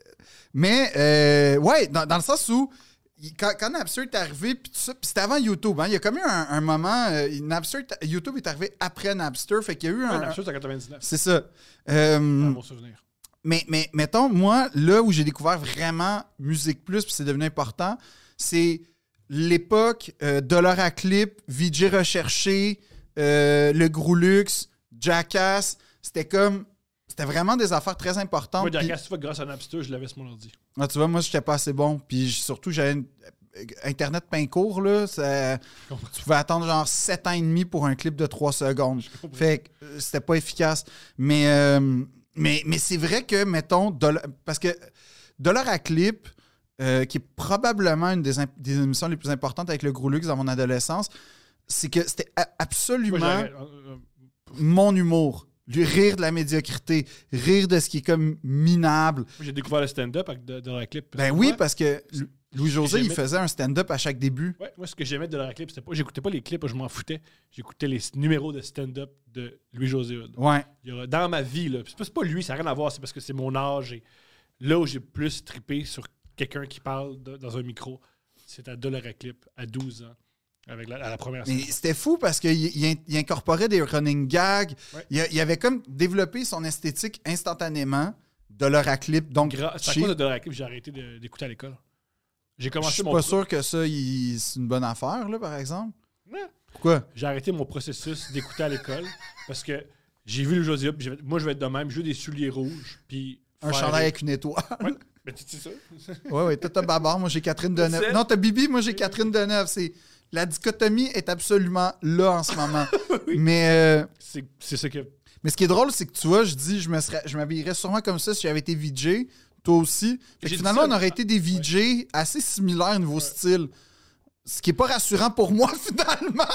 Speaker 1: mais euh, ouais, dans, dans le sens où il- quand, quand Napster est arrivé, puis tout ça, puis c'était avant YouTube. hein, il y a comme eu un, un moment. euh, Napster, est- YouTube est arrivé après Napster, fait qu'il y a eu
Speaker 2: Un
Speaker 1: un.
Speaker 2: Napster, Ah, c'est en 99,
Speaker 1: c'est ça. Euh,
Speaker 2: à mon souvenir.
Speaker 1: Mais, mais mettons, moi, là où j'ai découvert vraiment Musique Plus, puis c'est devenu important, c'est l'époque euh, Dollar à clip, VJ recherché, euh, le Groulux, Jackass, c'était comme c'était vraiment des affaires très importantes.
Speaker 2: Moi,
Speaker 1: puis-
Speaker 2: Jackass, tu vois, grâce à Napster, je l'avais sur mon ordi.
Speaker 1: Ah, tu vois, moi j'étais pas assez bon, puis j- surtout j'avais une- euh, internet pain court là, ça-
Speaker 2: comprends.
Speaker 1: tu pouvais attendre genre 7 ans et demi pour un clip de 3 secondes. Fait que euh, c'était pas efficace. Mais, euh, mais, mais c'est vrai que, mettons, Dollar- parce que Dollar à Clip, euh, qui est probablement une des, imp- des émissions les plus importantes avec le Gros Luxe dans mon adolescence, c'est que c'était a-
Speaker 2: Moi,
Speaker 1: absolument
Speaker 2: j'aurais- euh, euh,
Speaker 1: mon humour. Du rire de la médiocrité, rire de ce qui est comme minable.
Speaker 2: moi, J'ai découvert le stand-up avec de, de la clip.
Speaker 1: Ben oui, parce que Lu- Louis-José, il
Speaker 2: J'aimais-
Speaker 1: faisait un stand-up à chaque début.
Speaker 2: Ouais, moi, ce que j'aimais de la clip, c'était pas. J'écoutais pas les clips, je m'en foutais. J'écoutais les numéros de stand-up de Louis-José Hood.
Speaker 1: Ouais.
Speaker 2: Il y aura- Dans ma vie, là, c'est pas- c'est pas lui, ça n'a rien à voir, c'est parce que c'est mon âge. Et là où j'ai plus trippé sur quelqu'un qui parle de- dans un micro, c'est à Dollar à Clip, à 12 ans, avec la, à la première
Speaker 1: Mais
Speaker 2: saison.
Speaker 1: c'était fou parce qu'il il, in- il incorporait des running gags.
Speaker 2: Ouais.
Speaker 1: Il, a- il avait comme développé son esthétique instantanément de leur à clip. Donc,
Speaker 2: Gra- C'est à
Speaker 1: cheap.
Speaker 2: cause de Dollar à Clip que j'ai arrêté de- d'écouter à l'école. J'ai
Speaker 1: je
Speaker 2: commencé
Speaker 1: suis
Speaker 2: mon.
Speaker 1: pas
Speaker 2: pro-
Speaker 1: sûr que ça, il- c'est une bonne affaire, là, par exemple.
Speaker 2: Non.
Speaker 1: Pourquoi?
Speaker 2: J'ai arrêté mon processus d'écouter à l'école parce que j'ai vu le José Hood, puis j'ai fait, moi je vais être de même, je veux des souliers rouges, puis.
Speaker 1: Un
Speaker 2: faire-
Speaker 1: chandail avec une étoile. [LAUGHS]
Speaker 2: Ouais. Mais tu sais ça?
Speaker 1: Oui, oui. Toi, t'as Babar, moi, j'ai Catherine Deneuve.
Speaker 2: Celle-
Speaker 1: Non, t'as Bibi, moi, j'ai Catherine Deneuve. C'est... La dichotomie est absolument là en ce moment.
Speaker 2: [LAUGHS]
Speaker 1: Mais, euh,
Speaker 2: C'est c'est ça que.
Speaker 1: mais ce qui est drôle, c'est que tu vois, je dis, je, me serais, je m'habillerais sûrement comme ça si j'avais été VJ. Toi aussi. Fait que
Speaker 2: J'ai dit
Speaker 1: finalement,
Speaker 2: ça,
Speaker 1: on aurait été des VJ assez similaires au niveau style. Ce qui est pas rassurant pour moi, [LAUGHS] finalement.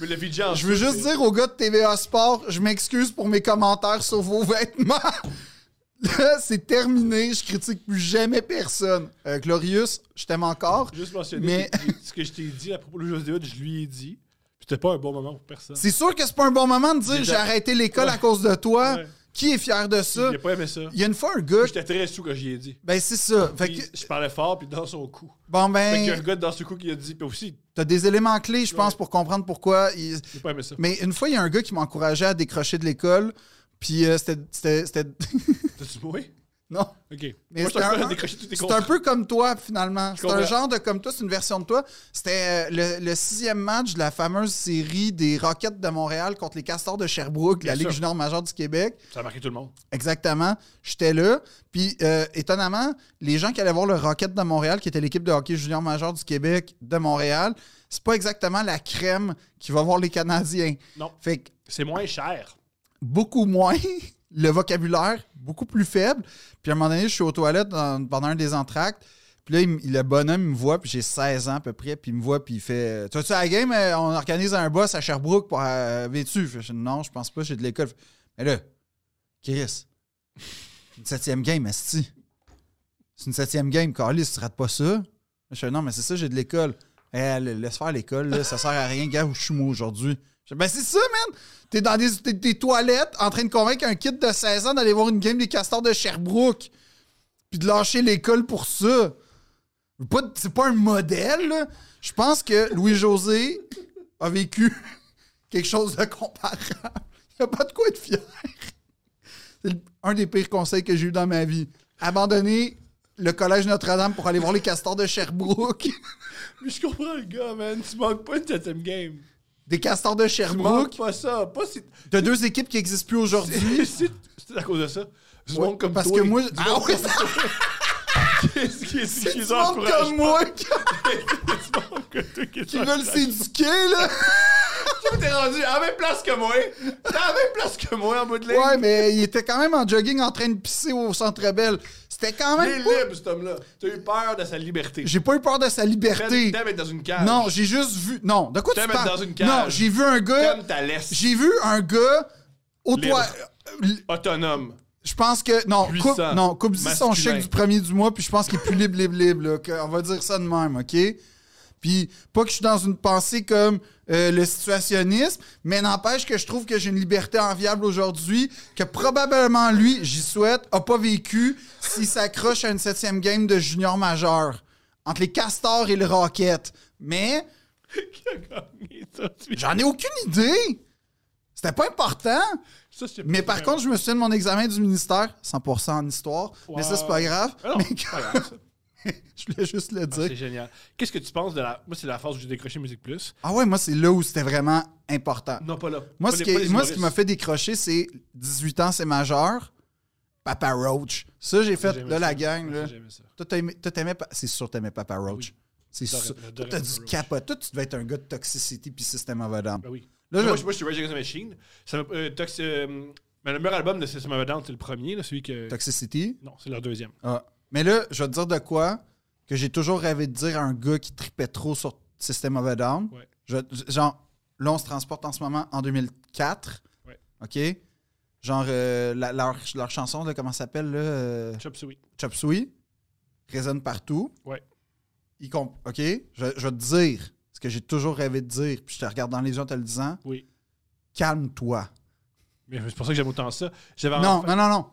Speaker 2: Mais le VJ en
Speaker 1: Je veux
Speaker 2: dessous,
Speaker 1: juste
Speaker 2: c'est-
Speaker 1: dire aux gars de TVA Sport, je m'excuse pour mes commentaires sur vos vêtements. [LAUGHS] Là, c'est terminé. Je critique plus jamais personne. Euh, Glorius, je t'aime encore.
Speaker 2: Juste mentionner
Speaker 1: Mais-
Speaker 2: que- que- ce que je t'ai dit à propos de José Hood, je lui ai dit. Puis C'était pas un bon moment pour personne.
Speaker 1: C'est sûr que c'est pas un bon moment de dire j'ai arrêté l'école à cause de toi.
Speaker 2: Ouais.
Speaker 1: Qui est fier de ça?
Speaker 2: Il a pas aimé ça.
Speaker 1: Il y a une fois un gars.
Speaker 2: J'étais très sous quand j'y ai dit.
Speaker 1: Ben, c'est ça. Fait
Speaker 2: Puis
Speaker 1: que,
Speaker 2: Je parlais fort, puis dans son cou.
Speaker 1: bon,
Speaker 2: Fait qu'il y a un
Speaker 1: ben,
Speaker 2: gars dans ce cou qui a dit. Puis aussi,
Speaker 1: t'as des éléments clés, je pense,
Speaker 2: Ouais.
Speaker 1: pour comprendre pourquoi. il-
Speaker 2: j'ai pas aimé ça.
Speaker 1: Mais une fois, il y a un gars qui m'encourageait à décrocher de l'école. Puis euh, c'était- c'était. c'était- [LAUGHS]
Speaker 2: T'as-tu moué?
Speaker 1: Non.
Speaker 2: Ok.
Speaker 1: Mais
Speaker 2: Moi, je
Speaker 1: c'était
Speaker 2: t'en
Speaker 1: un-
Speaker 2: à décrocher tous tes
Speaker 1: C'est un peu comme toi, finalement. C'est un
Speaker 2: comprends.
Speaker 1: genre de comme toi, c'est une version de toi. C'était euh, le, le sixième match de la fameuse série des Rockets de Montréal contre les Castors de Sherbrooke, la
Speaker 2: Bien
Speaker 1: Ligue
Speaker 2: sûr.
Speaker 1: junior majeure du Québec.
Speaker 2: Ça a marqué tout le monde.
Speaker 1: Exactement. J'étais là. Puis, euh, étonnamment, les gens qui allaient voir le Rocket de Montréal, qui était l'équipe de hockey junior majeur du Québec de Montréal, c'est pas exactement la crème qui va voir les Canadiens.
Speaker 2: Non.
Speaker 1: Fait que
Speaker 2: C'est moins cher.
Speaker 1: beaucoup moins, [LAUGHS] le vocabulaire beaucoup plus faible. Puis à un moment donné, je suis aux toilettes dans- pendant un des entractes. Puis là, il m- le bonhomme, il me voit, puis j'ai 16 ans à peu près, puis il me voit, puis il fait « tu à la game? euh, On organise un boss à Sherbrooke pour euh, Vétu. » Fait que Je dis « Non, je pense pas, j'ai de l'école. » Fait, Mais là, Chris, une septième game, esti. C'est une septième game, Carlis, tu rates pas ça? Je fais « Non, mais c'est ça, j'ai de l'école. » Eh, le- Laisse faire l'école, là, ça sert à rien. Gars, où je suis moi aujourd'hui? Je fais, Ben c'est ça, man! T'es dans des, t'es- des toilettes en train de convaincre un kid de 16 ans d'aller voir une game des castors de Sherbrooke. Puis de lâcher l'école pour ça. Pas- c'est pas un modèle, là. Je pense que Louis-José a vécu [LAUGHS] quelque chose de comparable. Il n'y a pas de quoi être fier. C'est le- un des pires conseils que j'ai eu dans ma vie. Abandonner le collège Notre-Dame pour aller voir les castors de Sherbrooke. [LAUGHS]
Speaker 2: Mais je comprends le gars, man. Tu manques pas une septième game.
Speaker 1: Des castors de
Speaker 2: Tu
Speaker 1: Sherbrooke.
Speaker 2: manques pas ça. Pas si.
Speaker 1: De deux équipes qui n'existent plus aujourd'hui.
Speaker 2: [LAUGHS] C'est c'est à cause de ça. Du
Speaker 1: Ouais,
Speaker 2: monde comme
Speaker 1: parce
Speaker 2: toi.
Speaker 1: que moi-
Speaker 2: du
Speaker 1: Ah
Speaker 2: monde
Speaker 1: oui,
Speaker 2: comme toi. [LAUGHS] Qu'est-ce qui est-ce
Speaker 1: C'est
Speaker 2: qui
Speaker 1: du
Speaker 2: les
Speaker 1: monde
Speaker 2: encourage
Speaker 1: comme moi qui,
Speaker 2: Du monde comme toi qui
Speaker 1: qui
Speaker 2: les
Speaker 1: veulent s'éduquer, là.
Speaker 2: Tu t'es rendu à la même place que moi. T'es à la même place que moi en bout de
Speaker 1: [LAUGHS]
Speaker 2: ligne.
Speaker 1: Ouais, mais il était quand même en jogging en train de pisser au centre belle. C'était quand
Speaker 2: Il est
Speaker 1: même. pas-
Speaker 2: libre, cet homme-là. T'as eu peur de sa liberté.
Speaker 1: J'ai pas eu peur de sa
Speaker 2: T'aimes
Speaker 1: liberté.
Speaker 2: t'aimes être dans une cage.
Speaker 1: Non, j'ai juste vu. Non, de quoi tu
Speaker 2: T'aimes être
Speaker 1: parles?
Speaker 2: dans une cage.
Speaker 1: non, j'ai vu un gars.
Speaker 2: T'aimes ta laisse.
Speaker 1: J'ai vu un gars au
Speaker 2: Libre.
Speaker 1: toit. euh, [LAUGHS]
Speaker 2: Autonome.
Speaker 1: Je pense que. Non,
Speaker 2: Puissant.
Speaker 1: coupe, non, coupe son
Speaker 2: Masculin.
Speaker 1: chèque du premier du mois, puis je pense qu'il est plus libre, libre, libre. là, que- on va dire ça de même, OK? Puis, pas que je suis dans une pensée comme euh, le situationnisme, mais n'empêche que je trouve que j'ai une liberté enviable aujourd'hui, que probablement lui, j'y souhaite, a pas vécu s'il s'accroche à une septième game de junior majeur entre les castors et le rocket. Mais
Speaker 2: Qui a gagné ça? tu-
Speaker 1: j'en ai aucune idée. C'était pas important.
Speaker 2: Ça, c'est-
Speaker 1: Mais par contre, je me souviens de mon examen du ministère, 100% en histoire. Mais ça, c'est pas grave. [LAUGHS]
Speaker 2: Ah non,
Speaker 1: Mais
Speaker 2: c'est pas
Speaker 1: [LAUGHS]
Speaker 2: grave, ça.
Speaker 1: je voulais juste le
Speaker 2: Ah,
Speaker 1: dire.
Speaker 2: c'est génial. Qu'est-ce que tu penses de la. Moi, c'est la phase où j'ai décroché Musique Plus.
Speaker 1: Ah ouais, moi, c'est là où c'était vraiment important.
Speaker 2: Non, pas là.
Speaker 1: Moi,
Speaker 2: Pas
Speaker 1: ce
Speaker 2: les- pas
Speaker 1: qui,
Speaker 2: les
Speaker 1: moi, ce qui m'a
Speaker 2: humoristes.
Speaker 1: fait décrocher, c'est 18 ans, c'est majeur. Papa Roach. Ça, j'ai fait,
Speaker 2: J'aimais
Speaker 1: là, la
Speaker 2: ça.
Speaker 1: gang. Là.
Speaker 2: J'aimais Ah, ça.
Speaker 1: Toi, t'aimais, toi, t'aimais pas- c'est sûr que t'aimais Papa Roach.
Speaker 2: Oui.
Speaker 1: C'est
Speaker 2: J'adorais-
Speaker 1: sûr. Toi,
Speaker 2: j'adorais
Speaker 1: t'as
Speaker 2: Papa
Speaker 1: du
Speaker 2: Roach.
Speaker 1: capote. Toi, tu devais être un gars de toxicité puis système of a Down.
Speaker 2: Ben oui.
Speaker 1: Là,
Speaker 2: moi,
Speaker 1: je-
Speaker 2: je, moi, je suis Rage Against the Machine. Ça m'a- euh, Tox- euh, mais le meilleur album de System of a Down, c'est le premier, là, celui que.
Speaker 1: Toxicity.
Speaker 2: Non, c'est leur deuxième.
Speaker 1: Ah. Mais là, je vais te dire de quoi que j'ai toujours rêvé de dire à un gars qui tripait trop sur System of a Down.
Speaker 2: Ouais.
Speaker 1: Je- je- genre, là, on se transporte en ce moment en 2004.
Speaker 2: Ouais.
Speaker 1: OK? Genre, euh, la- leur, leur chanson, là, comment ça s'appelle? Là, euh,
Speaker 2: Chop Suey.
Speaker 1: Chop Suey résonne partout.
Speaker 2: Ouais.
Speaker 1: Il comp- OK? Je, je vais te dire ce que j'ai toujours rêvé de dire, puis je te regarde dans les yeux en te le disant.
Speaker 2: Oui.
Speaker 1: Calme-toi.
Speaker 2: Mais c'est pour ça que j'aime autant ça. J'avais
Speaker 1: Non,
Speaker 2: enfin-
Speaker 1: non, non, non.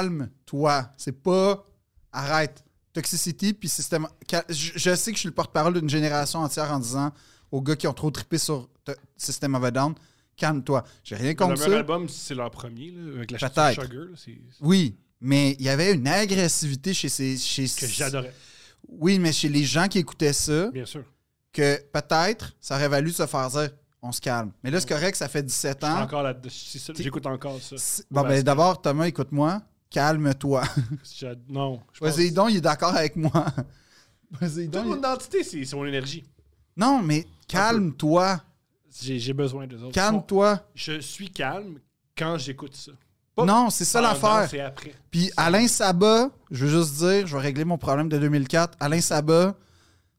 Speaker 1: Calme-toi. C'est pas. Arrête. Toxicity, puis système. Cal- Je, je sais que je suis le porte-parole d'une génération entière en disant aux gars qui ont trop trippé sur to- System of a Down, calme-toi. J'ai rien
Speaker 2: Leur
Speaker 1: contre
Speaker 2: meilleur
Speaker 1: ça.
Speaker 2: album, c'est leur premier, là, avec la
Speaker 1: Peut-être.
Speaker 2: chanson Sugar. là, c'est-
Speaker 1: Oui, mais il y avait une agressivité chez ces. Chez
Speaker 2: Que j'adorais,
Speaker 1: Oui, mais chez les gens qui écoutaient ça,
Speaker 2: bien sûr.
Speaker 1: que peut-être ça aurait valu de se faire dire on se calme. Mais là, c'est correct, ça fait 17
Speaker 2: Je suis
Speaker 1: ans.
Speaker 2: encore là c'est ça,
Speaker 1: Hein? T'es-
Speaker 2: J'écoute encore
Speaker 1: [LAUGHS]
Speaker 2: ça.
Speaker 1: C'est- Bon, ben
Speaker 2: Basket.
Speaker 1: d'abord, Thomas, écoute-moi. Calme-toi.
Speaker 2: J'a- Non. Je pense-
Speaker 1: Poséidon, il est d'accord avec moi. [LAUGHS] Poséidon,
Speaker 2: Toute mon
Speaker 1: il-
Speaker 2: identité, c'est c'est mon énergie.
Speaker 1: Non, mais calme-toi.
Speaker 2: J'ai j'ai besoin d'eux autres.
Speaker 1: Calme-toi.
Speaker 2: Je suis calme quand j'écoute ça. Pas
Speaker 1: Non, c'est ça
Speaker 2: pendant,
Speaker 1: l'affaire.
Speaker 2: C'est après.
Speaker 1: Puis Alain Sabat, je veux juste dire, je vais régler mon problème de 2004. Alain Sabat,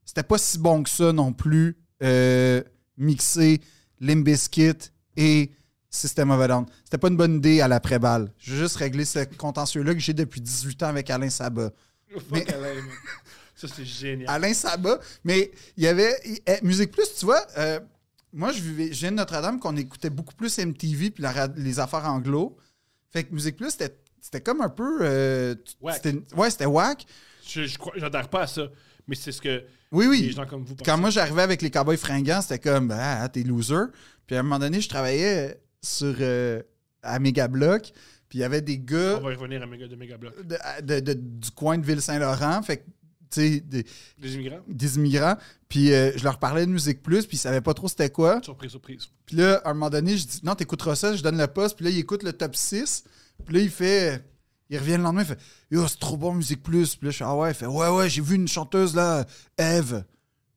Speaker 1: c'était pas si bon que ça non plus, euh, mixer Limbiskit et System of a Down. C'était pas une bonne idée à l'après-balle. Je veux juste régler ce contentieux-là que j'ai depuis 18 ans avec Alain Sabat.
Speaker 2: Fuck Alain, man. Ça, c'est génial.
Speaker 1: Alain Sabat, mais il y avait. il- eh, Musique Plus, tu vois, euh, moi, je vivais. J'ai Notre-Dame qu'on écoutait beaucoup plus MTV puis la rad- les affaires anglo. Fait que Musique Plus, c'était. C'était comme un peu. euh, tu-
Speaker 2: Whack.
Speaker 1: c'était- ouais, c'était whack.
Speaker 2: Je, je crois, j'adhère pas à ça, mais c'est ce que
Speaker 1: Oui,
Speaker 2: les
Speaker 1: oui.
Speaker 2: gens comme vous pensent.
Speaker 1: Quand moi, j'arrivais avec les cowboys fringants, c'était comme, ah, t'es loser. Puis à un moment donné, je travaillais sur. euh, à Megablock. Puis il y avait des gars.
Speaker 2: On va y revenir à Mega de Megablock.
Speaker 1: de- de- de- du coin de Ville-Saint-Laurent. Fait que, tu sais, des,
Speaker 2: Les immigrants,
Speaker 1: des immigrants. Puis euh, je leur parlais de musique plus, puis ils savaient pas trop c'était quoi.
Speaker 2: surprise, surprise.
Speaker 1: Puis là, à un moment donné, je dis Non, t'écouteras ça, je donne le poste. Puis là, il écoute le top 6. Puis là, il fait. Il revient le lendemain, il fait Yo, c'est trop bon, Musique Plus. Puis là, je fais Ah ouais, il fait Ouais, ouais, j'ai vu une chanteuse là, Eve.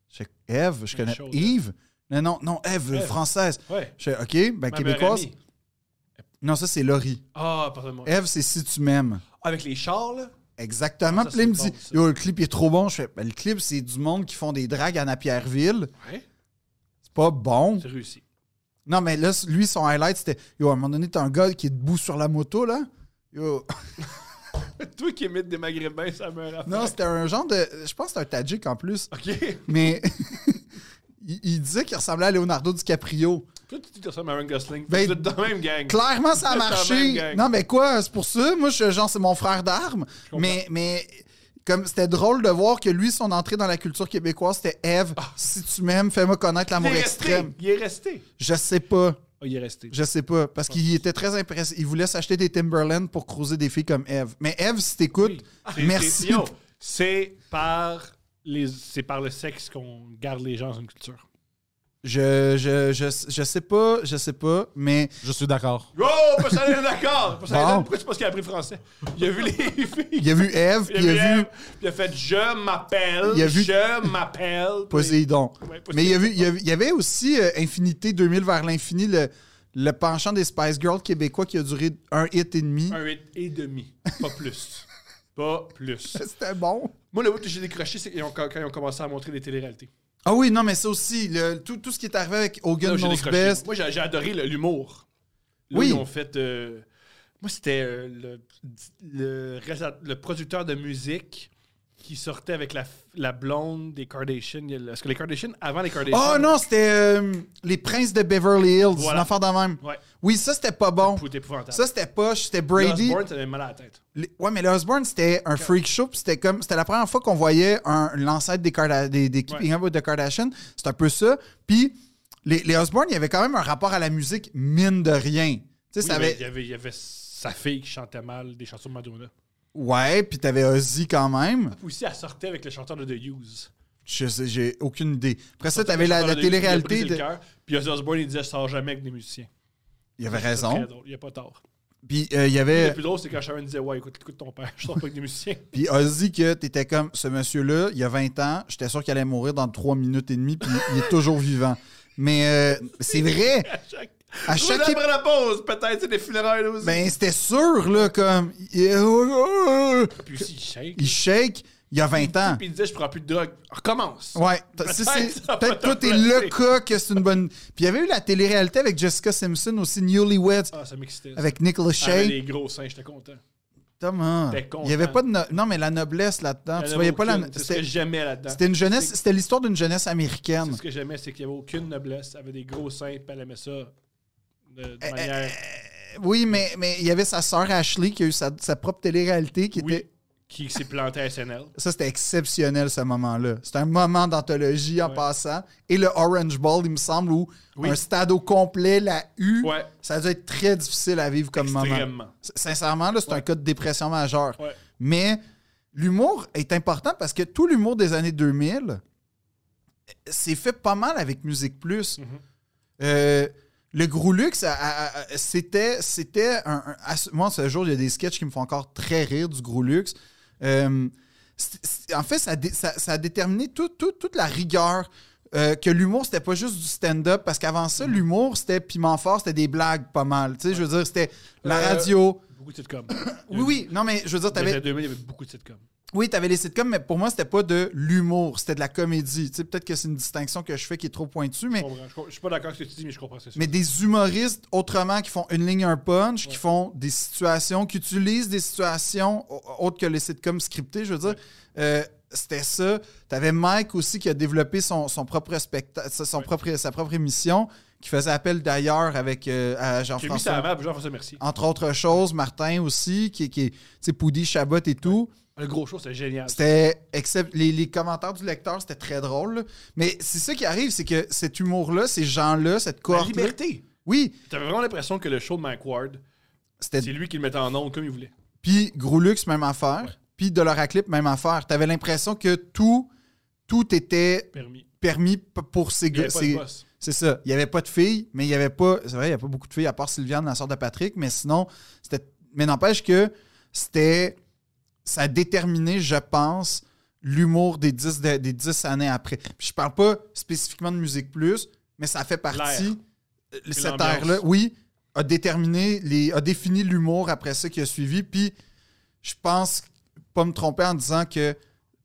Speaker 1: Je fais Eve, je connais
Speaker 2: chose, hein.
Speaker 1: Yves. Non, non, non, Eve,
Speaker 2: Ève.
Speaker 1: française.
Speaker 2: Ouais.
Speaker 1: Je fais Ok, ben
Speaker 2: Ma meilleure
Speaker 1: québécoise.
Speaker 2: amie.
Speaker 1: Non, ça, c'est Laurie.
Speaker 2: Ah, pardonne-moi.
Speaker 1: Eve, c'est Si tu m'aimes.
Speaker 2: Avec les chars, là.
Speaker 1: Exactement.
Speaker 2: Ah, Ça,
Speaker 1: Puis là, il me
Speaker 2: c'est
Speaker 1: dit
Speaker 2: bon, ça.
Speaker 1: Yo, le clip est trop bon. Je fais Ben, Le clip, c'est du monde qui font des dragues à Napierville.
Speaker 2: Ouais.
Speaker 1: C'est pas bon.
Speaker 2: C'est réussi.
Speaker 1: Non, mais là, lui, son highlight, c'était Yo, à un moment donné, t'as un gars qui est debout sur la moto, là. Yo.
Speaker 2: [LAUGHS]
Speaker 1: [LAUGHS]
Speaker 2: Toi qui émites des maghrébins, ça me rappelle.
Speaker 1: Non, c'était un genre de. Je pense que c'était un Tadjik en plus.
Speaker 2: OK.
Speaker 1: Mais. [LAUGHS] il, il disait qu'il ressemblait à Leonardo DiCaprio.
Speaker 2: Toi, tu dis que ça ressemble à Ryan Gosling.
Speaker 1: Ben,
Speaker 2: Vous êtes dans la même gang.
Speaker 1: Clairement, ça a
Speaker 2: C'est la
Speaker 1: marché.
Speaker 2: même gang.
Speaker 1: Non, mais quoi, c'est pour ça. Moi, je, genre, c'est mon frère d'armes.
Speaker 2: comprends.
Speaker 1: Mais, mais comme c'était drôle de voir que lui, son entrée dans la culture québécoise, c'était Eve,
Speaker 2: Ah.
Speaker 1: si tu m'aimes, fais-moi connaître
Speaker 2: il
Speaker 1: l'amour
Speaker 2: est resté.
Speaker 1: extrême.
Speaker 2: Il est resté.
Speaker 1: Je sais pas.
Speaker 2: Ah, il est resté.
Speaker 1: Je sais pas, parce qu'il était très impressé. Il voulait s'acheter des Timberland pour croiser des filles comme Eve. Mais Eve, si t'écoutes,
Speaker 2: Oui. Ah, C'est-
Speaker 1: merci.
Speaker 2: C'est, yo, c'est par les, c'est par le sexe qu'on garde les gens dans une culture.
Speaker 1: Je, je, je, je sais pas, je sais pas, mais
Speaker 3: Je suis d'accord.
Speaker 2: Oh, pas ça, est d'accord. Pas ça,
Speaker 1: Bon.
Speaker 2: Pourquoi tu penses qu'il a appris le français? Il a vu les [LAUGHS] filles.
Speaker 1: il a vu Eve, puis il a vu
Speaker 2: Eve, puis il a fait Je m'appelle.
Speaker 1: Il a vu-
Speaker 2: Je m'appelle.
Speaker 1: Poséidon.
Speaker 2: Ouais,
Speaker 1: Mais il y a vu, il y a vu- il y avait aussi euh, Infinité 2000 vers l'infini, le, le penchant des Spice Girls québécois qui a duré un hit et demi.
Speaker 2: Un hit et demi. Pas plus. pas plus.
Speaker 1: [LAUGHS] C'était bon.
Speaker 2: Moi, le bout que j'ai décroché, c'est qu'ils ont- quand ils ont commencé à montrer des téléréalités.
Speaker 1: Ah oui, non, mais ça aussi, le- tout, tout ce qui est arrivé avec Hogan
Speaker 2: Là, j'ai
Speaker 1: Knows
Speaker 2: décroché.
Speaker 1: Best.
Speaker 2: Moi, j'ai j'ai adoré le- l'humour. Là,
Speaker 1: Oui.
Speaker 2: Ils ont fait. euh, moi, c'était euh, le, le, réalisa- le producteur de musique qui sortait avec la, f- la blonde des Kardashian. Il y a le- Parce que les Kardashian, avant les Kardashian.
Speaker 1: Oh non, c'était euh, Les Princes de Beverly Hills,
Speaker 2: Voilà.
Speaker 1: l'enfant de même.
Speaker 2: Ouais.
Speaker 1: Oui, ça c'était pas bon.
Speaker 2: C'était épouvantable.
Speaker 1: Ça c'était poche, c'était Brady.
Speaker 2: Osborne, ça avait mal à la tête.
Speaker 1: Les- Ouais, mais les Osbourne, c'était un freak show. puis C'était comme c'était la première fois qu'on voyait un l'ancêtre des, Karda- des, des Keeping Up with the Kardashians. C'est un peu ça. Puis les, les Osbourne, il y avait quand même un rapport à la musique, mine de rien. Tu sais,
Speaker 2: Oui,
Speaker 1: ça
Speaker 2: mais
Speaker 1: avait...
Speaker 2: il, y avait, il y avait sa fille qui chantait mal des chansons de Madonna.
Speaker 1: Ouais, puis t'avais Ozzy quand même.
Speaker 2: Puis aussi, elle sortait avec le chanteur de The Hughes.
Speaker 1: Je sais- j'ai aucune idée. Après ça,
Speaker 2: Sortait
Speaker 1: t'avais
Speaker 2: avec le
Speaker 1: la,
Speaker 2: chanteur
Speaker 1: la
Speaker 2: de The Hughes, il a brisé
Speaker 1: télé-réalité.
Speaker 2: le
Speaker 1: de-
Speaker 2: cœur, Puis Ozzy Osbourne, il disait Je sors jamais avec des musiciens.
Speaker 1: Il y avait
Speaker 2: C'est très
Speaker 1: raison.
Speaker 2: drôle, Il n'y a pas tort.
Speaker 1: Puis euh, il y
Speaker 2: Le
Speaker 1: avait...
Speaker 2: plus drôle, c'est quand Sharon disait Ouais, écoute, écoute ton père, je sors pas avec des musiciens.
Speaker 1: [LAUGHS] Puis Ozzy, que t'étais comme ce monsieur-là, il y a 20 ans, j'étais sûr qu'il allait mourir dans 3 minutes et demie, puis il est toujours vivant. Mais euh, c'est vrai,
Speaker 2: À chaque.
Speaker 1: à
Speaker 2: Chaque
Speaker 1: chaque
Speaker 2: après la pause, peut-être, c'est des funérailles là aussi.
Speaker 1: Ben, c'était sûr, là, comme. Il
Speaker 2: Puis aussi, il shake.
Speaker 1: il shake il y a 20 ans.
Speaker 2: Puis il disait Je prends plus de drogue. Recommence.
Speaker 1: Ouais, t- si
Speaker 2: Peut-être
Speaker 1: c'est-
Speaker 2: ça va
Speaker 1: peut-être
Speaker 2: te
Speaker 1: toi, t'es le
Speaker 2: placer.
Speaker 1: cas que c'est une bonne. Puis il y avait eu la télé-réalité avec Jessica Simpson aussi, Newlyweds,
Speaker 2: Ah, ça m'excitait. ça.
Speaker 1: avec Nicolas
Speaker 2: Elle avait
Speaker 1: Shake.
Speaker 2: des gros seins, j'étais content.
Speaker 1: Thomas,
Speaker 2: J'étais content.
Speaker 1: il y avait pas de. no- Non, mais la noblesse là-dedans. Tu voyais pas la.
Speaker 2: C'était
Speaker 1: c'était-
Speaker 2: jamais là-dedans.
Speaker 1: C'était une jeunesse. C'était l'histoire d'une jeunesse
Speaker 2: C'est
Speaker 1: américaine.
Speaker 2: ce que j'aimais, c'est qu'il n'y avait aucune noblesse, elle avait des gros seins, puis elle aimait ça de, de
Speaker 1: Eh, eh,
Speaker 2: manière.
Speaker 1: eh, oui, mais, mais il y avait sa sœur Ashley qui a eu sa, sa propre télé-réalité qui
Speaker 2: oui,
Speaker 1: était.
Speaker 2: qui s'est plantée à SNL.
Speaker 1: Ça, c'était exceptionnel, ce moment-là. C'est un moment d'anthologie en
Speaker 2: Ouais.
Speaker 1: passant. Et le Orange Bowl, il me semble, où
Speaker 2: Oui.
Speaker 1: un stade au complet, la U,
Speaker 2: Ouais.
Speaker 1: ça a dû être très difficile à vivre comme moment.
Speaker 2: Extrêmement.
Speaker 1: S- Sincèrement, là, c'est un cas de dépression majeure.
Speaker 2: Ouais.
Speaker 1: Mais l'humour est important parce que tout l'humour des années 2000, c'est fait pas mal avec Musique Plus. Euh, le Gros Luxe, à- à- à- c'était, c'était un, un- à ce- Moi, ce jour, il y a des sketchs qui me font encore très rire du Gros Luxe. Euh, c'est- c'est- en fait, ça, dé- ça- ça a déterminé tout- tout- toute la rigueur. euh, que l'humour, c'était pas juste du stand-up, parce qu'avant ça, l'humour, c'était piment fort, c'était des blagues pas mal. Tu sais, je veux dire, c'était la
Speaker 2: Euh,
Speaker 1: radio.
Speaker 2: Beaucoup de sitcoms. Euh,
Speaker 1: Oui, oui, non, mais je veux dire,
Speaker 2: Dans
Speaker 1: t'avais,
Speaker 2: les années 2000, il y avait beaucoup de sitcoms.
Speaker 1: oui, t'avais les sitcoms, mais pour moi, c'était pas de l'humour, c'était de la comédie. Tu sais, peut-être que c'est une distinction que je fais qui est trop pointue,
Speaker 2: Je
Speaker 1: mais,
Speaker 2: comprends. Je com- Je suis pas d'accord avec ce que tu dis, mais je comprends ce que tu
Speaker 1: mais des humoristes autrement qui font une ligne, un punch, qui font des situations, qui utilisent des situations au- autres que les sitcoms scriptés, je veux dire. Euh, c'était ça. T'avais Mike aussi qui a développé son, son propre spectacle, son
Speaker 2: Ouais.
Speaker 1: propre, sa propre émission, qui faisait appel d'ailleurs avec euh, à
Speaker 2: J'ai mis ça
Speaker 1: Jean-François.
Speaker 2: à la map, Jean-François Mercier.
Speaker 1: Entre autres choses, Martin aussi, qui, qui est, tu sais, Poudy, Chabot et tout.
Speaker 2: Un gros show, c'est génial.
Speaker 1: Ah. C'était excep- les, les commentaires du lecteur, c'était très drôle. là. Mais c'est ça qui arrive, c'est que cet humour-là, ces gens-là, cette
Speaker 2: La
Speaker 1: cohorte
Speaker 2: liberté.
Speaker 1: Oui,
Speaker 2: T'avais vraiment l'impression que le show de Mike Ward,
Speaker 1: c'était
Speaker 2: c'est lui qui le mettait en ondes comme il voulait.
Speaker 1: puis Gros Luxe, même affaire, puis Doloraclip, même affaire. T'avais l'impression que tout tout était
Speaker 2: Permis.
Speaker 1: permis p- pour ces
Speaker 2: Il n'y
Speaker 1: gars.
Speaker 2: avait pas de
Speaker 1: ces-
Speaker 2: boss.
Speaker 1: C'est ça. Il n'y avait pas de filles, mais il n'y avait pas. C'est vrai, il n'y a pas beaucoup de filles à part Sylviane, la sœur de Patrick, mais sinon, c'était. Mais n'empêche que c'était. Ça a déterminé, je pense, l'humour des 10, de- des 10 années après. Puis je parle pas spécifiquement de Musique Plus, mais ça fait
Speaker 2: L'air.
Speaker 1: partie. euh, Cette
Speaker 2: l'ambiance.
Speaker 1: ère-là, oui, a déterminé, les, a défini l'humour après ça qui a suivi. Puis je pense pas me tromper en disant que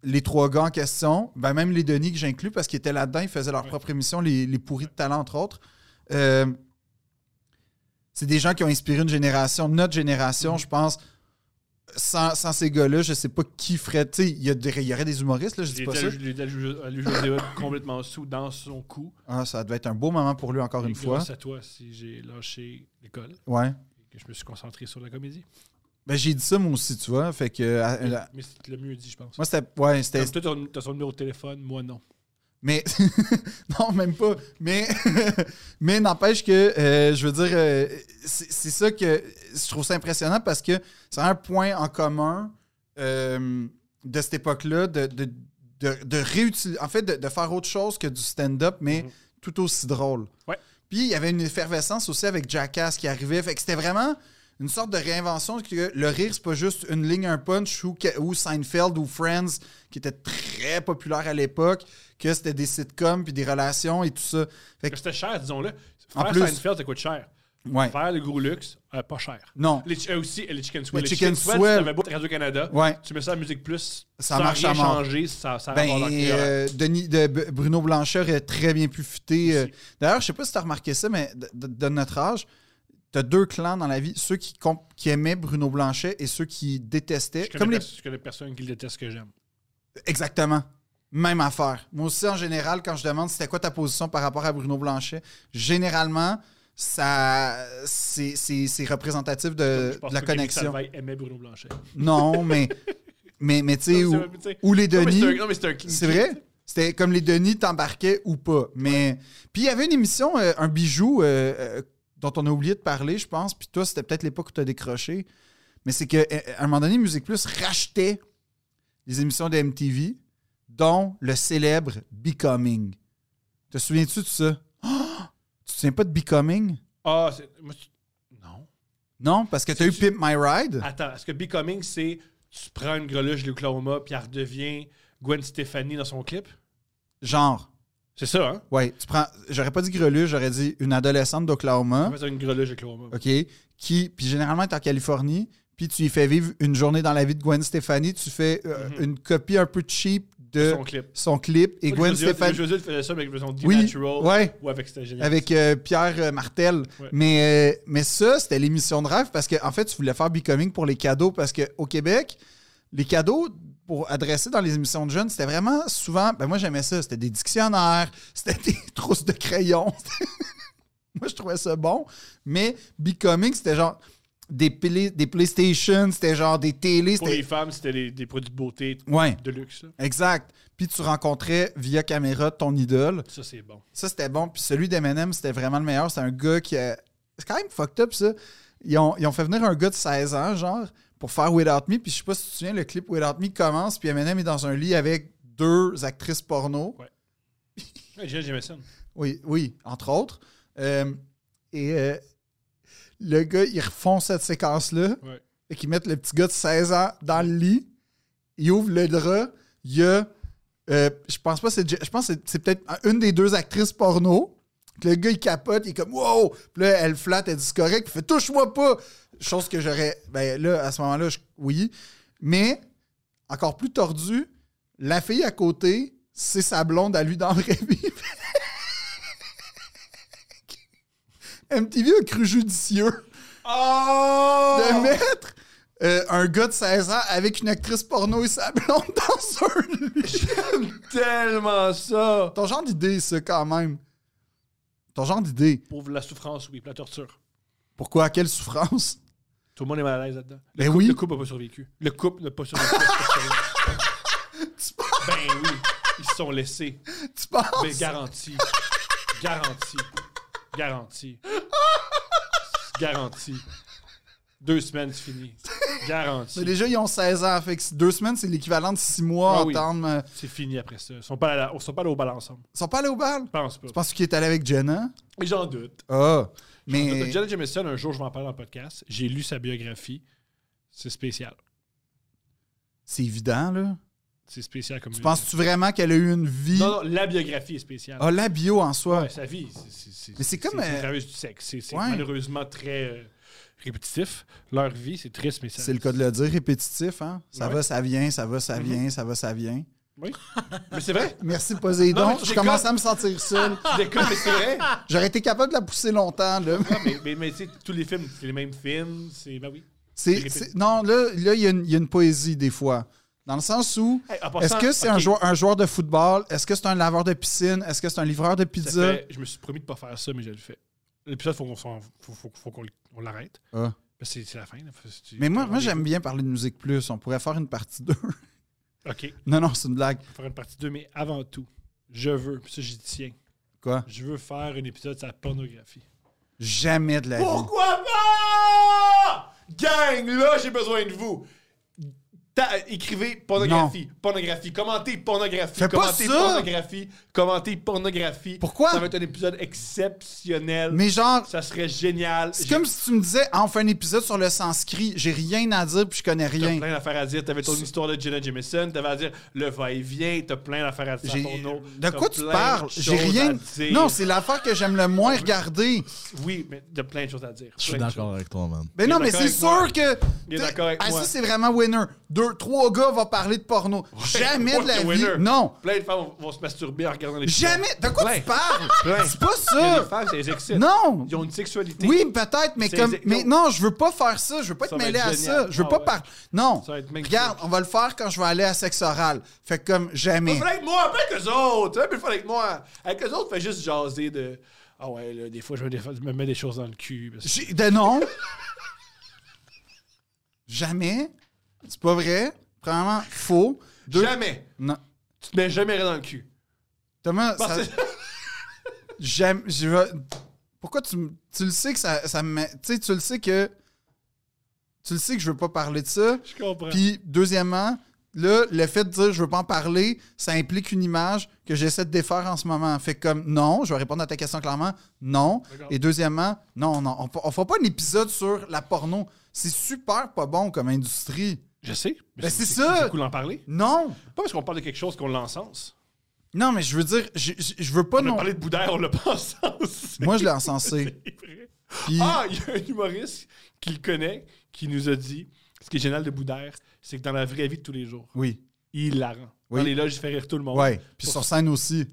Speaker 1: les trois gars en question, ben même les Denis que j'inclus parce qu'ils étaient là-dedans, ils faisaient leur
Speaker 2: Ouais.
Speaker 1: propre émission, les, les pourris de talent, entre autres. Euh, c'est des gens qui ont inspiré une génération, notre génération,
Speaker 2: Mm-hmm.
Speaker 1: je pense. Sans, sans ces gars-là, je sais pas qui ferait. Tu sais, il y, a des- il y aurait des humoristes, là, je dis
Speaker 2: Il
Speaker 1: pas
Speaker 2: était
Speaker 1: ça.
Speaker 2: allé- il était allé jouer- allé jouer au débat complètement sous dans son cou.
Speaker 1: Ah, ça devait être un beau moment pour lui, encore une
Speaker 2: Et
Speaker 1: fois.
Speaker 2: Grâce à toi, si j'ai lâché l'école
Speaker 1: Ouais.
Speaker 2: et que je me suis concentré sur la comédie.
Speaker 1: Ben, j'ai dit ça, moi aussi, tu vois. Fait que. à- à-
Speaker 2: Mais c'est le mieux dit, je pense.
Speaker 1: moi, c'était. Ouais, c'était.
Speaker 2: Comme toi, t'as- t'as son numéro de téléphone, moi non.
Speaker 1: Mais [LAUGHS] non, même pas. Mais [LAUGHS] mais n'empêche que euh, je veux dire, euh, c'est c'est ça que je trouve ça impressionnant parce que c'est un point en commun euh, de cette époque-là de, de, de, de réutiliser, en fait, de, de faire autre chose que du stand-up, mais
Speaker 2: Mhm.
Speaker 1: tout aussi drôle.
Speaker 2: Ouais.
Speaker 1: Puis il y avait une effervescence aussi avec Jackass qui arrivait. Fait que c'était vraiment une sorte de réinvention que le rire, c'est pas juste une ligne, un punch ou, que- ou Seinfeld ou Friends qui était très populaire à l'époque, que c'était des sitcoms puis des relations et tout ça. Fait que,
Speaker 2: Parce que C'était cher, disons-le.
Speaker 1: En
Speaker 2: Faire
Speaker 1: plus-
Speaker 2: Seinfeld, ça coûte cher.
Speaker 1: ouais.
Speaker 2: Faire le gros luxe, euh, pas cher.
Speaker 1: Non.
Speaker 2: Les, chi- euh, aussi, euh, les Chicken Swell.
Speaker 1: Les
Speaker 2: Les,
Speaker 1: Chicken
Speaker 2: Chicken, Swell,
Speaker 1: Swell.
Speaker 2: si t'avais beau Radio-Canada,
Speaker 1: Ouais.
Speaker 2: tu mets ça à Musique Plus,
Speaker 1: Ça
Speaker 2: sans
Speaker 1: marche
Speaker 2: rien
Speaker 1: à mort.
Speaker 2: changer, ça, ça
Speaker 1: Ben,
Speaker 2: va avoir leur couleur.
Speaker 1: euh, Denis, de, B- Bruno Blanchard est très bien pu futer. euh.
Speaker 2: Aussi.
Speaker 1: D'ailleurs, je sais pas si tu as remarqué ça, mais de, de- de notre âge, tu as deux clans dans la vie, ceux qui, comp- qui aimaient Bruno Blanchet et ceux qui détestaient.
Speaker 2: Je connais,
Speaker 1: Comme les...
Speaker 2: pers- je connais personne qui le déteste que j'aime.
Speaker 1: Exactement. Même affaire. Moi aussi, en général, quand je demande c'était quoi ta position par rapport à Bruno Blanchet, généralement, ça c'est- c'est c'est représentatif de,
Speaker 2: Je pense
Speaker 1: de Euh, la
Speaker 2: pas qu'Éric
Speaker 1: connexion.
Speaker 2: Salvaille aimait Bruno Blanchet.
Speaker 1: Non, mais, mais, mais tu sais,
Speaker 2: Non,
Speaker 1: ou,
Speaker 2: mais c'est- mais tu sais-
Speaker 1: ou les
Speaker 2: Non, mais c'est
Speaker 1: Denis.
Speaker 2: un- Non, mais c'est un clean
Speaker 1: C'est
Speaker 2: sheet.
Speaker 1: vrai? C'était comme les Denis t'embarquaient ou pas. Mais puis il y avait une émission, euh, un bijou euh, euh, dont on a oublié de parler, je pense. Puis toi, c'était peut-être l'époque où tu as décroché. Mais c'est qu'à un moment donné, Musique Plus rachetait les émissions de MTV, dont le célèbre Becoming. Te souviens-tu de ça? Ah! tu te souviens pas de Becoming?
Speaker 2: Ah, c'est. moi, tu- Non.
Speaker 1: Non, parce que tu as eu
Speaker 2: C'est-tu-
Speaker 1: Pimp My Ride.
Speaker 2: Attends, est-ce que Becoming, c'est tu prends une greluche de l'Oklahoma puis elle redevient Gwen Stefani dans son clip?
Speaker 1: Genre,
Speaker 2: C'est ça, hein?
Speaker 1: ouais, tu prends. J'aurais pas dit greluche, j'aurais dit une adolescente d'Oklahoma.
Speaker 2: On va faire une greluche de l'Oklahoma.
Speaker 1: Hein? OK? Qui, puis généralement, tu en Californie, puis tu y fais vivre une journée dans la vie de Gwen Stefani, tu fais euh,
Speaker 2: Mhm.
Speaker 1: une copie un peu cheap de
Speaker 2: Son clip.
Speaker 1: son, clip. Et
Speaker 2: Moi,
Speaker 1: Gwen
Speaker 2: José-
Speaker 1: Stefani.
Speaker 2: José le faisait ça, mais avec son
Speaker 1: Oui,
Speaker 2: D-Natural
Speaker 1: ouais.
Speaker 2: ou avec c'était génial.
Speaker 1: Avec euh, Pierre euh, Martel.
Speaker 2: Ouais.
Speaker 1: Mais, euh, mais ça, c'était l'émission de rêve parce que en fait, tu voulais faire Becoming pour les cadeaux parce qu'au Québec, les cadeaux pour adresser dans les émissions de jeunes, c'était vraiment souvent. Ben moi, j'aimais ça. C'était des dictionnaires, [LAUGHS] c'était des trousses de crayons. [LAUGHS] moi, je trouvais ça bon. Mais Becoming, c'était genre des, play- des PlayStation, c'était genre des télés.
Speaker 2: Pour
Speaker 1: c'était-
Speaker 2: les femmes, c'était des, des produits de beauté
Speaker 1: Ouais,
Speaker 2: de luxe. là.
Speaker 1: exact. Puis tu rencontrais via caméra ton idole.
Speaker 2: Ça, c'est bon.
Speaker 1: Ça, c'était bon. Puis celui d'Eminem, c'était vraiment le meilleur. C'est un gars qui. a- C'est quand même fucked up, ça. Ils ont, ils ont fait venir un gars de 16 ans, genre, pour faire Without Me. Puis je sais pas si tu te souviens, le clip Without Me commence, puis Eminem est dans un lit avec deux actrices porno.
Speaker 2: Ouais, J.L. Jameson.
Speaker 1: Oui, oui, entre autres. Euh, et euh, le gars, ils refont cette séquence-là.
Speaker 2: Ouais.
Speaker 1: Et qu'ils mettent le petit gars de 16 ans dans le lit. Ils ouvrent le drap. Il y a. euh, je pense pas, c'est. Je pense que c'est- c'est peut-être une des deux actrices porno. Que Le gars, il capote, il est comme Wow! Puis là, elle flatte, elle dit C'est correct, puis il fait Touche-moi pas! Chose que j'aurais. Ben là, à ce moment-là, je- oui. Mais, encore plus tordu, la fille à côté, c'est sa blonde à lui dans le vie. MTV a cru judicieux
Speaker 2: Oh!
Speaker 1: de mettre euh, un gars de 16 ans avec une actrice porno et sa blonde [LAUGHS] dans un lit.
Speaker 2: J'aime tellement ça!
Speaker 1: Ton genre d'idée, ça, quand même. Ton genre d'idée.
Speaker 2: Pour la souffrance, oui, pour la torture.
Speaker 1: Pourquoi? Quelle souffrance?
Speaker 2: Tout le monde est mal à l'aise là-dedans.
Speaker 1: Ben oui.
Speaker 2: Le couple n'a pas survécu. Le couple n'a pas survécu. à cette
Speaker 1: [LAUGHS]
Speaker 2: expérience. ben oui, ils se sont laissés. Ben,
Speaker 1: Tu penses?
Speaker 2: Mais garanti. Garanti.
Speaker 1: [LAUGHS]
Speaker 2: Garanti. Garanti. Deux semaines, c'est fini. Garanti.
Speaker 1: Mais Ben, déjà, ils ont 16 ans. Fait que deux semaines, c'est l'équivalent de six mois
Speaker 2: Ah
Speaker 1: en
Speaker 2: oui.
Speaker 1: termes. euh,
Speaker 2: C'est fini après ça. Ils sont pas allés, on sont pas allés au bal ensemble.
Speaker 1: Ils sont pas allés au bal?
Speaker 2: Je pense pas.
Speaker 1: Je pense qu'il est allé avec Jenna.
Speaker 2: Mais J'en doute.
Speaker 1: Ah!
Speaker 2: J'en doute.
Speaker 1: Mais
Speaker 2: Janet Jameson, un jour, je vais en parler en podcast. J'ai lu sa biographie. C'est spécial.
Speaker 1: c'est évident, là.
Speaker 2: C'est spécial comme
Speaker 1: Tu
Speaker 2: biographie.
Speaker 1: penses-tu vraiment qu'elle a eu une vie?
Speaker 2: Non, non, la biographie est spéciale.
Speaker 1: Ah, la bio en soi.
Speaker 2: Ouais, sa vie, c'est- c'est.
Speaker 1: Mais c'est comme,
Speaker 2: C'est
Speaker 1: euh,
Speaker 2: une travailleuse du sexe. C'est c'est
Speaker 1: ouais.
Speaker 2: malheureusement très euh, répétitif. Leur vie, c'est triste, mais ça.
Speaker 1: C'est le cas de le dire, répétitif, hein? Ça
Speaker 2: Ouais.
Speaker 1: va, ça vient, ça va, ça
Speaker 2: Mhm.
Speaker 1: vient, ça va, ça vient.
Speaker 2: Mais c'est vrai!
Speaker 1: Merci
Speaker 2: Non,
Speaker 1: Poséidon.
Speaker 2: mais Ah! tu
Speaker 1: Je commence
Speaker 2: déconnes.
Speaker 1: à me sentir seul.
Speaker 2: Tu déconnes, mais c'est vrai! [LAUGHS]
Speaker 1: J'aurais été capable de la pousser longtemps, là.
Speaker 2: Non, mais, mais, mais tu sais, tous les films, c'est les mêmes films, c'est. Ben oui.
Speaker 1: C'est- c'est- non, là, là, il y, a une- il y a une poésie des fois. Dans le sens où,
Speaker 2: Hey, en passant,
Speaker 1: est-ce que c'est un,
Speaker 2: ok,
Speaker 1: joueur, un joueur de football? Est-ce que c'est un laveur de piscine? Est-ce que c'est un livreur de
Speaker 2: ça
Speaker 1: pizza?
Speaker 2: fait- je me suis promis de pas faire ça, mais je le fais. L'épisode, faut qu'on s'en- faut, faut, faut qu'on le- on l'arrête.
Speaker 1: Ah.
Speaker 2: Parce que C'est c'est la fin. là. Faut- c'est-
Speaker 1: Mais moi, moi
Speaker 2: rendez-vous.
Speaker 1: j'aime bien parler de musique plus. On pourrait faire une partie 2.
Speaker 2: Ok,
Speaker 1: [LAUGHS] non, non, c'est une blague.
Speaker 2: on va faire une partie 2, mais avant tout, je veux, puis ça, j'y tiens,
Speaker 1: Quoi?
Speaker 2: je veux faire un épisode sur la pornographie.
Speaker 1: Jamais de la vie.
Speaker 2: Pourquoi pas? Gang, là, j'ai besoin de vous. Ta- écrivez pornographie, pornographie, commentez pornographie,
Speaker 1: Fais pas
Speaker 2: commentez
Speaker 1: ça!
Speaker 2: pornographie, commentez pornographie.
Speaker 1: Pourquoi?
Speaker 2: Ça va être un épisode exceptionnel.
Speaker 1: Mais genre,
Speaker 2: Ça serait génial.
Speaker 1: c'est
Speaker 2: J'ai
Speaker 1: comme si tu me disais, ah, on fait un épisode sur le sanskrit. J'ai rien à dire puis je connais
Speaker 2: t'as
Speaker 1: rien.
Speaker 2: plein d'affaires à dire. T'avais ton
Speaker 1: C'est-
Speaker 2: histoire de Jenna Jameson. T'avais à dire le va-et-vient. T'as plein d'affaires à dire.
Speaker 1: J'ai-
Speaker 2: à ton nom.
Speaker 1: De
Speaker 2: T'as
Speaker 1: quoi tu
Speaker 2: plein
Speaker 1: parles?
Speaker 2: de
Speaker 1: J'ai
Speaker 2: choses
Speaker 1: rien.
Speaker 2: à dire.
Speaker 1: Non, c'est l'affaire que j'aime le moins regarder.
Speaker 2: Oui, mais t'as plein de choses à dire.
Speaker 3: Je suis
Speaker 2: Plein de
Speaker 3: d'accord avec toi, man.
Speaker 1: Ben
Speaker 2: Il est
Speaker 1: non, mais
Speaker 2: d'accord
Speaker 1: c'est
Speaker 2: avec moi.
Speaker 1: sûr que.
Speaker 2: Il est
Speaker 1: T'sais,
Speaker 2: d'accord avec
Speaker 1: ah,
Speaker 2: moi.
Speaker 1: ça, c'est vraiment winner. Deux, trois gars vont parler de porno. Jamais de la
Speaker 2: Ouais,
Speaker 1: vie.
Speaker 2: winner.
Speaker 1: Non.
Speaker 2: Plein de femmes vont, vont se masturber en regardant les
Speaker 1: Jamais. De quoi
Speaker 2: Plein.
Speaker 1: tu parles?
Speaker 2: Plein.
Speaker 1: C'est pas
Speaker 2: Il y a des
Speaker 1: ça.
Speaker 2: femmes, ça les excite.
Speaker 1: Non.
Speaker 2: Ils ont une sexualité.
Speaker 1: Oui, ben. peut-être, mais
Speaker 2: C'est
Speaker 1: comme.
Speaker 2: exact-
Speaker 1: Mais non, je veux pas faire ça. Je veux pas
Speaker 2: Ça
Speaker 1: être
Speaker 2: va
Speaker 1: mêlé
Speaker 2: être
Speaker 1: à
Speaker 2: génial.
Speaker 1: ça. Je veux
Speaker 2: Ah
Speaker 1: pas
Speaker 2: ouais.
Speaker 1: parler. Non.
Speaker 2: Ça va être magnifique.
Speaker 1: Regarde, on va le faire quand je vais aller à sexe oral. Fait que comme
Speaker 2: Pas
Speaker 1: jamais.
Speaker 2: faire avec moi, pas avec eux autres. Hein, mais faire avec moi. Avec eux autres, fais juste jaser de. Ah ouais, là, des fois, je me, défa- je me mets des choses dans le cul. parce que-
Speaker 1: J'ai- De non. jamais. C'est pas vrai. Premièrement, faux. Deux.
Speaker 2: Jamais.
Speaker 1: Non.
Speaker 2: Tu te mets jamais rien dans le cul.
Speaker 1: Thomas,
Speaker 2: Bon,
Speaker 1: ça-
Speaker 2: [LAUGHS] c'est-
Speaker 1: j'aime. je vais- Pourquoi tu, m- tu le sais que ça, ça me. met- Tu sais, tu le sais que. Tu le sais que je veux pas parler de ça.
Speaker 2: je comprends.
Speaker 1: Puis, deuxièmement, là, le fait de dire je veux pas en parler, ça implique une image que j'essaie de défaire en ce moment. Fait que comme non, je vais répondre à ta question clairement, non.
Speaker 2: D'accord.
Speaker 1: Et deuxièmement, non, non, on, on fera pas un épisode sur la porno. C'est super pas bon comme industrie.
Speaker 2: Je sais. mais
Speaker 1: Ben, c'est ça.
Speaker 2: C'est cool d'en parler.
Speaker 1: Non!
Speaker 2: Pas parce qu'on parle de quelque chose qu'on l'encense.
Speaker 1: Non, mais je veux dire, je, je- je veux pas
Speaker 2: On a
Speaker 1: Ah non.
Speaker 2: parlé de Boudère, on l'a pas [LAUGHS] encensé.
Speaker 1: Moi, je l'ai encensé.
Speaker 2: [LAUGHS] C'est vrai.
Speaker 1: Puis-
Speaker 2: Ah, il y a un humoriste qui le connaît qui nous a dit ce qui est génial de Boudère, c'est que dans la vraie vie de tous les jours,
Speaker 1: Oui.
Speaker 2: il la rend.
Speaker 1: Oui.
Speaker 2: Dans les loges, il fait rire tout le monde.
Speaker 1: Ouais. Puis sur scène aussi.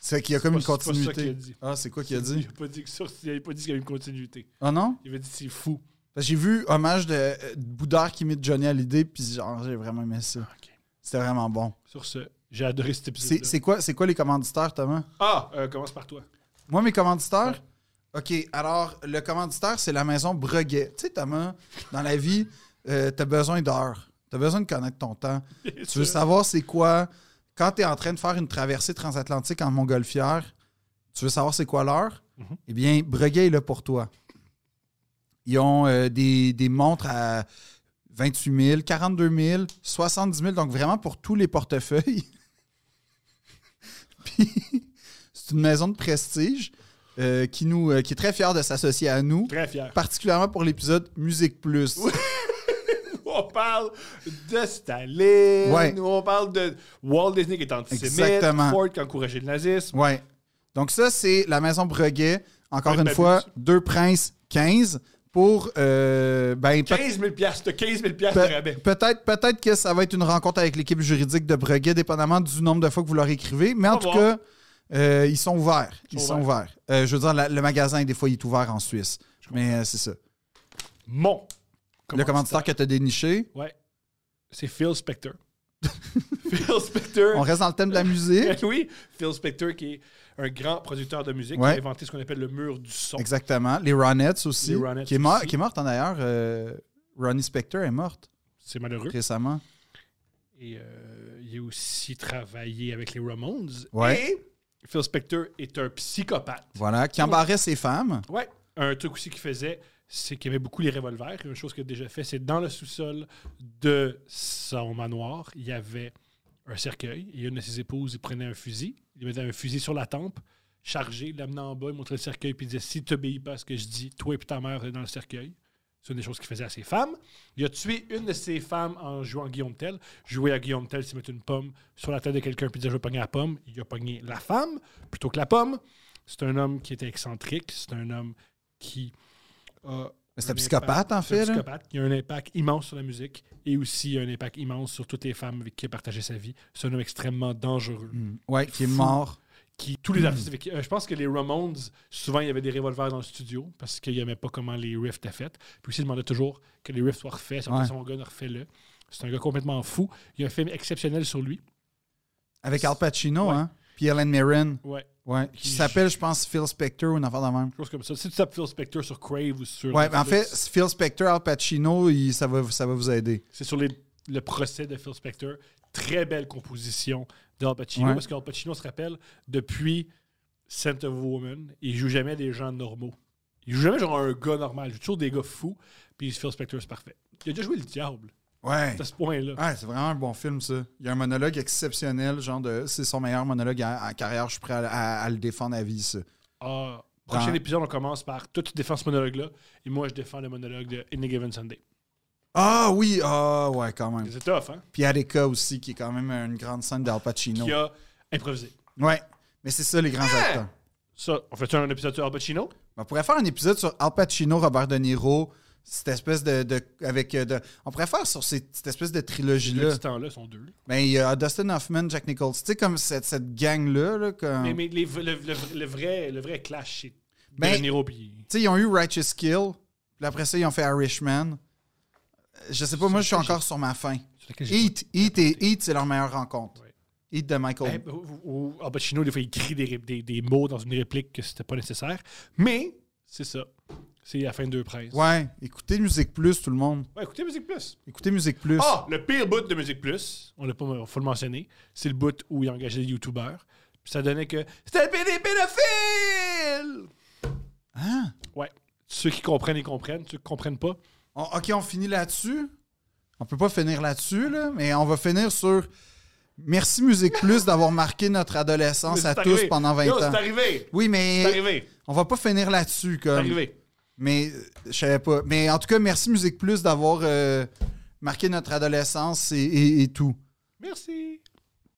Speaker 1: C'est qu'il y a comme
Speaker 2: pas-
Speaker 1: une
Speaker 2: c'est pas ça
Speaker 1: continuité.
Speaker 2: qu'il a dit.
Speaker 1: Ah, c'est quoi qu'il a
Speaker 2: Il
Speaker 1: dit?
Speaker 2: n'a pas dit que sur- il avait pas dit qu'il y avait une continuité.
Speaker 1: Ah non?
Speaker 2: Il avait dit c'est fou.
Speaker 1: Parce que J'ai vu hommage de, euh, de Boudard qui imite Johnny Hallyday, puis genre, j'ai vraiment aimé ça.
Speaker 2: Ah, Ok.
Speaker 1: C'était vraiment bon.
Speaker 2: Sur ce, j'ai adoré cet
Speaker 1: C'est
Speaker 2: épisode.
Speaker 1: c'est quoi, c'est quoi les commanditaires, Thomas?
Speaker 2: Ah, euh, commence par toi.
Speaker 1: Moi, mes commanditaires? OK, alors, le commanditaire, c'est la maison Breguet. Tu sais, Thomas, dans la vie, euh, t'as besoin d'heures. T'as besoin de connaître ton temps.
Speaker 2: [LAUGHS]
Speaker 1: Tu veux savoir c'est quoi... Quand t'es en train de faire une traversée transatlantique en montgolfière, tu veux savoir c'est quoi l'heure?
Speaker 2: Mhm.
Speaker 1: Eh bien, Breguet est là pour toi. Ils ont euh, des, des montres à 28 000, 42 000, 70 000, donc vraiment pour tous les portefeuilles. [LAUGHS] Puis, c'est une maison de prestige euh, qui, nous, euh, qui est très fière de s'associer à nous,
Speaker 2: Très fier.
Speaker 1: particulièrement pour l'épisode Musique Plus.
Speaker 2: On parle de Staline.
Speaker 1: Ouais.
Speaker 2: On parle de Walt Disney qui est antisémite.
Speaker 1: Exactement.
Speaker 2: Ford qui a encouragé le nazisme.
Speaker 1: Ouais. Donc ça, c'est la maison Breguet. Encore
Speaker 2: Ouais,
Speaker 1: une
Speaker 2: ben,
Speaker 1: fois,
Speaker 2: tu-
Speaker 1: deux princes, 15 pour... euh, ben, peut-
Speaker 2: 15 000 piastres. t'as 15 000 piastres de
Speaker 1: Pe-
Speaker 2: rabais.
Speaker 1: Peut-être peut que ça va être une rencontre avec l'équipe juridique de Breguet, dépendamment du nombre de fois que vous leur écrivez. Mais en
Speaker 2: va
Speaker 1: tout
Speaker 2: voir.
Speaker 1: cas, euh, ils sont ouverts. Ils sont
Speaker 2: ouverts.
Speaker 1: ouverts. Euh, je veux dire, la- le magasin, des fois, il est ouvert en Suisse. Mais euh, c'est ça.
Speaker 2: Mon.
Speaker 1: le commanditaire que tu as déniché.
Speaker 2: Ouais. C'est Phil Spector. [LAUGHS] Phil Spector. [LAUGHS] Ben
Speaker 1: On reste dans le thème de la musique.
Speaker 2: Oui, Phil Spector qui est un grand producteur de musique
Speaker 1: Ouais.
Speaker 2: qui a inventé ce qu'on appelle le mur du son.
Speaker 1: Exactement. Les Ronettes aussi.
Speaker 2: Les Ronettes
Speaker 1: qui, est mort-
Speaker 2: aussi.
Speaker 1: qui est morte, en d'ailleurs. euh, Ronnie Spector est morte
Speaker 2: C'est malheureux.
Speaker 1: récemment.
Speaker 2: Et euh, il a aussi travaillé avec les Ramones.
Speaker 1: Ouais.
Speaker 2: Et Phil Spector est un psychopathe.
Speaker 1: Voilà.
Speaker 2: Ah
Speaker 1: Qui embarrait ses femmes.
Speaker 2: Ouais. Un truc aussi qu'il faisait, c'est qu'il aimait beaucoup les revolvers. Une chose qu'il a déjà fait, c'est dans le sous-sol de son manoir, il y avait un cercueil. Et une de ses épouses, il prenait un fusil. Il mettait un fusil sur la tempe, chargé, l'amenait en bas, il montrait le cercueil, puis il disait Si tu obéis pas à ce que je dis, toi et puis ta mère, vous êtes dans le cercueil. C'est une des choses qu'il faisait à ses femmes. Il a tué une de ses femmes en jouant Guillaume Tell. Jouer à Guillaume Tell, c'est mettre une pomme sur la tête de quelqu'un puis dire je vais pogner la pomme. Il a pogné la femme plutôt que la pomme. C'est un homme qui était excentrique. C'est un homme qui a.
Speaker 1: C'était
Speaker 2: un
Speaker 1: psychopathe,
Speaker 2: impact-
Speaker 1: en
Speaker 2: c'est un
Speaker 1: fait. là.
Speaker 2: psychopathe qui a un impact immense sur la musique et aussi un impact immense sur toutes les femmes avec qui il a partagé sa vie. C'est un homme extrêmement dangereux.
Speaker 1: Mm. Ouais, qui est
Speaker 2: Fou.
Speaker 1: mort.
Speaker 2: Qui, tous
Speaker 1: Hmm.
Speaker 2: les artistes avec qui- euh, je pense que les Ramones, souvent, il y avait des revolvers dans le studio parce qu'ils n'aimaient pas comment les riffs étaient faits. Puis aussi, ils demandaient toujours que les riffs soient refaits. Si on
Speaker 1: Ouais.
Speaker 2: fait son gun, refait-le. C'est un gars complètement fou. Il y a un film exceptionnel sur lui.
Speaker 1: Avec Al Pacino,
Speaker 2: Ouais.
Speaker 1: hein. Puis Helen Mirren.
Speaker 2: Ouais.
Speaker 1: Ouais,
Speaker 2: Qui
Speaker 1: qui s'appelle, je pense, Phil Spector ou une affaire de même.
Speaker 2: Chose comme ça. Si tu tapes Phil Spector sur Crave ou sur.
Speaker 1: Ouais, mais en fait,
Speaker 2: Netflix,
Speaker 1: Phil Spector, Al Pacino, il- ça, va, ça va vous aider.
Speaker 2: C'est sur les- le procès de Phil Spector. Très belle composition d'Al Pacino.
Speaker 1: Ouais.
Speaker 2: Parce qu'Al Pacino se rappelle, depuis Scent of a Woman, il joue jamais des gens normaux. Il joue jamais genre un gars normal. Il joue toujours des gars fous. Puis Phil Spector, c'est parfait. Il a déjà joué le diable
Speaker 1: Ouais.
Speaker 2: à ce point-là.
Speaker 1: Ouais, c'est vraiment un bon film, ça. Il y a un monologue exceptionnel, genre de. C'est son meilleur monologue en, en carrière, je suis prêt à, à- à le défendre à vie, ça.
Speaker 2: Ah, prochain
Speaker 1: Dans-
Speaker 2: épisode, on commence par toi, tu défends ce monologue-là. Et moi, je défends le monologue de Any Given Sunday.
Speaker 1: Ah oui, ah ouais, quand même.
Speaker 2: C'est tough, hein?
Speaker 1: Puis Attica aussi, qui est quand même une grande scène d'Al Pacino.
Speaker 2: Qui a Hein? improvisé.
Speaker 1: Ouais, mais c'est ça, les grands acteurs.
Speaker 2: Ça, on fait un épisode sur Al Pacino?
Speaker 1: On pourrait faire un épisode sur Al Pacino, Robert De Niro, cette espèce de. de- avec, euh, de on pourrait faire sur ces- cette espèce de
Speaker 2: Le
Speaker 1: trilogie-là.
Speaker 2: petit temps-là sont deux.
Speaker 1: Ben, il y a Dustin Hoffman, Jack Nichols. Tu sais, comme cette, cette gang-là, là, comme...
Speaker 2: Mais, mais les- le, le- le vrai, le vrai clash, c'est
Speaker 1: Ben-
Speaker 2: De Niro puis-
Speaker 1: Tu sais, ils ont eu Righteous Kill, puis après ça, ils ont fait Irishman. Euh, Je sais pas, moi, je suis encore sur ma fin.
Speaker 2: sur lequel j'ai
Speaker 1: Heat, Heat et Heat, c'est leur meilleure rencontre.
Speaker 2: Ouais.
Speaker 1: Heat de
Speaker 2: pas-
Speaker 1: Michael.
Speaker 2: Ben, ou- ou- Al Pacino, des fois, il crie des, ré- des- des mots dans une réplique que c'était pas nécessaire. Mais c'est ça. C'est la fin de deux princes.
Speaker 1: ouais, écoutez Musique Plus, tout le monde.
Speaker 2: Ouais, écoutez Musique Plus.
Speaker 1: Écoutez Musique Plus.
Speaker 2: Ah, le pire bout de Musique Plus, on l'a pas, faut le mentionner, c'est le bout où il a engagé des youtubeurs. Puis ça donnait que c'était des pédophiles!
Speaker 1: Hein?
Speaker 2: Ceux qui comprennent, ils comprennent. Ceux qui comprennent pas,
Speaker 1: On- OK, on finit là-dessus. On peut pas finir là-dessus, là, mais on va finir sur Merci Musique Plus d'avoir marqué notre adolescence
Speaker 2: Mais
Speaker 1: à
Speaker 2: c'est
Speaker 1: tous
Speaker 2: arrivé.
Speaker 1: pendant 20
Speaker 2: Yo,
Speaker 1: ans.
Speaker 2: c'est arrivé!
Speaker 1: Oui,
Speaker 2: C'est
Speaker 1: mais
Speaker 2: arrivé!
Speaker 1: on va pas finir là-dessus.
Speaker 2: C'est
Speaker 1: Comme...
Speaker 2: arrivé!
Speaker 1: Mais euh, je savais pas. Mais en tout cas, merci Musique Plus d'avoir euh, marqué notre adolescence et, et- et tout.
Speaker 2: Merci!